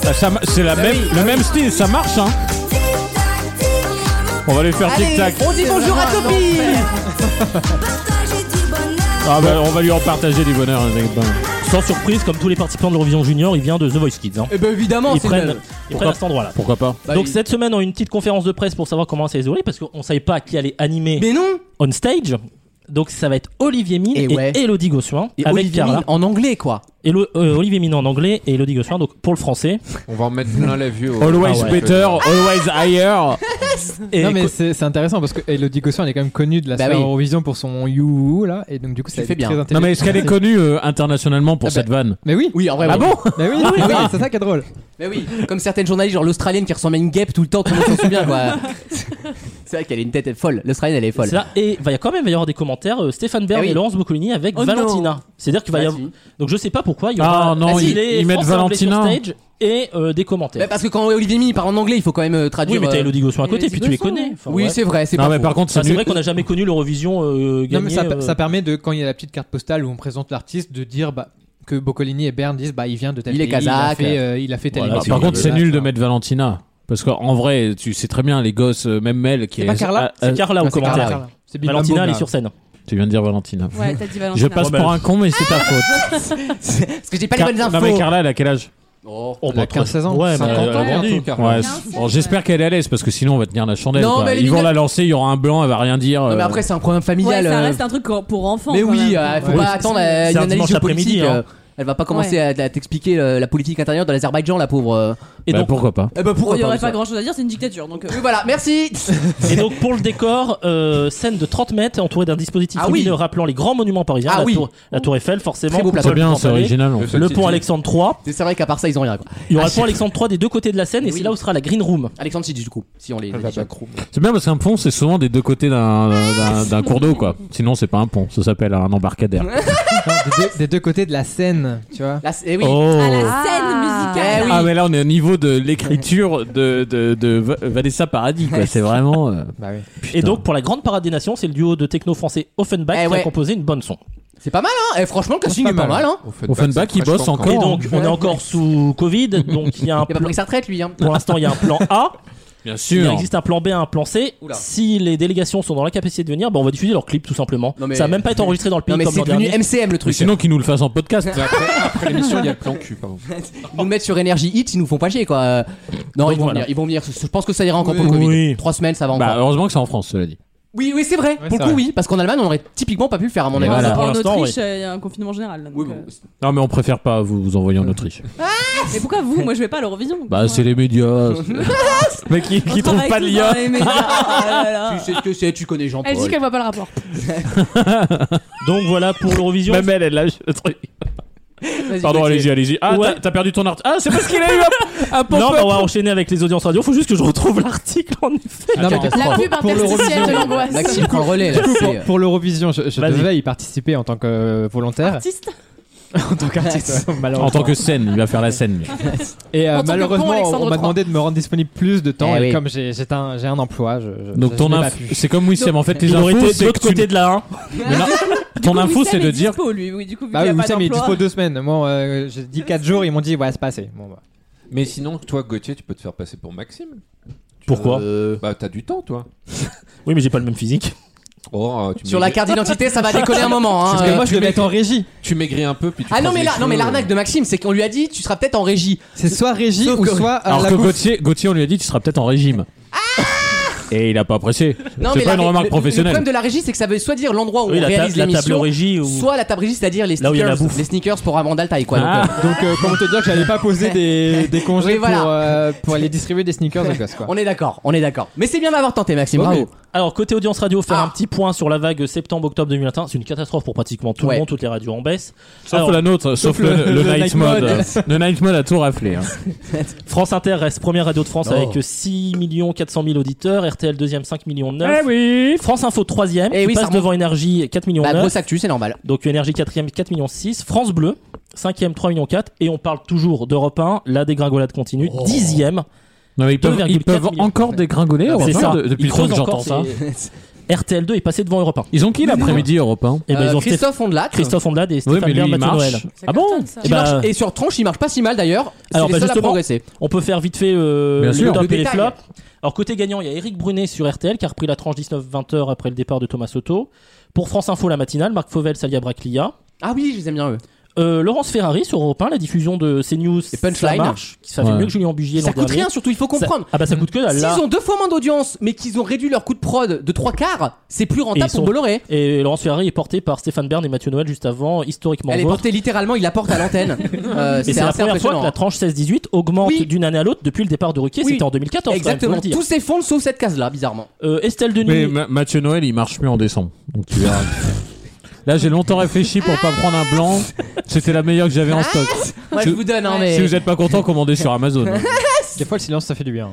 [SPEAKER 10] Tic-tac,
[SPEAKER 4] Ça- ça- c'est
[SPEAKER 2] Bah
[SPEAKER 4] la même, le même style, ça marche hein.
[SPEAKER 10] tic-tac, tic-tac.
[SPEAKER 4] On va lui faire tic tac.
[SPEAKER 2] on dit bonjour à Topi
[SPEAKER 10] Partager du bonheur.
[SPEAKER 4] Ah bah, on va lui en partager du bonheur. avec- ben.
[SPEAKER 5] Sans surprise, comme tous les participants de l'Eurovision Junior, il vient de The Voice Kids. hein.
[SPEAKER 2] Eh ben évidemment,
[SPEAKER 5] Ils
[SPEAKER 2] c'est
[SPEAKER 5] prennent,
[SPEAKER 2] le-
[SPEAKER 5] ils prennent à cet endroit-là.
[SPEAKER 4] Pourquoi pas
[SPEAKER 2] Bah,
[SPEAKER 5] Donc
[SPEAKER 2] il-
[SPEAKER 5] cette semaine, on a eu une petite conférence de presse pour savoir comment ça isoler parce qu'on savait pas qui allait animer
[SPEAKER 2] Mais non
[SPEAKER 5] on stage. Donc ça va être Olivier Mine
[SPEAKER 2] Et
[SPEAKER 5] et,
[SPEAKER 2] ouais.
[SPEAKER 5] Elodie Gossuin
[SPEAKER 2] Et
[SPEAKER 5] avec
[SPEAKER 2] Olivier
[SPEAKER 5] Carla.
[SPEAKER 2] Mine en anglais quoi.
[SPEAKER 5] Élo- euh, Olivier Mine en anglais et Elodie Gossuin donc pour
[SPEAKER 2] [LAUGHS]
[SPEAKER 5] le français.
[SPEAKER 7] On va en mettre plein la vue. au-
[SPEAKER 4] Always
[SPEAKER 5] Ah ouais.
[SPEAKER 4] better, always higher.
[SPEAKER 5] Et
[SPEAKER 3] non mais c'est c'est intéressant parce que Elodie Gossuin elle est quand même connue de la
[SPEAKER 2] Bah
[SPEAKER 3] sphère
[SPEAKER 2] oui.
[SPEAKER 3] Eurovision pour son you là et donc du coup ça
[SPEAKER 2] Tu
[SPEAKER 3] a
[SPEAKER 2] fais
[SPEAKER 3] été
[SPEAKER 2] bien.
[SPEAKER 3] très
[SPEAKER 2] Non,
[SPEAKER 4] Non
[SPEAKER 3] intéressant.
[SPEAKER 4] mais est-ce qu'elle est connue euh, internationalement pour
[SPEAKER 3] Ah
[SPEAKER 4] cette vanne
[SPEAKER 3] Mais oui.
[SPEAKER 2] Oui, en vrai.
[SPEAKER 4] Ah
[SPEAKER 2] oui.
[SPEAKER 4] bon
[SPEAKER 3] Mais oui,
[SPEAKER 2] oui.
[SPEAKER 3] oui, c'est ça qui est drôle.
[SPEAKER 2] Mais oui, [LAUGHS] comme certaines journalistes, genre l'Australienne qui ressemble à une guêpe tout le temps, tout le monde s'en souvient quoi. C'est vrai qu'elle a une tête elle est folle, l'Australienne elle est folle.
[SPEAKER 5] c'est là. Et il va y a quand même il va y avoir des commentaires. euh, Stéphane Bern
[SPEAKER 2] Ah oui.
[SPEAKER 5] et Laurence Boccolini avec
[SPEAKER 2] Oh non. Ah,
[SPEAKER 5] Valentina. C'est-à-dire qu'il va y avoir.
[SPEAKER 2] Vas-y.
[SPEAKER 5] Donc je sais pas pourquoi il y
[SPEAKER 4] Ah
[SPEAKER 5] aura.
[SPEAKER 4] non,
[SPEAKER 5] Vas-y,
[SPEAKER 4] ils-
[SPEAKER 5] les
[SPEAKER 4] ils mettent
[SPEAKER 5] Français anglais sur
[SPEAKER 4] Valentina.
[SPEAKER 5] stage et euh, des commentaires.
[SPEAKER 2] Bah, parce que quand Olivier Mine parle en anglais, il faut quand même euh,
[SPEAKER 5] oui,
[SPEAKER 2] traduire.
[SPEAKER 5] mais t'as
[SPEAKER 2] euh,
[SPEAKER 5] Elodie Gossuin à côté,
[SPEAKER 6] Élodie
[SPEAKER 5] puis tu les
[SPEAKER 6] Gossuin,
[SPEAKER 5] connais.
[SPEAKER 6] ouais.
[SPEAKER 5] Enfin,
[SPEAKER 2] Oui,
[SPEAKER 5] ouais.
[SPEAKER 2] c'est vrai, c'est
[SPEAKER 4] Non
[SPEAKER 2] pas
[SPEAKER 4] mais
[SPEAKER 2] faux.
[SPEAKER 4] par contre
[SPEAKER 5] Enfin,
[SPEAKER 4] c'est
[SPEAKER 5] c'est
[SPEAKER 4] nul.
[SPEAKER 5] vrai qu'on n'a jamais connu l'Eurovision euh,
[SPEAKER 3] Non, mais
[SPEAKER 5] gagnée.
[SPEAKER 3] ça,
[SPEAKER 5] euh,
[SPEAKER 3] ça permet de, quand il y a la petite carte postale où on présente l'artiste, de dire bah, que Boccolini et Bern disent bah, il vient de tel
[SPEAKER 2] Il est
[SPEAKER 3] pays,
[SPEAKER 2] kazakh.
[SPEAKER 3] il a fait, euh, il a fait telle
[SPEAKER 5] Voilà,
[SPEAKER 4] Bah,
[SPEAKER 3] émission.
[SPEAKER 4] par
[SPEAKER 5] c'est
[SPEAKER 4] contre c'est
[SPEAKER 3] Voilà,
[SPEAKER 4] nul
[SPEAKER 3] ça.
[SPEAKER 4] de mettre Valentina. Parce qu'en vrai, tu sais très bien, les gosses, euh, même elle qui
[SPEAKER 3] C'est
[SPEAKER 4] est.
[SPEAKER 3] pas Carla
[SPEAKER 4] Ah, ah,
[SPEAKER 5] C'est Carla
[SPEAKER 3] euh, Non,
[SPEAKER 5] au
[SPEAKER 3] c'est Carla,
[SPEAKER 5] commentaire.
[SPEAKER 3] Carla. C'est Bim Bam
[SPEAKER 5] Valentina,
[SPEAKER 3] Boum,
[SPEAKER 5] elle est
[SPEAKER 3] là.
[SPEAKER 5] sur scène.
[SPEAKER 4] Tu viens de dire Valentina.
[SPEAKER 6] Ouais, t'as dit Valentina.
[SPEAKER 4] Je passe
[SPEAKER 5] Ouais, bah,
[SPEAKER 4] pour un con, mais c'est ta
[SPEAKER 2] Parce
[SPEAKER 4] faute.
[SPEAKER 2] que j'ai pas les
[SPEAKER 4] Car-
[SPEAKER 2] bonnes infos.
[SPEAKER 4] Non mais Carla, elle a quel âge
[SPEAKER 2] Oh.
[SPEAKER 5] Oh,
[SPEAKER 3] Elle a
[SPEAKER 5] bah,
[SPEAKER 3] 15-16 ans.
[SPEAKER 5] Ouais, mais
[SPEAKER 3] 50
[SPEAKER 4] euh,
[SPEAKER 5] elle a
[SPEAKER 3] ans,
[SPEAKER 5] grandi.
[SPEAKER 3] bientôt, Carla.
[SPEAKER 4] Ouais.
[SPEAKER 6] Quinze,
[SPEAKER 4] Bon, j'espère qu'elle est à l'aise parce que sinon on va tenir la chandelle.
[SPEAKER 2] Non,
[SPEAKER 4] quoi.
[SPEAKER 2] mais elle est
[SPEAKER 4] Ils vont
[SPEAKER 2] mignonne.
[SPEAKER 4] la lancer, il y aura un blanc, elle va rien dire.
[SPEAKER 2] Non, mais
[SPEAKER 4] euh.
[SPEAKER 2] après, c'est un problème
[SPEAKER 6] Ouais,
[SPEAKER 2] familial.
[SPEAKER 6] ça
[SPEAKER 2] euh,
[SPEAKER 6] reste un truc pour enfants.
[SPEAKER 2] mais
[SPEAKER 6] quand
[SPEAKER 2] oui,
[SPEAKER 6] même.
[SPEAKER 2] euh, faut
[SPEAKER 6] Ouais.
[SPEAKER 2] pas attendre euh,
[SPEAKER 5] C'est
[SPEAKER 2] une
[SPEAKER 5] un
[SPEAKER 2] analyse
[SPEAKER 5] dimanche
[SPEAKER 2] géopolitique.
[SPEAKER 5] après-midi, hein.
[SPEAKER 2] euh, Elle va pas commencer à, à t'expliquer euh, la politique intérieure de l'Azerbaïdjan, la pauvre. euh.
[SPEAKER 5] Et donc,
[SPEAKER 4] Bah, pourquoi pas
[SPEAKER 2] Eh ben, pourquoi
[SPEAKER 6] Il n'y aurait
[SPEAKER 2] pas,
[SPEAKER 6] pas grand chose à dire, c'est une dictature. Donc, euh,
[SPEAKER 2] Oui, voilà, merci.
[SPEAKER 5] Et donc pour le décor, euh, scène de 30 mètres entourée d'un dispositif
[SPEAKER 2] Ah oui.
[SPEAKER 5] lumineux rappelant les grands monuments parisiens,
[SPEAKER 2] Ah
[SPEAKER 5] la,
[SPEAKER 2] oui.
[SPEAKER 5] tour, la tour Eiffel forcément,
[SPEAKER 2] Très beau plateau. C'est
[SPEAKER 5] Paul
[SPEAKER 2] bien,
[SPEAKER 5] Pompalais,
[SPEAKER 4] c'est original, en fait.
[SPEAKER 5] le pont Alexandre III.
[SPEAKER 2] C'est vrai qu'à part ça, ils ont rien. quoi.
[SPEAKER 5] Il y aura
[SPEAKER 2] Ah,
[SPEAKER 5] le pont Alexandre III des deux côtés de la scène et c'est là où sera la green room.
[SPEAKER 2] Alexandre Sidis, du coup, si on les.
[SPEAKER 7] Ah, bah,
[SPEAKER 4] C'est bien parce qu'un pont, c'est souvent des deux côtés d'un- d'un d'un cours d'eau, quoi. Sinon, c'est pas un pont, ça s'appelle un embarcadère.
[SPEAKER 3] des, deux, des deux côtés de la scène, tu vois.
[SPEAKER 2] Là, eh oui.
[SPEAKER 4] Oh.
[SPEAKER 6] à la scène musicale.
[SPEAKER 2] Eh oui.
[SPEAKER 4] Ah, mais là, on est au niveau de l'écriture de, de, de Va- Vanessa Paradis, quoi. C'est vraiment. euh,
[SPEAKER 3] Bah oui.
[SPEAKER 5] Et donc pour la grande parade des nations, c'est le duo de techno français Offenbach
[SPEAKER 2] Eh
[SPEAKER 5] qui
[SPEAKER 2] ouais.
[SPEAKER 5] a composé une bonne son.
[SPEAKER 2] C'est pas mal, hein. Eh, franchement, le casting
[SPEAKER 3] pas
[SPEAKER 2] est pas
[SPEAKER 3] mal.
[SPEAKER 2] mal, hein.
[SPEAKER 4] Offenbach, il bosse encore.
[SPEAKER 5] Et donc on
[SPEAKER 2] Ouais.
[SPEAKER 5] est encore sous Covid, donc il y a un
[SPEAKER 2] Il a pas
[SPEAKER 5] plan-
[SPEAKER 2] pris sa retraite, lui, hein.
[SPEAKER 5] pour l'instant il y a un plan
[SPEAKER 2] [LAUGHS]
[SPEAKER 5] A,
[SPEAKER 4] Bien
[SPEAKER 5] il
[SPEAKER 4] sûr.
[SPEAKER 5] existe un plan B, un plan C.
[SPEAKER 2] Oula.
[SPEAKER 5] Si les délégations sont dans la capacité de venir, bah, on va diffuser leur clip tout simplement.
[SPEAKER 2] Non, mais-
[SPEAKER 5] Ça va même pas être enregistré dans le pays
[SPEAKER 2] Non, mais
[SPEAKER 5] comme
[SPEAKER 2] c'est
[SPEAKER 5] l'an
[SPEAKER 2] devenu
[SPEAKER 5] dernier.
[SPEAKER 2] MCM le
[SPEAKER 4] Mais
[SPEAKER 2] truc.
[SPEAKER 4] sinon, qu'ils nous le fassent en podcast.
[SPEAKER 7] Après, après l'émission, il y a le plan cul,
[SPEAKER 4] [LAUGHS]
[SPEAKER 7] pardon.
[SPEAKER 2] Ils nous le mettent sur Energy Hit, ils nous font pas chier, quoi. Euh, Non,
[SPEAKER 5] Donc
[SPEAKER 2] ils vont
[SPEAKER 5] voilà.
[SPEAKER 2] venir, ils vont venir. Je pense que ça ira encore pour le
[SPEAKER 5] Oui.
[SPEAKER 2] Covid.
[SPEAKER 5] Oui.
[SPEAKER 2] Trois semaines, ça va encore.
[SPEAKER 4] Bah, heureusement que c'est en France, cela dit.
[SPEAKER 2] oui, oui, c'est vrai.
[SPEAKER 3] Ouais,
[SPEAKER 2] pour le
[SPEAKER 3] c'est
[SPEAKER 2] coup,
[SPEAKER 3] vrai.
[SPEAKER 2] oui. Parce qu'en Allemagne, on aurait typiquement pas pu le faire, à mon
[SPEAKER 4] Mais
[SPEAKER 2] avis.
[SPEAKER 4] voilà.
[SPEAKER 5] Pour
[SPEAKER 6] En
[SPEAKER 5] l'instant,
[SPEAKER 6] Autriche, euh, il y a un confinement général. là, donc,
[SPEAKER 2] Oui, bon,
[SPEAKER 6] euh,
[SPEAKER 4] Non, mais on préfère pas vous, vous envoyer en Autriche.
[SPEAKER 6] Mais pourquoi vous Moi, je vais pas à l'Eurovision.
[SPEAKER 4] Bah, c'est les
[SPEAKER 5] [LAUGHS]
[SPEAKER 4] médias. c'est- mais qui, qui trouvent pas de lien.
[SPEAKER 2] [LAUGHS]
[SPEAKER 6] Oh
[SPEAKER 2] tu sais ce que c'est, tu connais Jean-Paul.
[SPEAKER 10] Elle dit qu'elle voit pas le rapport.
[SPEAKER 5] Donc voilà pour l'Eurovision.
[SPEAKER 4] Même elle, elle lâche le truc.
[SPEAKER 2] Vas-y,
[SPEAKER 4] Pardon,
[SPEAKER 2] Gauthier.
[SPEAKER 4] allez-y, allez-y. Ah,
[SPEAKER 5] Ouais.
[SPEAKER 4] t'as- t'as perdu ton art. Ah, c'est parce qu'il a eu un, un pop-up.
[SPEAKER 5] Non, bah, on va enchaîner avec les audiences radio. Faut juste que je retrouve l'article en effet.
[SPEAKER 2] La catastrophe.
[SPEAKER 10] La pub interstitielle de l'angoisse.
[SPEAKER 2] Maxime prend le relais, là. c'est, euh,
[SPEAKER 3] Pour, pour l'Eurovision, je, je
[SPEAKER 5] Vas-y.
[SPEAKER 3] devais y participer en tant que euh, volontaire.
[SPEAKER 6] Artiste
[SPEAKER 3] en tant qu'artiste, malheureusement.
[SPEAKER 4] En tant que scène, il va faire la
[SPEAKER 5] [LAUGHS]
[SPEAKER 4] scène. lui.
[SPEAKER 3] Et euh,
[SPEAKER 10] En tant que con,
[SPEAKER 3] malheureusement,
[SPEAKER 10] Alexandre
[SPEAKER 3] on m'a
[SPEAKER 10] III.
[SPEAKER 3] demandé de me rendre disponible plus de temps.
[SPEAKER 2] Eh
[SPEAKER 3] et
[SPEAKER 2] oui.
[SPEAKER 3] comme j'ai j'ai un, j'ai un emploi, je, je-
[SPEAKER 4] Donc
[SPEAKER 3] je
[SPEAKER 4] ton
[SPEAKER 3] n'ai pas
[SPEAKER 4] info,
[SPEAKER 3] pu.
[SPEAKER 4] c'est comme Wissem en fait. Tes
[SPEAKER 5] Il aurait
[SPEAKER 4] infos,
[SPEAKER 5] été de
[SPEAKER 4] c'est que
[SPEAKER 5] l'autre
[SPEAKER 4] tu-
[SPEAKER 5] côté de la 1.
[SPEAKER 4] Mais non, Ton info, c'est de dire.
[SPEAKER 6] Dispo, lui, oui, du coup, vu
[SPEAKER 3] Bah
[SPEAKER 6] qu'il
[SPEAKER 3] oui,
[SPEAKER 6] a
[SPEAKER 3] vous
[SPEAKER 6] pas
[SPEAKER 3] savez, mais il est dispo
[SPEAKER 6] d'emploi.
[SPEAKER 3] deux semaines. Moi, euh, j'ai dit quatre jours, ils m'ont dit, ouais, c'est pas assez. Bon, bah.
[SPEAKER 7] Mais sinon, toi, Gauthier, tu peux te faire passer pour Maxime.
[SPEAKER 5] Pourquoi
[SPEAKER 7] Bah, t'as du temps, toi.
[SPEAKER 5] Oui, mais j'ai pas le même physique.
[SPEAKER 7] Oh, tu
[SPEAKER 2] Sur la
[SPEAKER 7] maigris-
[SPEAKER 2] carte d'identité, ça va décoller un moment. hein.
[SPEAKER 3] Parce que moi, je devais être en régie.
[SPEAKER 7] Tu maigris un peu, puis tu
[SPEAKER 2] Ah non
[SPEAKER 7] croises
[SPEAKER 2] mais
[SPEAKER 7] les
[SPEAKER 2] là, non mais
[SPEAKER 7] cheveux.
[SPEAKER 2] l'arnaque de Maxime, c'est qu'on lui a dit tu seras peut-être en régie.
[SPEAKER 3] C'est soit régie
[SPEAKER 2] Sauf
[SPEAKER 3] ou
[SPEAKER 2] que-
[SPEAKER 3] soit à
[SPEAKER 5] Ah,
[SPEAKER 4] Alors
[SPEAKER 3] la
[SPEAKER 4] que
[SPEAKER 3] bouffe.
[SPEAKER 4] Gauthier, Gauthier, on lui a dit, tu seras peut-être en régime. Et il a pas apprécié.
[SPEAKER 2] Non mais
[SPEAKER 4] C'est pas
[SPEAKER 2] la-
[SPEAKER 4] une remarque
[SPEAKER 2] le- Le
[SPEAKER 4] professionnelle.
[SPEAKER 2] problème de la régie, c'est que ça veut soit dire l'endroit où
[SPEAKER 5] Oui,
[SPEAKER 2] on
[SPEAKER 5] la, ta-
[SPEAKER 2] réalise
[SPEAKER 5] la table
[SPEAKER 2] l'émission,
[SPEAKER 5] régie ou.
[SPEAKER 2] soit la table régie, c'est-à-dire les
[SPEAKER 5] Là où il y a la
[SPEAKER 2] sneakers,
[SPEAKER 5] bouffe. Ah.
[SPEAKER 2] les sneakers pour Amanda Altaï quoi. donc, euh,
[SPEAKER 3] Donc, euh, comment te dire que j'allais pas poser des, des congés
[SPEAKER 2] Mais voilà.
[SPEAKER 3] pour, euh, pour aller distribuer des sneakers aux
[SPEAKER 2] [LAUGHS]
[SPEAKER 3] gosses, quoi.
[SPEAKER 2] euh, on est d'accord, on est d'accord. Mais c'est bien d'avoir tenté Maxime,
[SPEAKER 3] Ouais,
[SPEAKER 2] bravo.
[SPEAKER 5] Alors, côté audience radio, faire
[SPEAKER 2] Ah.
[SPEAKER 5] un petit point sur la vague septembre-octobre 2021. C'est une catastrophe pour pratiquement tout
[SPEAKER 2] Ouais.
[SPEAKER 5] le monde. Toutes les radios en baisse.
[SPEAKER 4] Sauf
[SPEAKER 5] Alors,
[SPEAKER 4] la nôtre, sauf, le, le night, mode. le night mode a tout raflé. hein.
[SPEAKER 5] France Inter reste première radio de France
[SPEAKER 2] Oh.
[SPEAKER 5] avec 6 400 000 auditeurs. RTL deuxième, 5 millions 9. France Info troisième.
[SPEAKER 2] Eh
[SPEAKER 5] qui
[SPEAKER 2] oui, ça
[SPEAKER 5] passe
[SPEAKER 2] remonte.
[SPEAKER 5] devant Énergie, 4 millions
[SPEAKER 2] La
[SPEAKER 5] 9.
[SPEAKER 2] Bah, grosse actu, c'est normal.
[SPEAKER 5] Donc énergie 4ème 4 millions 6, France Bleu 5ème 3 millions 4 et on parle toujours d'Europe 1, la dégringolade continue
[SPEAKER 2] Oh.
[SPEAKER 5] 10ème.
[SPEAKER 4] Non, mais ils peuvent,
[SPEAKER 5] 2,4
[SPEAKER 4] ils peuvent
[SPEAKER 5] millions.
[SPEAKER 4] encore dégringoler.
[SPEAKER 5] C'est
[SPEAKER 4] heureusement,
[SPEAKER 5] ça.
[SPEAKER 4] de- depuis
[SPEAKER 5] Ils
[SPEAKER 4] le temps
[SPEAKER 5] creusent
[SPEAKER 4] que j'entends
[SPEAKER 5] encore,
[SPEAKER 4] ça.
[SPEAKER 5] RTL2 est passé devant Europe 1.
[SPEAKER 4] Ils ont qui l'après-midi hein européen
[SPEAKER 5] Et ben
[SPEAKER 2] Euh,
[SPEAKER 5] ils ont Stéph-
[SPEAKER 2] Christophe Ondelat. euh,
[SPEAKER 5] Christophe Ondelade et
[SPEAKER 4] Oui,
[SPEAKER 5] Stéphane
[SPEAKER 4] mais
[SPEAKER 5] Bern,
[SPEAKER 4] lui, il
[SPEAKER 5] Mathieu
[SPEAKER 4] marche.
[SPEAKER 5] Noël.
[SPEAKER 4] Ah bon
[SPEAKER 10] ça.
[SPEAKER 5] Eh
[SPEAKER 2] qui marche-
[SPEAKER 5] ben,
[SPEAKER 2] et sur tronche, il marche pas si mal d'ailleurs. C'est
[SPEAKER 5] Alors,
[SPEAKER 2] les
[SPEAKER 5] bah,
[SPEAKER 2] seuls à
[SPEAKER 5] justement,
[SPEAKER 2] progresser.
[SPEAKER 5] On peut faire vite fait euh,
[SPEAKER 4] Bien
[SPEAKER 5] le
[SPEAKER 4] sûr.
[SPEAKER 5] top
[SPEAKER 2] Le
[SPEAKER 5] et les
[SPEAKER 2] détail.
[SPEAKER 5] flops. Alors côté gagnant, il y a Eric Brunet sur RTL qui a repris la tranche 19-20h après le départ de Thomas Soto. Pour France Info la matinale, Marc Fauvel, Salia Braclia.
[SPEAKER 2] Ah oui, je les aime bien eux.
[SPEAKER 5] Euh, Laurence Ferrari sur Europe 1, la diffusion de CNews
[SPEAKER 2] Et Punchline.
[SPEAKER 5] ça marche, qui ça fait
[SPEAKER 4] Ouais.
[SPEAKER 5] mieux que Julien Bugier
[SPEAKER 2] Ça
[SPEAKER 5] l'an
[SPEAKER 2] coûte
[SPEAKER 5] dernier.
[SPEAKER 2] rien surtout, il faut
[SPEAKER 5] Ça-
[SPEAKER 2] comprendre.
[SPEAKER 5] Ah bah ça coûte que dalle, là.
[SPEAKER 2] S'ils ont deux fois moins d'audience, mais qu'ils ont réduit leur coût de prod de trois quarts, c'est plus
[SPEAKER 5] Et
[SPEAKER 2] rentable pour
[SPEAKER 5] ils sont-
[SPEAKER 2] Bolloré.
[SPEAKER 5] Et Laurence Ferrari est portée par Stéphane Bern et Mathieu Noël juste avant, historiquement
[SPEAKER 2] Elle est
[SPEAKER 5] vôtre.
[SPEAKER 2] portée littéralement, il la porte à
[SPEAKER 5] [LAUGHS]
[SPEAKER 2] l'antenne. Euh,
[SPEAKER 5] Et
[SPEAKER 2] c'est
[SPEAKER 5] c'est la
[SPEAKER 2] assez
[SPEAKER 5] première fois que
[SPEAKER 2] impressionnant.
[SPEAKER 5] la tranche 16-18 augmente
[SPEAKER 2] Oui.
[SPEAKER 5] d'une année à l'autre depuis le départ de Ruquier,
[SPEAKER 2] Oui.
[SPEAKER 5] c'était en 2014. quand même, faut
[SPEAKER 2] Exactement,
[SPEAKER 5] le dire.
[SPEAKER 2] tout s'effondre sauf cette case-là, bizarrement.
[SPEAKER 5] Euh, Estelle Denis,
[SPEAKER 4] Mais Ma- Mathieu Noël, il marche mieux en décembre. Donc tu verras. Là, j'ai longtemps réfléchi pour pas prendre un blanc. C'était la meilleure que j'avais en stock.
[SPEAKER 2] Moi je
[SPEAKER 4] Si-
[SPEAKER 2] vous donne, hein,
[SPEAKER 4] Si
[SPEAKER 2] mais.
[SPEAKER 4] vous êtes pas content, commandez sur Amazon. hein.
[SPEAKER 3] Des fois, le silence, ça fait du
[SPEAKER 4] [LAUGHS]
[SPEAKER 3] bien.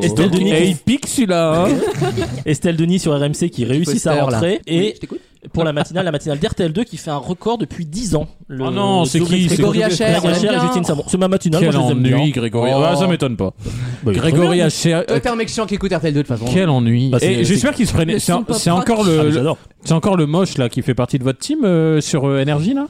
[SPEAKER 5] Estelle Denis,
[SPEAKER 4] Et il pique celui-là. hein.
[SPEAKER 5] Estelle Denis sur RMC qui réussit sa
[SPEAKER 2] Poster, là.
[SPEAKER 5] rentrée.
[SPEAKER 2] Oui,
[SPEAKER 5] Et
[SPEAKER 2] je t'écoute.
[SPEAKER 5] pour la matinale, la matinale d'RTL2 qui fait un record depuis 10 ans. Le-
[SPEAKER 4] Oh non,
[SPEAKER 5] le
[SPEAKER 4] c'est
[SPEAKER 5] double
[SPEAKER 4] qui,
[SPEAKER 5] extrait
[SPEAKER 4] c'est
[SPEAKER 5] double
[SPEAKER 2] Grégory
[SPEAKER 5] extrait.
[SPEAKER 2] Hacher, on l'aime
[SPEAKER 5] Hacher et
[SPEAKER 2] bien.
[SPEAKER 5] Justine Sabon. C'est ma matinale,
[SPEAKER 4] Quel
[SPEAKER 5] moi je les aime bien.
[SPEAKER 4] ennui, Grégory.
[SPEAKER 2] Oh.
[SPEAKER 4] Ah, ça m'étonne pas.
[SPEAKER 5] Bah, il est trop
[SPEAKER 4] Grégory
[SPEAKER 5] bien.
[SPEAKER 4] Hacher.
[SPEAKER 2] Toi, t'es un mec chiant qui écoute RTL2 de toute façon.
[SPEAKER 4] Quel ennui.
[SPEAKER 5] Bah, c'est-
[SPEAKER 4] Et j'espère qu'il se prenait.
[SPEAKER 6] le
[SPEAKER 4] C'est
[SPEAKER 6] son
[SPEAKER 4] un-
[SPEAKER 6] pop
[SPEAKER 4] c'est
[SPEAKER 6] rock.
[SPEAKER 4] encore
[SPEAKER 5] Ah, mais
[SPEAKER 4] le.
[SPEAKER 5] J'adore.
[SPEAKER 4] C'est encore le moche là qui fait partie de votre team euh, sur euh, NRJ là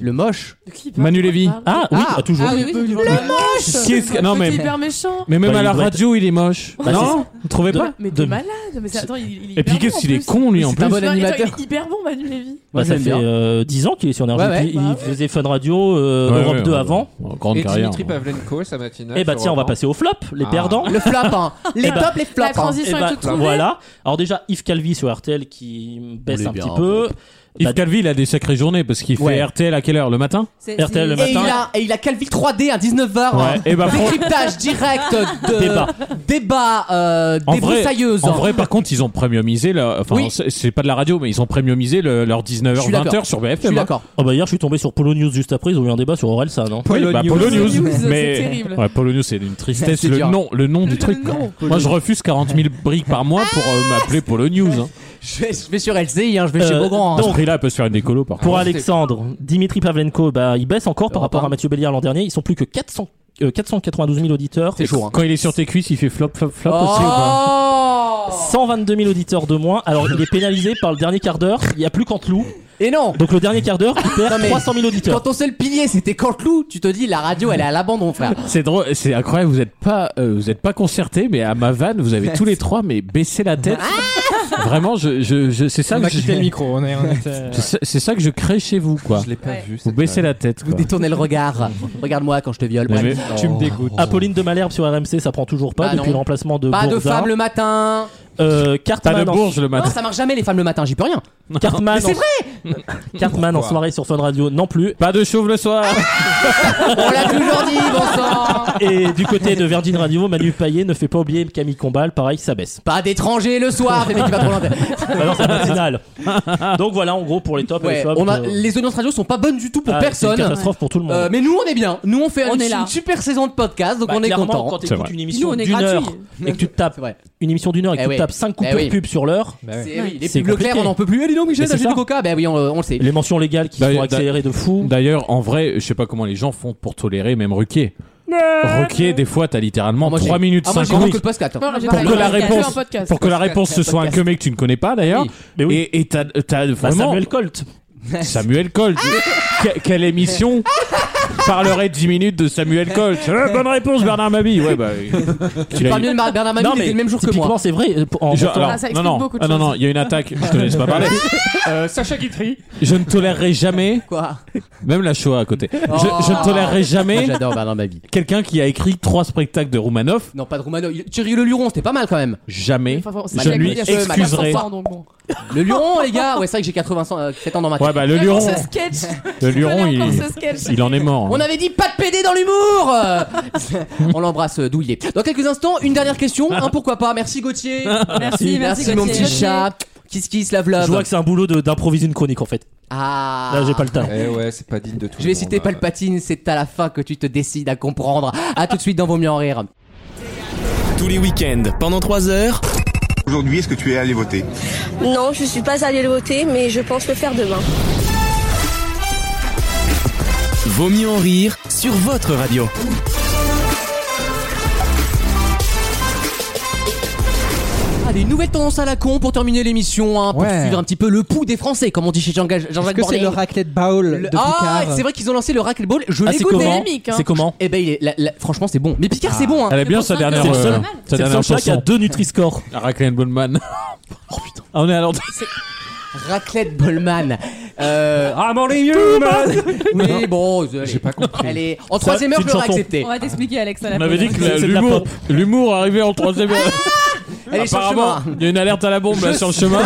[SPEAKER 2] Le moche.
[SPEAKER 10] De qui il parle,
[SPEAKER 4] Manu
[SPEAKER 10] de quoi il
[SPEAKER 4] Lévy
[SPEAKER 10] parle
[SPEAKER 5] Ah oui,
[SPEAKER 2] Ah.
[SPEAKER 5] ah, toujours.
[SPEAKER 10] Ah oui, oui, c'est toujours
[SPEAKER 4] Le
[SPEAKER 10] lui.
[SPEAKER 4] Qu'est-ce que- Non
[SPEAKER 10] Le
[SPEAKER 4] mais
[SPEAKER 10] petit hyper méchant.
[SPEAKER 4] mais même
[SPEAKER 5] Bah,
[SPEAKER 4] à
[SPEAKER 5] il
[SPEAKER 4] la
[SPEAKER 5] doit être-
[SPEAKER 4] radio il est moche.
[SPEAKER 5] Bah, c'est
[SPEAKER 4] non, vous trouvez pas
[SPEAKER 5] De-
[SPEAKER 10] Mais
[SPEAKER 5] de-
[SPEAKER 10] t'es malade. Mais c'est- attends, il, il est
[SPEAKER 4] Et puis
[SPEAKER 10] hyper
[SPEAKER 4] qu'est-ce
[SPEAKER 10] bon,
[SPEAKER 4] qu'il
[SPEAKER 10] en
[SPEAKER 4] est
[SPEAKER 10] plus.
[SPEAKER 4] con lui en
[SPEAKER 2] un
[SPEAKER 4] plus.
[SPEAKER 2] bon
[SPEAKER 10] Non, mais attends,
[SPEAKER 2] animateur.
[SPEAKER 10] Il est hyper bon, Manu Lévy.
[SPEAKER 5] Bah,
[SPEAKER 2] Moi,
[SPEAKER 5] ça
[SPEAKER 2] j'aime
[SPEAKER 5] fait
[SPEAKER 2] bien.
[SPEAKER 5] euh, 10 ans qu'il est sur Énergie.
[SPEAKER 2] Ouais, ouais.
[SPEAKER 5] Il- Il faisait Fun Radio, euh,
[SPEAKER 4] Ouais,
[SPEAKER 5] Europe
[SPEAKER 4] ouais,
[SPEAKER 5] 2
[SPEAKER 4] ouais.
[SPEAKER 5] avant.
[SPEAKER 4] Oh, Grande
[SPEAKER 7] Et
[SPEAKER 4] carrière.
[SPEAKER 7] Dimitri Pavlenko, sa matinale.
[SPEAKER 5] Et bah
[SPEAKER 7] sur
[SPEAKER 5] tiens, on va
[SPEAKER 7] Europe
[SPEAKER 5] passer au flop, les
[SPEAKER 7] Ah.
[SPEAKER 5] perdants.
[SPEAKER 2] Le flap, hein. Les
[SPEAKER 5] Eh ben,
[SPEAKER 2] tops, les flops.
[SPEAKER 10] La
[SPEAKER 2] hein.
[SPEAKER 10] transition
[SPEAKER 5] Eh ben,
[SPEAKER 10] est toute trouvée.
[SPEAKER 5] voilà. Alors déjà Yves Calvi sur RTL qui baisse
[SPEAKER 2] On est
[SPEAKER 5] un
[SPEAKER 2] bien,
[SPEAKER 5] petit peu.
[SPEAKER 4] Yves Calvi, il a des sacrées journées parce qu'il
[SPEAKER 5] Ouais.
[SPEAKER 4] fait RTL à quelle heure Le matin
[SPEAKER 6] C'est-
[SPEAKER 4] RTL le
[SPEAKER 2] Et il,
[SPEAKER 4] matin.
[SPEAKER 2] a, et il a Calvi 3D à 19h.
[SPEAKER 4] Ouais, et bah, fran-
[SPEAKER 2] Décryptage direct de
[SPEAKER 4] [LAUGHS] Débat.
[SPEAKER 2] débat euh,
[SPEAKER 4] En vrai,
[SPEAKER 2] débroussailleuse.
[SPEAKER 4] en vrai, par contre, ils ont premiumisé. leur- Enfin,
[SPEAKER 2] Oui.
[SPEAKER 4] c'est- c'est pas de la radio, mais ils ont premiumisé le- leur
[SPEAKER 2] Je
[SPEAKER 4] 19h,
[SPEAKER 2] suis d'accord.
[SPEAKER 4] 20h sur BFM.
[SPEAKER 2] Je suis
[SPEAKER 4] hein.
[SPEAKER 2] d'accord.
[SPEAKER 5] Ah bah hier, je suis tombé sur Polo News juste après. Ils ont eu un débat sur Orelsan. hein. non
[SPEAKER 4] Oui, bah, Polo News. mais
[SPEAKER 5] c'est terrible.
[SPEAKER 4] Ouais, Polo News, c'est une
[SPEAKER 5] C'est
[SPEAKER 4] tristesse.
[SPEAKER 5] assez
[SPEAKER 4] Le
[SPEAKER 5] dur.
[SPEAKER 4] nom, le nom du truc. quoi. Moi, je refuse 40 000 briques par mois pour euh, m'appeler Polo News. hein.
[SPEAKER 2] Je vais, je vais sur LCI, hein, je vais chez
[SPEAKER 5] Euh,
[SPEAKER 2] Beaugrand. hein.
[SPEAKER 4] À ce prix-là, elle peut se faire une décolo par
[SPEAKER 5] Pour
[SPEAKER 4] contre.
[SPEAKER 5] Alexandre, Dimitri Pavlenko, bah, il baisse encore par rapport à Mathieu Béliard l'an dernier. Ils sont plus que 400, euh, 492 000 auditeurs.
[SPEAKER 2] C'est chaud, hein.
[SPEAKER 4] Quand il est sur tes cuisses, il fait flop, flop, flop aussi ou pas hein.
[SPEAKER 2] Oh
[SPEAKER 5] 122 000 auditeurs de moins. Alors, il est pénalisé par le dernier quart d'heure. Il n'y a plus Canteloup.
[SPEAKER 2] Et
[SPEAKER 4] Bah,
[SPEAKER 2] non
[SPEAKER 5] Donc, le dernier quart d'heure, il
[SPEAKER 2] Non,
[SPEAKER 5] perd
[SPEAKER 2] mais
[SPEAKER 5] 300 000 auditeurs.
[SPEAKER 2] Quand ton seul pilier c'était Canteloup, tu te dis la radio elle est à l'abandon, frère.
[SPEAKER 4] C'est drôle, c'est incroyable. Vous êtes pas, euh, vous êtes pas concertés, mais à ma vanne, vous avez tous les trois, mais baissé la tête. Vraiment, je, je, je- c'est ça.
[SPEAKER 3] On
[SPEAKER 4] que
[SPEAKER 3] a
[SPEAKER 4] je-
[SPEAKER 3] quitté le micro. On est, on est, euh,
[SPEAKER 4] C'est ça- c'est ça que je crée chez vous, quoi.
[SPEAKER 7] Je l'ai pas
[SPEAKER 2] [LAUGHS]
[SPEAKER 7] vu.
[SPEAKER 4] Vous
[SPEAKER 7] cette
[SPEAKER 4] baissez la tête.
[SPEAKER 2] Vous
[SPEAKER 4] quoi.
[SPEAKER 2] détournez le regard. Regarde-moi quand je te viole.
[SPEAKER 4] Non,
[SPEAKER 2] bref.
[SPEAKER 4] mais-
[SPEAKER 3] Tu me dégoûtes.
[SPEAKER 4] Ah,
[SPEAKER 5] Apolline de Malherbe sur RMC, ça prend toujours pas
[SPEAKER 2] Bah
[SPEAKER 5] depuis
[SPEAKER 2] non.
[SPEAKER 5] le remplacement de
[SPEAKER 2] Pas de
[SPEAKER 5] Bourdin.
[SPEAKER 2] femme le matin.
[SPEAKER 5] Euh, Cartman
[SPEAKER 4] Pas de
[SPEAKER 5] en-
[SPEAKER 4] bourge le
[SPEAKER 2] Non,
[SPEAKER 4] matin.
[SPEAKER 2] ça marche jamais les femmes le matin, j'y peux rien.
[SPEAKER 5] Cartman
[SPEAKER 2] Mais c'est
[SPEAKER 5] en- [LAUGHS] Cartman en soirée sur Fun Radio
[SPEAKER 2] [LAUGHS]
[SPEAKER 5] non plus.
[SPEAKER 4] Pas de chauve le soir.
[SPEAKER 2] On l'a toujours dit, bon sang.
[SPEAKER 5] Et du côté de Virgin Radio, Manu Payet ne fait pas oublier le Camille Combal, pareil, ça baisse.
[SPEAKER 2] Pas d'étrangers le soir, t'es mec qui va trop loin.
[SPEAKER 5] Bah non, c'est
[SPEAKER 4] [LAUGHS]
[SPEAKER 5] la matinale. Donc voilà, en gros, pour les tops et les
[SPEAKER 2] Ouais,
[SPEAKER 5] flops.
[SPEAKER 2] on a,
[SPEAKER 5] euh,
[SPEAKER 2] les audiences radio sont pas bonnes du tout pour
[SPEAKER 5] ah, C'est une
[SPEAKER 2] personne.
[SPEAKER 5] catastrophe pour tout le monde.
[SPEAKER 2] Euh, mais nous on est bien, nous on fait
[SPEAKER 6] On
[SPEAKER 2] une,
[SPEAKER 6] est là.
[SPEAKER 2] une super saison de podcast donc
[SPEAKER 5] Bah,
[SPEAKER 2] on est
[SPEAKER 5] clairement,
[SPEAKER 2] content.
[SPEAKER 5] Quand
[SPEAKER 4] C'est
[SPEAKER 5] t'écoutes
[SPEAKER 4] vrai.
[SPEAKER 5] une émission
[SPEAKER 6] Nous, on est
[SPEAKER 5] d'une
[SPEAKER 2] [LAUGHS]
[SPEAKER 6] gratuits.
[SPEAKER 5] heure et que tu te tapes
[SPEAKER 2] C'est vrai.
[SPEAKER 5] une émission d'une heure et que
[SPEAKER 2] Eh
[SPEAKER 5] tu
[SPEAKER 2] oui.
[SPEAKER 5] te tapes 5 coupures
[SPEAKER 2] Eh oui.
[SPEAKER 5] pub sur l'heure,
[SPEAKER 4] Bah,
[SPEAKER 2] C'est oui, les
[SPEAKER 5] Bah C'est
[SPEAKER 2] pubs Leclerc,
[SPEAKER 5] compliqué.
[SPEAKER 2] on en peut plus. Allez donc
[SPEAKER 5] Mais
[SPEAKER 2] Michel,
[SPEAKER 5] c'est
[SPEAKER 2] achète du
[SPEAKER 5] ça.
[SPEAKER 2] coca. Ben oui, on, on le sait.
[SPEAKER 5] les mentions légales qui
[SPEAKER 4] D'ailleurs-
[SPEAKER 5] sont accélérées de fou.
[SPEAKER 4] D'ailleurs, en vrai, je sais pas comment les gens font pour tolérer même Ruquier. Ruquier, des fois, t'as littéralement
[SPEAKER 2] Moi, j'ai-
[SPEAKER 4] 3 minutes
[SPEAKER 2] Ah, moi j'ai
[SPEAKER 4] 50
[SPEAKER 2] manque de podcast. hein.
[SPEAKER 6] j'ai
[SPEAKER 4] pour
[SPEAKER 6] pas
[SPEAKER 4] que
[SPEAKER 6] le
[SPEAKER 4] la
[SPEAKER 6] podcast.
[SPEAKER 4] réponse,
[SPEAKER 6] Un podcast.
[SPEAKER 4] pour que la réponse ce soit un
[SPEAKER 2] podcast.
[SPEAKER 4] comic que tu ne connais pas d'ailleurs.
[SPEAKER 2] Oui.
[SPEAKER 5] Mais oui.
[SPEAKER 4] Et et t'as t'as
[SPEAKER 5] Bah,
[SPEAKER 4] vraiment
[SPEAKER 5] Samuel Colt.
[SPEAKER 4] Samuel Colt. Que- quelle émission parlerait 10 minutes de Samuel Colt Euh, Bonne réponse Bernard Mabille. Ouais bah. Tu l'as
[SPEAKER 2] Parle
[SPEAKER 4] eu.
[SPEAKER 2] mieux de Mar- Bernard Mabille, il était le même jour que
[SPEAKER 5] typiquement,
[SPEAKER 2] moi.
[SPEAKER 5] c'est vrai. euh, En
[SPEAKER 4] Je-
[SPEAKER 5] retournant-
[SPEAKER 4] alors, non, non, ah, non, non, il y a une attaque, je te laisse pas parler.
[SPEAKER 7] Sacha Guitry.
[SPEAKER 4] Je ne tolérerai jamais,
[SPEAKER 2] Quoi
[SPEAKER 4] même la Shoah à côté, je, je ne tolérerai
[SPEAKER 2] Moi,
[SPEAKER 4] jamais
[SPEAKER 2] J'adore Bernard Mabille.
[SPEAKER 4] quelqu'un qui a écrit trois spectacles de Roumanoff,
[SPEAKER 2] Non, pas de Roumano. Il- Thierry Le Luron, c'était pas mal quand même.
[SPEAKER 4] jamais
[SPEAKER 2] c'est
[SPEAKER 4] je
[SPEAKER 2] la
[SPEAKER 4] lui
[SPEAKER 2] grille, c'est ma
[SPEAKER 4] excuserai.
[SPEAKER 2] Le Luron, [LAUGHS] les gars. Ouais, c'est vrai que j'ai 87 ans dans ma tête.
[SPEAKER 4] Ouais, bah le Luron, le Luron, il, il en est mort. hein.
[SPEAKER 2] On avait dit pas de PD dans l'humour Euh, [LAUGHS] On l'embrasse euh, d'où il est. Dans quelques instants, une dernière question, un pourquoi pas. Merci Gauthier.
[SPEAKER 6] Merci, merci,
[SPEAKER 2] mon
[SPEAKER 6] Gauthier.
[SPEAKER 2] petit chat. Kiss kiss, love
[SPEAKER 5] Je vois
[SPEAKER 2] love.
[SPEAKER 5] que c'est un boulot de- d'improviser une chronique en fait.
[SPEAKER 2] Ah.
[SPEAKER 5] Là, j'ai pas le talent.
[SPEAKER 7] Eh ouais, c'est pas digne de tout. hein.
[SPEAKER 2] Je vais citer Palpatine, c'est à la fin que tu te décides à comprendre. À tout de suite dans Vaut mieux en rire.
[SPEAKER 1] Tous les week-ends, pendant 3 heures,
[SPEAKER 12] Aujourd'hui, est-ce que tu es allé voter
[SPEAKER 8] Non, je suis pas allée le voter, mais je pense le faire demain.
[SPEAKER 1] Vaut mieux en rire sur votre radio.
[SPEAKER 2] Ah, des nouvelles tendances à la con pour terminer l'émission, hein, pour
[SPEAKER 3] Ouais.
[SPEAKER 2] suivre un petit peu le pouls des Français, comme on dit chez Jean- Jean-Jacques
[SPEAKER 3] Est-ce que
[SPEAKER 2] Borlé.
[SPEAKER 3] c'est le raclette bowl
[SPEAKER 2] Le-
[SPEAKER 3] de
[SPEAKER 2] Ah,
[SPEAKER 3] Picard
[SPEAKER 2] c'est vrai qu'ils ont lancé le raclette-ball. Je
[SPEAKER 5] Ah,
[SPEAKER 2] l'ai
[SPEAKER 5] c'est
[SPEAKER 2] goûté.
[SPEAKER 5] comment C'est comment
[SPEAKER 2] Eh ben, il est, la- la- franchement, c'est bon. Mais Picard, c'est bon. Hein.
[SPEAKER 4] Elle est bien sa dernière,
[SPEAKER 5] C'est le seul-
[SPEAKER 4] euh, sa
[SPEAKER 5] C'est le
[SPEAKER 4] dernière
[SPEAKER 5] seul chat qui a
[SPEAKER 4] chanson.
[SPEAKER 5] deux Nutri-Score.
[SPEAKER 4] Raclette Goldman. Oh putain. Ah, on est à l'antenne.
[SPEAKER 2] Raclette Bolman. Euh,
[SPEAKER 4] Ah, mon yeux,
[SPEAKER 2] oui,
[SPEAKER 4] [LAUGHS]
[SPEAKER 2] bon, allez.
[SPEAKER 7] J'ai pas compris.
[SPEAKER 2] Elle est en troisième heure,
[SPEAKER 5] c'est
[SPEAKER 2] je
[SPEAKER 5] une
[SPEAKER 2] l'aurais
[SPEAKER 5] chanson.
[SPEAKER 2] accepté.
[SPEAKER 6] On va t'expliquer, Alex. à la
[SPEAKER 4] On
[SPEAKER 6] fin.
[SPEAKER 4] avait dit que
[SPEAKER 5] C'est
[SPEAKER 4] la-
[SPEAKER 5] de la
[SPEAKER 4] l'humour,
[SPEAKER 5] pop.
[SPEAKER 4] l'humour arrivait en troisième heure.
[SPEAKER 2] Elle est sur le
[SPEAKER 4] Apparemment,
[SPEAKER 2] chemin.
[SPEAKER 4] il y a une alerte à la bombe là
[SPEAKER 2] Je
[SPEAKER 4] sur le chemin.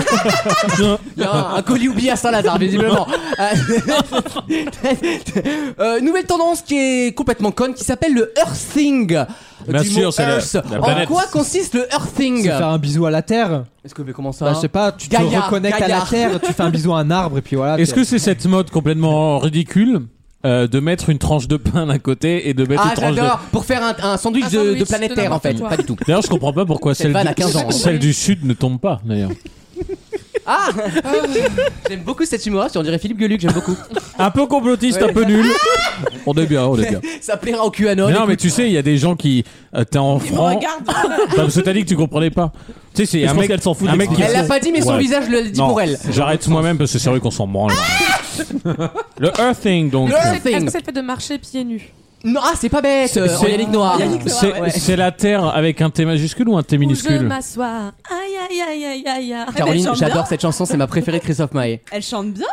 [SPEAKER 2] Il y a un, un colis oublié à Saint-Lazare, visiblement. [LAUGHS] Euh, nouvelle tendance qui est complètement conne, qui s'appelle le earthing. Euh,
[SPEAKER 4] Bien
[SPEAKER 2] Du
[SPEAKER 4] sûr,
[SPEAKER 2] mot
[SPEAKER 4] c'est la-
[SPEAKER 2] Earth.
[SPEAKER 4] la
[SPEAKER 2] En
[SPEAKER 4] planète.
[SPEAKER 2] quoi consiste le earthing
[SPEAKER 3] C'est faire un bisou à la terre.
[SPEAKER 2] Est-ce que mais comment ça
[SPEAKER 3] Bah, je sais pas, tu te
[SPEAKER 2] Gaïa,
[SPEAKER 3] reconnectes à
[SPEAKER 2] Gaïa.
[SPEAKER 3] la terre, tu fais un bisou à un arbre et puis voilà.
[SPEAKER 4] Est-ce
[SPEAKER 3] t'es-
[SPEAKER 4] que c'est cette mode complètement ridicule euh, de mettre une tranche de pain d'un côté et de mettre
[SPEAKER 2] Ah,
[SPEAKER 4] une tranche de
[SPEAKER 2] j'adore Pour faire un, un sandwich
[SPEAKER 6] Un
[SPEAKER 2] de,
[SPEAKER 6] sandwich
[SPEAKER 2] de planète
[SPEAKER 6] de
[SPEAKER 2] Terre, en fait.
[SPEAKER 6] n'importe
[SPEAKER 2] Pas
[SPEAKER 6] quoi.
[SPEAKER 2] du tout.
[SPEAKER 4] D'ailleurs, je comprends pas
[SPEAKER 2] [LAUGHS]
[SPEAKER 4] pourquoi
[SPEAKER 2] Cette
[SPEAKER 4] celle,
[SPEAKER 2] vanne
[SPEAKER 4] du...
[SPEAKER 2] à 15 ans.
[SPEAKER 4] celle du sud ne tombe pas d'ailleurs.
[SPEAKER 2] Ah J'aime beaucoup cet humoriste, on dirait Philippe Gueluc, j'aime beaucoup.
[SPEAKER 4] Un peu complotiste, un peu nul. [LAUGHS] On est bien, on est bien.
[SPEAKER 2] ça plaira au QAnon.
[SPEAKER 4] Mais non, mais tu sais, il y a des gens qui euh, t'es en France. Non, parce que t'as dit que tu comprenais pas. Tu sais, c'est
[SPEAKER 5] Je
[SPEAKER 4] un
[SPEAKER 5] pense
[SPEAKER 4] mec.
[SPEAKER 5] qu'elle s'en fout
[SPEAKER 4] un
[SPEAKER 5] des
[SPEAKER 4] mec qui
[SPEAKER 2] Elle l'a pas dit, mais son
[SPEAKER 4] Ouais.
[SPEAKER 2] visage le dit
[SPEAKER 4] Non,
[SPEAKER 2] pour elle.
[SPEAKER 4] J'arrête moi-même parce que c'est vrai qu'on
[SPEAKER 2] [LAUGHS]
[SPEAKER 4] s'en branle. Le earthing donc.
[SPEAKER 2] Le earthing
[SPEAKER 10] fait de marcher pieds nus
[SPEAKER 2] Non, ah, c'est pas bête euh, en
[SPEAKER 4] c'est-
[SPEAKER 2] Yannick Noir.
[SPEAKER 4] C'est
[SPEAKER 2] Ouais.
[SPEAKER 4] c'est la Terre avec un T majuscule ou un T minuscule
[SPEAKER 10] m'assois. Aïe aïe aïe aïe aïe aïe.
[SPEAKER 2] Caroline,
[SPEAKER 6] chante
[SPEAKER 2] j'adore cette chanson, c'est ma préférée de Christophe Maé.
[SPEAKER 6] Ah Elle chante bien.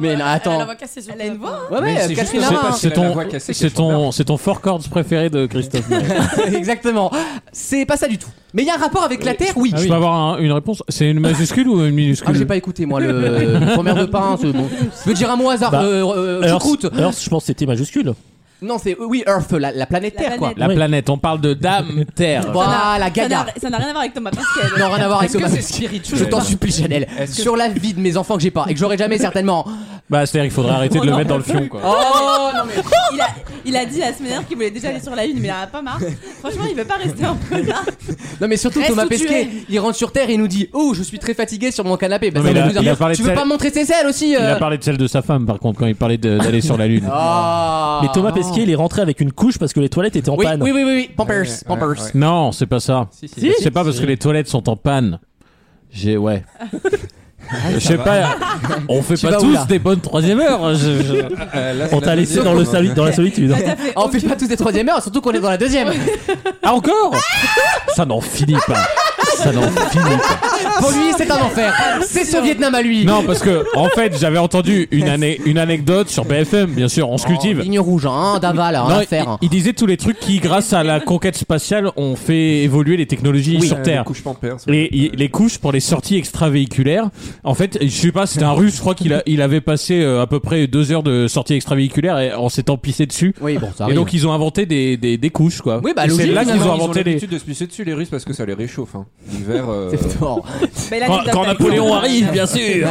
[SPEAKER 2] Mais non, attends.
[SPEAKER 13] Elle a la voix cassée sur Elle a une
[SPEAKER 10] hein.
[SPEAKER 13] voix.
[SPEAKER 2] Ouais, ouais,
[SPEAKER 4] Mais c'est
[SPEAKER 2] Catherine
[SPEAKER 4] juste-
[SPEAKER 2] Lara, hein.
[SPEAKER 4] c'est- c'est ton- C'est ton, c'est ton four chords préféré de Christophe. Maé.
[SPEAKER 2] hein. [LAUGHS] Exactement. C'est pas ça du tout. Mais il y a un rapport avec la Terre, oui.
[SPEAKER 4] Ah Je peux avoir un- une réponse C'est une majuscule ou une minuscule
[SPEAKER 2] Ah, j'ai pas écouté moi le première de pain. c'est Bon. Je veux dire un mot hasard.
[SPEAKER 5] Bah,
[SPEAKER 2] euh, euh,
[SPEAKER 5] Earth-
[SPEAKER 2] choucroute.
[SPEAKER 5] Earth, je pense que c'était majuscule.
[SPEAKER 2] Non, c'est oui Earth, la, la planète Terre, quoi.
[SPEAKER 4] La planète, on parle de Dame Terre.
[SPEAKER 2] Voilà, Gaga.
[SPEAKER 6] Ça n'a rien à voir avec Thomas Pascal.
[SPEAKER 2] Non, rien à voir avec Thomas. Je t'en supplie, Chanel.
[SPEAKER 4] Est-ce que-
[SPEAKER 2] Sur la vie de mes enfants que j'ai pas et que j'aurai jamais certainement.
[SPEAKER 4] Bah, c'est-à-dire qu'il faudrait arrêter de le mettre dans le fion, quoi.
[SPEAKER 2] [LAUGHS]
[SPEAKER 6] Oh non mais il a, il a dit la semaine dernière qu'il voulait déjà aller sur la lune mais il en a pas marre. Franchement il veut pas rester Bah, un peu là.
[SPEAKER 2] Non mais surtout
[SPEAKER 6] Reste
[SPEAKER 2] Thomas
[SPEAKER 6] où tu
[SPEAKER 2] Pesquet,
[SPEAKER 6] es.
[SPEAKER 2] il rentre sur Terre et il nous dit "Oh, je suis très fatigué sur mon canapé." Bah,
[SPEAKER 4] Non,
[SPEAKER 2] ça
[SPEAKER 4] mais
[SPEAKER 2] va
[SPEAKER 4] il a-
[SPEAKER 2] nous dire,
[SPEAKER 4] il a parlé
[SPEAKER 2] tu
[SPEAKER 4] de
[SPEAKER 2] veux
[SPEAKER 4] ça-
[SPEAKER 2] pas montrer tes ailes aussi
[SPEAKER 4] Il
[SPEAKER 2] euh
[SPEAKER 4] a parlé de celle de sa femme, par contre, quand il parlait de- d'aller sur la Lune.
[SPEAKER 2] Ah.
[SPEAKER 5] Mais Thomas Pesquet, il est rentré avec une couche parce que les toilettes étaient en
[SPEAKER 2] oui,
[SPEAKER 5] panne.
[SPEAKER 2] oui, oui, oui, oui, Pampers, Pampers.
[SPEAKER 4] Non, c'est pas ça.
[SPEAKER 5] si. Si
[SPEAKER 4] c'est pas parce
[SPEAKER 5] Si.
[SPEAKER 4] que les toilettes sont en panne. J'ai ouais. Je
[SPEAKER 5] ça
[SPEAKER 4] sais
[SPEAKER 5] va.
[SPEAKER 4] pas. On fait
[SPEAKER 5] Tu
[SPEAKER 4] pas
[SPEAKER 5] vas où,
[SPEAKER 4] tous
[SPEAKER 5] là
[SPEAKER 4] des bonnes troisième heures. je- je-
[SPEAKER 5] Euh,
[SPEAKER 7] Euh,
[SPEAKER 4] on t'a laissé dans, le sali- dans la solitude.
[SPEAKER 2] Ah, on fait pas tous des troisième heures, surtout qu'on est dans la deuxième.
[SPEAKER 4] Ah encore Ça n'en finit pas. Ça n'en finit pas.
[SPEAKER 2] Pour lui, c'est un enfer. C'est ce Vietnam à lui.
[SPEAKER 4] Non parce que en fait j'avais entendu une, ané- une anecdote sur BFM. Bien sûr, on se cultive.
[SPEAKER 2] Ligne rouge, hein, d'aval, hein,
[SPEAKER 4] Non,
[SPEAKER 2] l'enfer.
[SPEAKER 4] il, il disait tous les trucs qui, grâce à la conquête spatiale, ont fait évoluer les technologies
[SPEAKER 14] Oui.
[SPEAKER 4] sur
[SPEAKER 14] Euh,
[SPEAKER 4] Terre.
[SPEAKER 14] les couches Pampers,
[SPEAKER 4] les, i- les couches pour les sorties extravéhiculaires. En fait, je sais pas, c'était un Russe, je crois qu'il a- il avait passé euh, à peu près deux heures de sortie extravéhiculaire et on s'est empissé dessus.
[SPEAKER 2] Oui, bon, ça
[SPEAKER 4] Et
[SPEAKER 14] arrive.
[SPEAKER 4] donc ils ont inventé des, des, des couches, quoi.
[SPEAKER 14] Oui, bah,
[SPEAKER 4] Et c'est
[SPEAKER 7] hein,
[SPEAKER 4] là qu'ils ont inventé les.
[SPEAKER 14] l'habitude de se pisser dessus les Russes parce que ça les réchauffe. Hein. L'hiver. euh,
[SPEAKER 6] Mais
[SPEAKER 4] Quand, quand Napoléon arrive,
[SPEAKER 2] [LAUGHS]
[SPEAKER 4] bien sûr.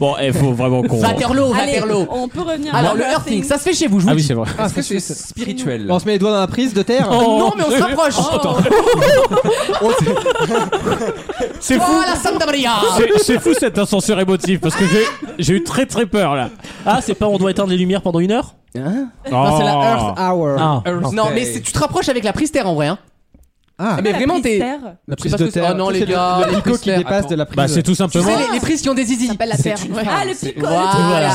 [SPEAKER 4] bon, il faut vraiment qu'on.
[SPEAKER 2] Waterloo,
[SPEAKER 6] Allez,
[SPEAKER 2] Waterloo.
[SPEAKER 6] On peut revenir.
[SPEAKER 2] Alors
[SPEAKER 6] à
[SPEAKER 2] le earthing, ça se fait chez vous, je vous
[SPEAKER 4] Ah
[SPEAKER 2] le
[SPEAKER 4] oui,
[SPEAKER 2] dis.
[SPEAKER 4] c'est vrai.
[SPEAKER 3] Est-ce que
[SPEAKER 14] c'est spirituel
[SPEAKER 3] On se met les doigts dans la prise de terre
[SPEAKER 2] Oh, non, mais on se rapproche. [LAUGHS]
[SPEAKER 4] [LAUGHS]
[SPEAKER 2] On se-
[SPEAKER 4] C'est
[SPEAKER 2] Oh,
[SPEAKER 4] fou.
[SPEAKER 2] la Santa Maria.
[SPEAKER 4] C'est- C'est fou cette ascenseur émotif parce que j'ai- j'ai eu très très peur là.
[SPEAKER 5] Ah, c'est pas on doit éteindre les lumières pendant une heure
[SPEAKER 2] Hein Non, c'est la Earth Hour.
[SPEAKER 4] Oh.
[SPEAKER 5] Ah.
[SPEAKER 2] non, mais c'est- tu te rapproches avec la prise terre en vrai. Hein. mais vraiment, t'es.
[SPEAKER 3] Ah,
[SPEAKER 2] Je
[SPEAKER 3] La
[SPEAKER 2] sais
[SPEAKER 3] prise
[SPEAKER 2] pas ce
[SPEAKER 3] de
[SPEAKER 2] que c'est.
[SPEAKER 3] terre.
[SPEAKER 2] Oh non,
[SPEAKER 3] Ça,
[SPEAKER 2] les
[SPEAKER 3] c'est le-
[SPEAKER 2] gars.
[SPEAKER 3] le
[SPEAKER 2] la
[SPEAKER 3] ilco
[SPEAKER 2] prise
[SPEAKER 3] qui
[SPEAKER 2] terre.
[SPEAKER 3] dépasse de la Attends. prise.
[SPEAKER 4] Bah, c'est tout
[SPEAKER 2] Tu
[SPEAKER 4] simplement.
[SPEAKER 2] sais, les, les prises qui ont des zizi. Ça
[SPEAKER 13] la terre. Ouais.
[SPEAKER 6] Ah le petit con,
[SPEAKER 2] Voilà. Oh.
[SPEAKER 4] Voilà.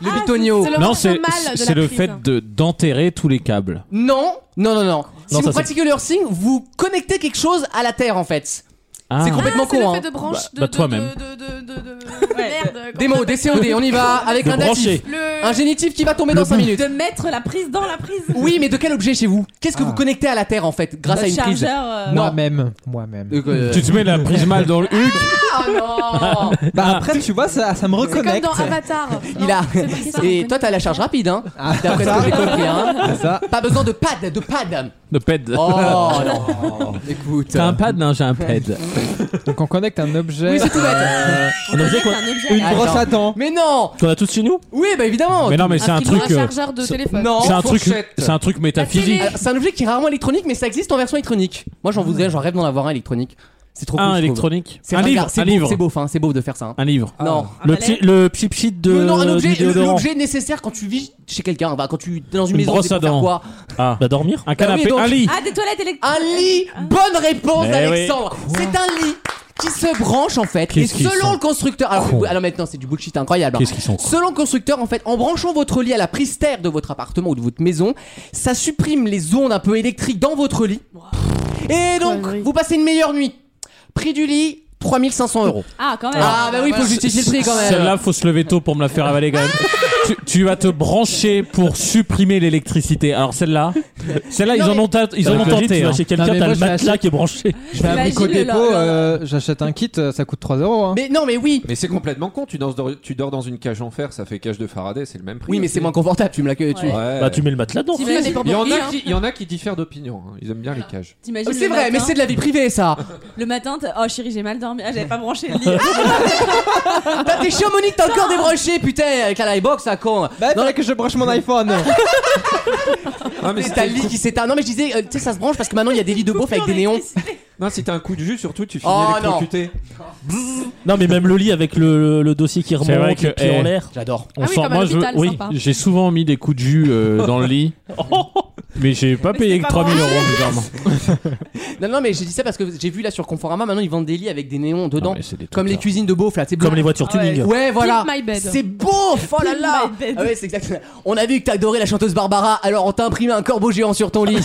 [SPEAKER 2] Le bitonio.
[SPEAKER 13] C'est le
[SPEAKER 4] Non,
[SPEAKER 13] mal
[SPEAKER 4] c'est
[SPEAKER 13] de la
[SPEAKER 4] c'est le
[SPEAKER 13] prise.
[SPEAKER 4] fait de- d'enterrer tous les câbles.
[SPEAKER 2] Non, non, non, non. Si
[SPEAKER 4] Non,
[SPEAKER 2] vous
[SPEAKER 4] ça, c'est-
[SPEAKER 2] pratiquez le earthing, vous connectez quelque chose à la terre en fait.
[SPEAKER 4] Ah.
[SPEAKER 2] C'est complètement
[SPEAKER 13] C'est
[SPEAKER 2] con.
[SPEAKER 13] le
[SPEAKER 2] hein.
[SPEAKER 13] fait de branche de,
[SPEAKER 4] Bah,
[SPEAKER 13] de-
[SPEAKER 4] toi-même.
[SPEAKER 13] de- de- de- de- de- merde, comment
[SPEAKER 2] Des mots,
[SPEAKER 13] ça
[SPEAKER 2] des
[SPEAKER 13] s'appelle
[SPEAKER 2] COD, on y va avec
[SPEAKER 4] De
[SPEAKER 2] un datif.
[SPEAKER 4] brancher.
[SPEAKER 13] Le-
[SPEAKER 2] Un génitif qui va tomber dans 5 minutes.
[SPEAKER 6] De mettre la prise dans la prise.
[SPEAKER 2] Oui, mais de quel objet chez vous Qu'est-ce que vous connectez à la terre en fait grâce
[SPEAKER 6] Le
[SPEAKER 2] à une prise
[SPEAKER 6] chargeur, euh,
[SPEAKER 2] Non.
[SPEAKER 3] Moi-même. Moi-même.
[SPEAKER 2] euh, [LAUGHS]
[SPEAKER 4] Tu te mets la prismale dans le huc.
[SPEAKER 2] Ah,
[SPEAKER 13] Oh non
[SPEAKER 3] Bah après, tu vois, ça, ça me
[SPEAKER 13] C'est comme
[SPEAKER 3] reconnecte.
[SPEAKER 13] dans Avatar.
[SPEAKER 2] Il a
[SPEAKER 13] ça.
[SPEAKER 2] et toi t'as la charge rapide hein. D'après ce que [LAUGHS] j'ai compris hein. Pas besoin de pad, de pad.
[SPEAKER 4] De ped.
[SPEAKER 2] [LAUGHS] Oh non. Écoute.
[SPEAKER 4] T'as un pad Non, j'ai un pad.
[SPEAKER 3] Donc on connecte un objet.
[SPEAKER 2] Oui, c'est tout bête.
[SPEAKER 3] Euh,
[SPEAKER 4] On a dit quoi
[SPEAKER 3] Une brosse
[SPEAKER 2] Attends.
[SPEAKER 3] à dents.
[SPEAKER 2] Mais non.
[SPEAKER 4] Qu'on a tous chez nous
[SPEAKER 2] Oui, bah évidemment.
[SPEAKER 4] Mais non, mais c'est un truc.
[SPEAKER 13] Un
[SPEAKER 4] euh,
[SPEAKER 13] chargeur de
[SPEAKER 4] c'est-
[SPEAKER 13] téléphone.
[SPEAKER 2] Non.
[SPEAKER 4] C'est un truc.
[SPEAKER 2] Fourchette.
[SPEAKER 4] C'est un truc métaphysique.
[SPEAKER 2] Alors, C'est un objet qui est rarement électronique, mais ça existe en version électronique. Moi,
[SPEAKER 13] Ah
[SPEAKER 2] j'en voudrais, j'en rêve d'en avoir un électronique. C'est trop cool.
[SPEAKER 4] Un
[SPEAKER 2] je trouve.
[SPEAKER 4] électronique.
[SPEAKER 2] C'est
[SPEAKER 4] Un
[SPEAKER 2] ringard,
[SPEAKER 4] livre.
[SPEAKER 2] C'est
[SPEAKER 4] Un
[SPEAKER 2] beau,
[SPEAKER 4] livre.
[SPEAKER 2] c'est beau, enfin, c'est beau de faire ça. hein.
[SPEAKER 4] Un livre.
[SPEAKER 2] Non.
[SPEAKER 4] Le petit, le petit Euh, pchit de.
[SPEAKER 2] Mais non, un
[SPEAKER 4] du
[SPEAKER 2] objet, le-
[SPEAKER 4] déodorant.
[SPEAKER 2] l'objet nécessaire quand tu vis chez quelqu'un. Bah, quand tu es dans une,
[SPEAKER 4] Une
[SPEAKER 2] maison,
[SPEAKER 4] brosse
[SPEAKER 2] c'est
[SPEAKER 4] à
[SPEAKER 2] pour faire
[SPEAKER 4] dents.
[SPEAKER 2] quoi
[SPEAKER 4] Ah. Bah dormir. Un
[SPEAKER 2] Bah oui,
[SPEAKER 4] canapé.
[SPEAKER 2] donc-
[SPEAKER 4] un lit.
[SPEAKER 6] Ah des toilettes électriques.
[SPEAKER 2] Un lit. Bonne réponse,
[SPEAKER 4] Mais oui.
[SPEAKER 2] Alexandre. C'est un lit qui se branche en fait. Et
[SPEAKER 4] Qu'est-ce qu'ils
[SPEAKER 2] selon
[SPEAKER 4] sont
[SPEAKER 2] le constructeur, alors,
[SPEAKER 4] cons.
[SPEAKER 2] alors maintenant, c'est du bullshit incroyable. hein.
[SPEAKER 4] Qu'est-ce qu'ils sont cons.
[SPEAKER 2] Selon le constructeur, en fait, en branchant votre lit à la prise terre de votre appartement ou de votre maison, ça supprime les ondes un peu électriques dans votre lit. Et donc, vous passez une meilleure nuit. Prix du lit, 3500 euros.
[SPEAKER 6] Ah quand même.
[SPEAKER 2] Ah, bah oui, faut justifier le prix quand même.
[SPEAKER 4] Celle-là, faut se lever tôt pour me la faire avaler quand même. tu, tu vas te brancher pour supprimer l'électricité. Alors celle-là, celle-là, ils
[SPEAKER 2] Non,
[SPEAKER 4] en
[SPEAKER 2] mais-
[SPEAKER 4] ont, ta- ils en ont
[SPEAKER 5] T'imagines,
[SPEAKER 4] tenté.
[SPEAKER 5] tu vas
[SPEAKER 4] hein.
[SPEAKER 5] chez quelqu'un,
[SPEAKER 3] Non, mais
[SPEAKER 5] t'as
[SPEAKER 3] moi,
[SPEAKER 5] le
[SPEAKER 3] je vais
[SPEAKER 5] matelas
[SPEAKER 3] acheter-
[SPEAKER 5] qui est branché.
[SPEAKER 3] Je vais à
[SPEAKER 6] T'imagines
[SPEAKER 3] Brico
[SPEAKER 6] le-
[SPEAKER 3] Dépôt,
[SPEAKER 6] le-
[SPEAKER 3] euh, j'achète un kit, euh, ça coûte 3 euros. hein.
[SPEAKER 2] Mais non, mais oui.
[SPEAKER 14] Mais c'est complètement con. Tu dors, tu dors dans une cage en fer, ça fait cage de Faraday, c'est le même prix.
[SPEAKER 2] Oui, mais
[SPEAKER 14] aussi.
[SPEAKER 2] c'est moins confortable, tu me la que tu.
[SPEAKER 14] Ouais.
[SPEAKER 5] Bah, tu mets le matelas dedans.
[SPEAKER 13] T'imagines les
[SPEAKER 14] Il y, en
[SPEAKER 13] Bambi,
[SPEAKER 14] a
[SPEAKER 13] hein.
[SPEAKER 14] qui, il y en a qui diffèrent d'opinion. hein. Ils aiment bien les cages.
[SPEAKER 6] T'imagines
[SPEAKER 2] Ah, C'est
[SPEAKER 6] le
[SPEAKER 2] vrai, mais
[SPEAKER 6] matin-
[SPEAKER 2] c'est de la vie privée ça.
[SPEAKER 6] Le matin, t'as- oh chérie j'ai mal dormi, ah, j'avais pas branché
[SPEAKER 2] [LAUGHS]
[SPEAKER 6] le lit.
[SPEAKER 2] Ah, T'as tes chiens Monique, t'as encore débranché, putain, avec la Livebox, ça con.
[SPEAKER 3] Bah, il fallait que je
[SPEAKER 2] [LAUGHS]
[SPEAKER 3] branche mon iPhone.
[SPEAKER 14] Non, Ah, mais
[SPEAKER 2] C'est
[SPEAKER 14] si
[SPEAKER 2] ta
[SPEAKER 14] t'as-
[SPEAKER 2] lit qui s'éteint. Non, mais je disais, euh, tu sais, ça se branche parce que maintenant il y a des lits de beauf avec des néons.
[SPEAKER 14] non, si t'as un coup de jus, surtout, tu finis
[SPEAKER 2] Oh,
[SPEAKER 14] électrocuté.
[SPEAKER 5] Non, mais même le lit avec le, le dossier qui remonte,
[SPEAKER 4] C'est vrai que,
[SPEAKER 5] les pieds
[SPEAKER 4] eh,
[SPEAKER 5] en l'air.
[SPEAKER 2] J'adore.
[SPEAKER 4] On
[SPEAKER 13] Ah oui,
[SPEAKER 4] sent-
[SPEAKER 13] comme à
[SPEAKER 4] moi, je-
[SPEAKER 13] l'hôpital,
[SPEAKER 4] oui,
[SPEAKER 13] sympa.
[SPEAKER 4] j'ai souvent mis des coups de jus euh, dans le lit, mais j'ai pas payé que 3000 euros
[SPEAKER 5] [LAUGHS]
[SPEAKER 4] bizarrement.
[SPEAKER 2] Non, non, mais j'ai dit ça parce que j'ai vu là sur Conforama, maintenant ils vendent des lits avec des néons dedans.
[SPEAKER 4] Non, mais c'est des
[SPEAKER 2] Comme les
[SPEAKER 4] tocards.
[SPEAKER 2] cuisines de beauf là, c'est
[SPEAKER 5] Comme les voitures
[SPEAKER 6] Ah ouais.
[SPEAKER 5] tuning.
[SPEAKER 2] Ouais, voilà.
[SPEAKER 13] Pimp my bed.
[SPEAKER 2] C'est beau, oh là là.
[SPEAKER 6] Pimp my bed.
[SPEAKER 2] Ah ouais, c'est exact. On a vu que t'as adoré la chanteuse Barbara, alors on t'a imprimé un corbeau géant sur ton
[SPEAKER 4] [LAUGHS]
[SPEAKER 2] lit.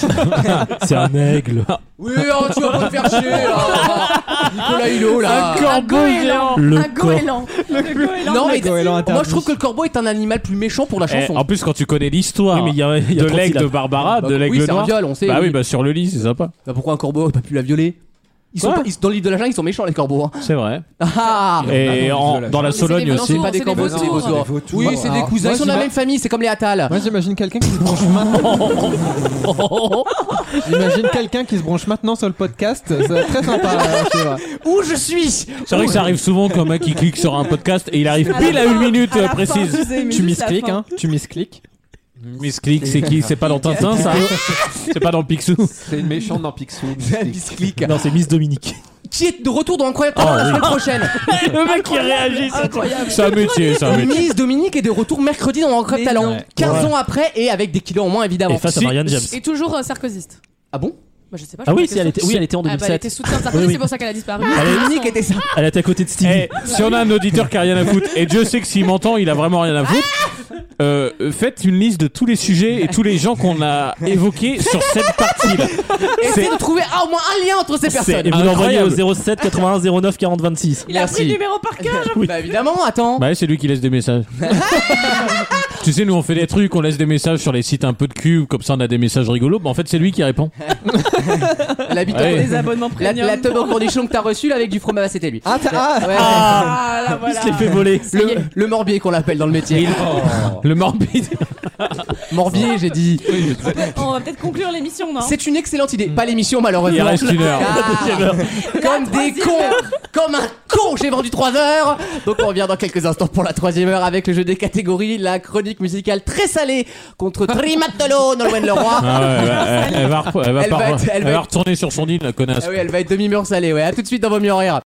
[SPEAKER 4] C'est [LAUGHS] un aigle.
[SPEAKER 2] oui, oh, tu vas pas te faire chier là. Nicolas Hulot là.
[SPEAKER 13] Un corbeau
[SPEAKER 4] Le
[SPEAKER 13] Un
[SPEAKER 4] corps.
[SPEAKER 13] Ah, goéland.
[SPEAKER 2] Non, mais moi je trouve que le corbeau est un animal plus méchant pour la
[SPEAKER 4] Eh,
[SPEAKER 2] chanson.
[SPEAKER 4] en plus, quand tu connais l'histoire
[SPEAKER 5] Oui, mais il y a- il y a
[SPEAKER 4] de
[SPEAKER 5] trop de
[SPEAKER 4] l'aigle de
[SPEAKER 5] syllabes.
[SPEAKER 4] Barbara,
[SPEAKER 2] Bah,
[SPEAKER 4] de
[SPEAKER 2] oui,
[SPEAKER 4] l'aigle
[SPEAKER 2] c'est un
[SPEAKER 4] noir.
[SPEAKER 2] viol, on sait,
[SPEAKER 4] Bah oui,
[SPEAKER 2] oui.
[SPEAKER 4] bah sur le lit, c'est sympa.
[SPEAKER 2] Bah, pourquoi un corbeau n'a pas pu la violer ils sont
[SPEAKER 4] Quoi
[SPEAKER 2] pas- ils- dans l'île de la jungle, ils sont méchants les corbeaux. hein.
[SPEAKER 4] C'est vrai.
[SPEAKER 2] Ah
[SPEAKER 4] Et en- dans la Sologne
[SPEAKER 2] Non,
[SPEAKER 4] aussi.
[SPEAKER 2] c'est pas des corbeaux, c'est des vautours. Oui, c'est des cousins. Ils sont de la même famille, c'est comme les Attal.
[SPEAKER 3] Moi j'imagine quelqu'un qui se branche maintenant. j'imagine quelqu'un qui se branche maintenant sur le podcast. C'est très sympa. euh, chez moi.
[SPEAKER 2] Où je suis
[SPEAKER 4] C'est vrai que ça arrive souvent comme un qui clique sur un podcast et il arrive
[SPEAKER 3] À la
[SPEAKER 4] pile à
[SPEAKER 3] fin,
[SPEAKER 4] une minute
[SPEAKER 3] à la
[SPEAKER 4] euh,
[SPEAKER 3] fin,
[SPEAKER 4] précise.
[SPEAKER 3] vous aimez Tu juste la miscliques, fin. hein, tu miscliques.
[SPEAKER 4] Misclick, c'est qui C'est pas dans Tintin, ça C'est pas dans Picsou
[SPEAKER 14] C'est une méchante dans [LAUGHS] Picsou.
[SPEAKER 2] Misclick.
[SPEAKER 5] Non, c'est Miss Dominique.
[SPEAKER 2] Qui est de retour dans Incroyable
[SPEAKER 4] Ah,
[SPEAKER 2] Talent la
[SPEAKER 4] oui.
[SPEAKER 2] semaine prochaine
[SPEAKER 5] Le mec qui réagit, c'est incroyable.
[SPEAKER 4] C'est un métier, c'est un métier.
[SPEAKER 2] Miss Dominique est de retour mercredi dans Incroyable Talent.
[SPEAKER 4] non.
[SPEAKER 2] 15
[SPEAKER 4] Ah Ouais.
[SPEAKER 2] ans après et avec des kilos en moins évidemment.
[SPEAKER 5] Et face à Si- Marianne James.
[SPEAKER 13] Et toujours euh, sarkozyste.
[SPEAKER 2] Ah bon
[SPEAKER 13] Bah, je sais pas. je
[SPEAKER 5] Ah
[SPEAKER 13] pose
[SPEAKER 5] oui,
[SPEAKER 13] la
[SPEAKER 5] si elle
[SPEAKER 13] question.
[SPEAKER 5] était, oui, elle était en
[SPEAKER 13] Ah bah,
[SPEAKER 5] 2007.
[SPEAKER 13] elle était soutien de Sarkozy,
[SPEAKER 5] Oui, oui.
[SPEAKER 13] c'est pour ça qu'elle a disparu.
[SPEAKER 5] Elle est-
[SPEAKER 13] Dominique
[SPEAKER 2] était ça.
[SPEAKER 5] Elle était à côté de Stevie.
[SPEAKER 4] Eh, si on a un auditeur qui a rien à foutre, et Dieu sait que s'il m'entend, il a vraiment rien à foutre, euh, faites une liste de tous les sujets et tous les gens qu'on a évoqués sur cette partie-là.
[SPEAKER 2] Essayez de trouver ah, au moins un lien entre ces personnes.
[SPEAKER 5] Et vous l'envoyez
[SPEAKER 4] incroyable.
[SPEAKER 5] au 07 81 09 40 26.
[SPEAKER 2] Il a pris le numéro par cœur. Bah évidemment, attends.
[SPEAKER 4] Bah ouais, c'est lui qui laisse des messages. tu sais, nous on fait des trucs, on laisse des messages sur les sites un peu de cul, comme ça on a des messages rigolos, mais en fait c'est lui qui répond.
[SPEAKER 2] L'habitant
[SPEAKER 4] Ouais.
[SPEAKER 2] des abonnements
[SPEAKER 13] premium.
[SPEAKER 2] La, la tub en condition que t'as reçue là avec du fromage, c'était lui. Ah,
[SPEAKER 3] ah.
[SPEAKER 13] Ah, là, voilà.
[SPEAKER 5] Il se les fait voler.
[SPEAKER 2] Le, le morbier qu'on l'appelle dans le métier.
[SPEAKER 4] Le morbide.
[SPEAKER 2] morbier, j'ai dit.
[SPEAKER 13] On va peut-être conclure l'émission,
[SPEAKER 6] Hein
[SPEAKER 13] non
[SPEAKER 2] C'est une excellente idée. Pas l'émission, malheureusement.
[SPEAKER 4] Il reste une heure.
[SPEAKER 2] Ah. Comme des cons. Comme un con, j'ai vendu 3 heures. Donc on revient dans quelques instants pour la troisième heure avec le jeu des catégories, la chronique musicale très salée contre Trimatolo, Nolwenn Leroy.
[SPEAKER 4] Ah ouais, elle va- elle, elle va, rep- elle va
[SPEAKER 2] Elle
[SPEAKER 4] pas-
[SPEAKER 2] va être- elle
[SPEAKER 4] elle
[SPEAKER 2] va
[SPEAKER 4] va
[SPEAKER 2] être-
[SPEAKER 4] retourner sur son île, la connasse.
[SPEAKER 2] Ah oui, elle va être demi-mur salée, ouais. À tout de suite dans vos mieux en rire.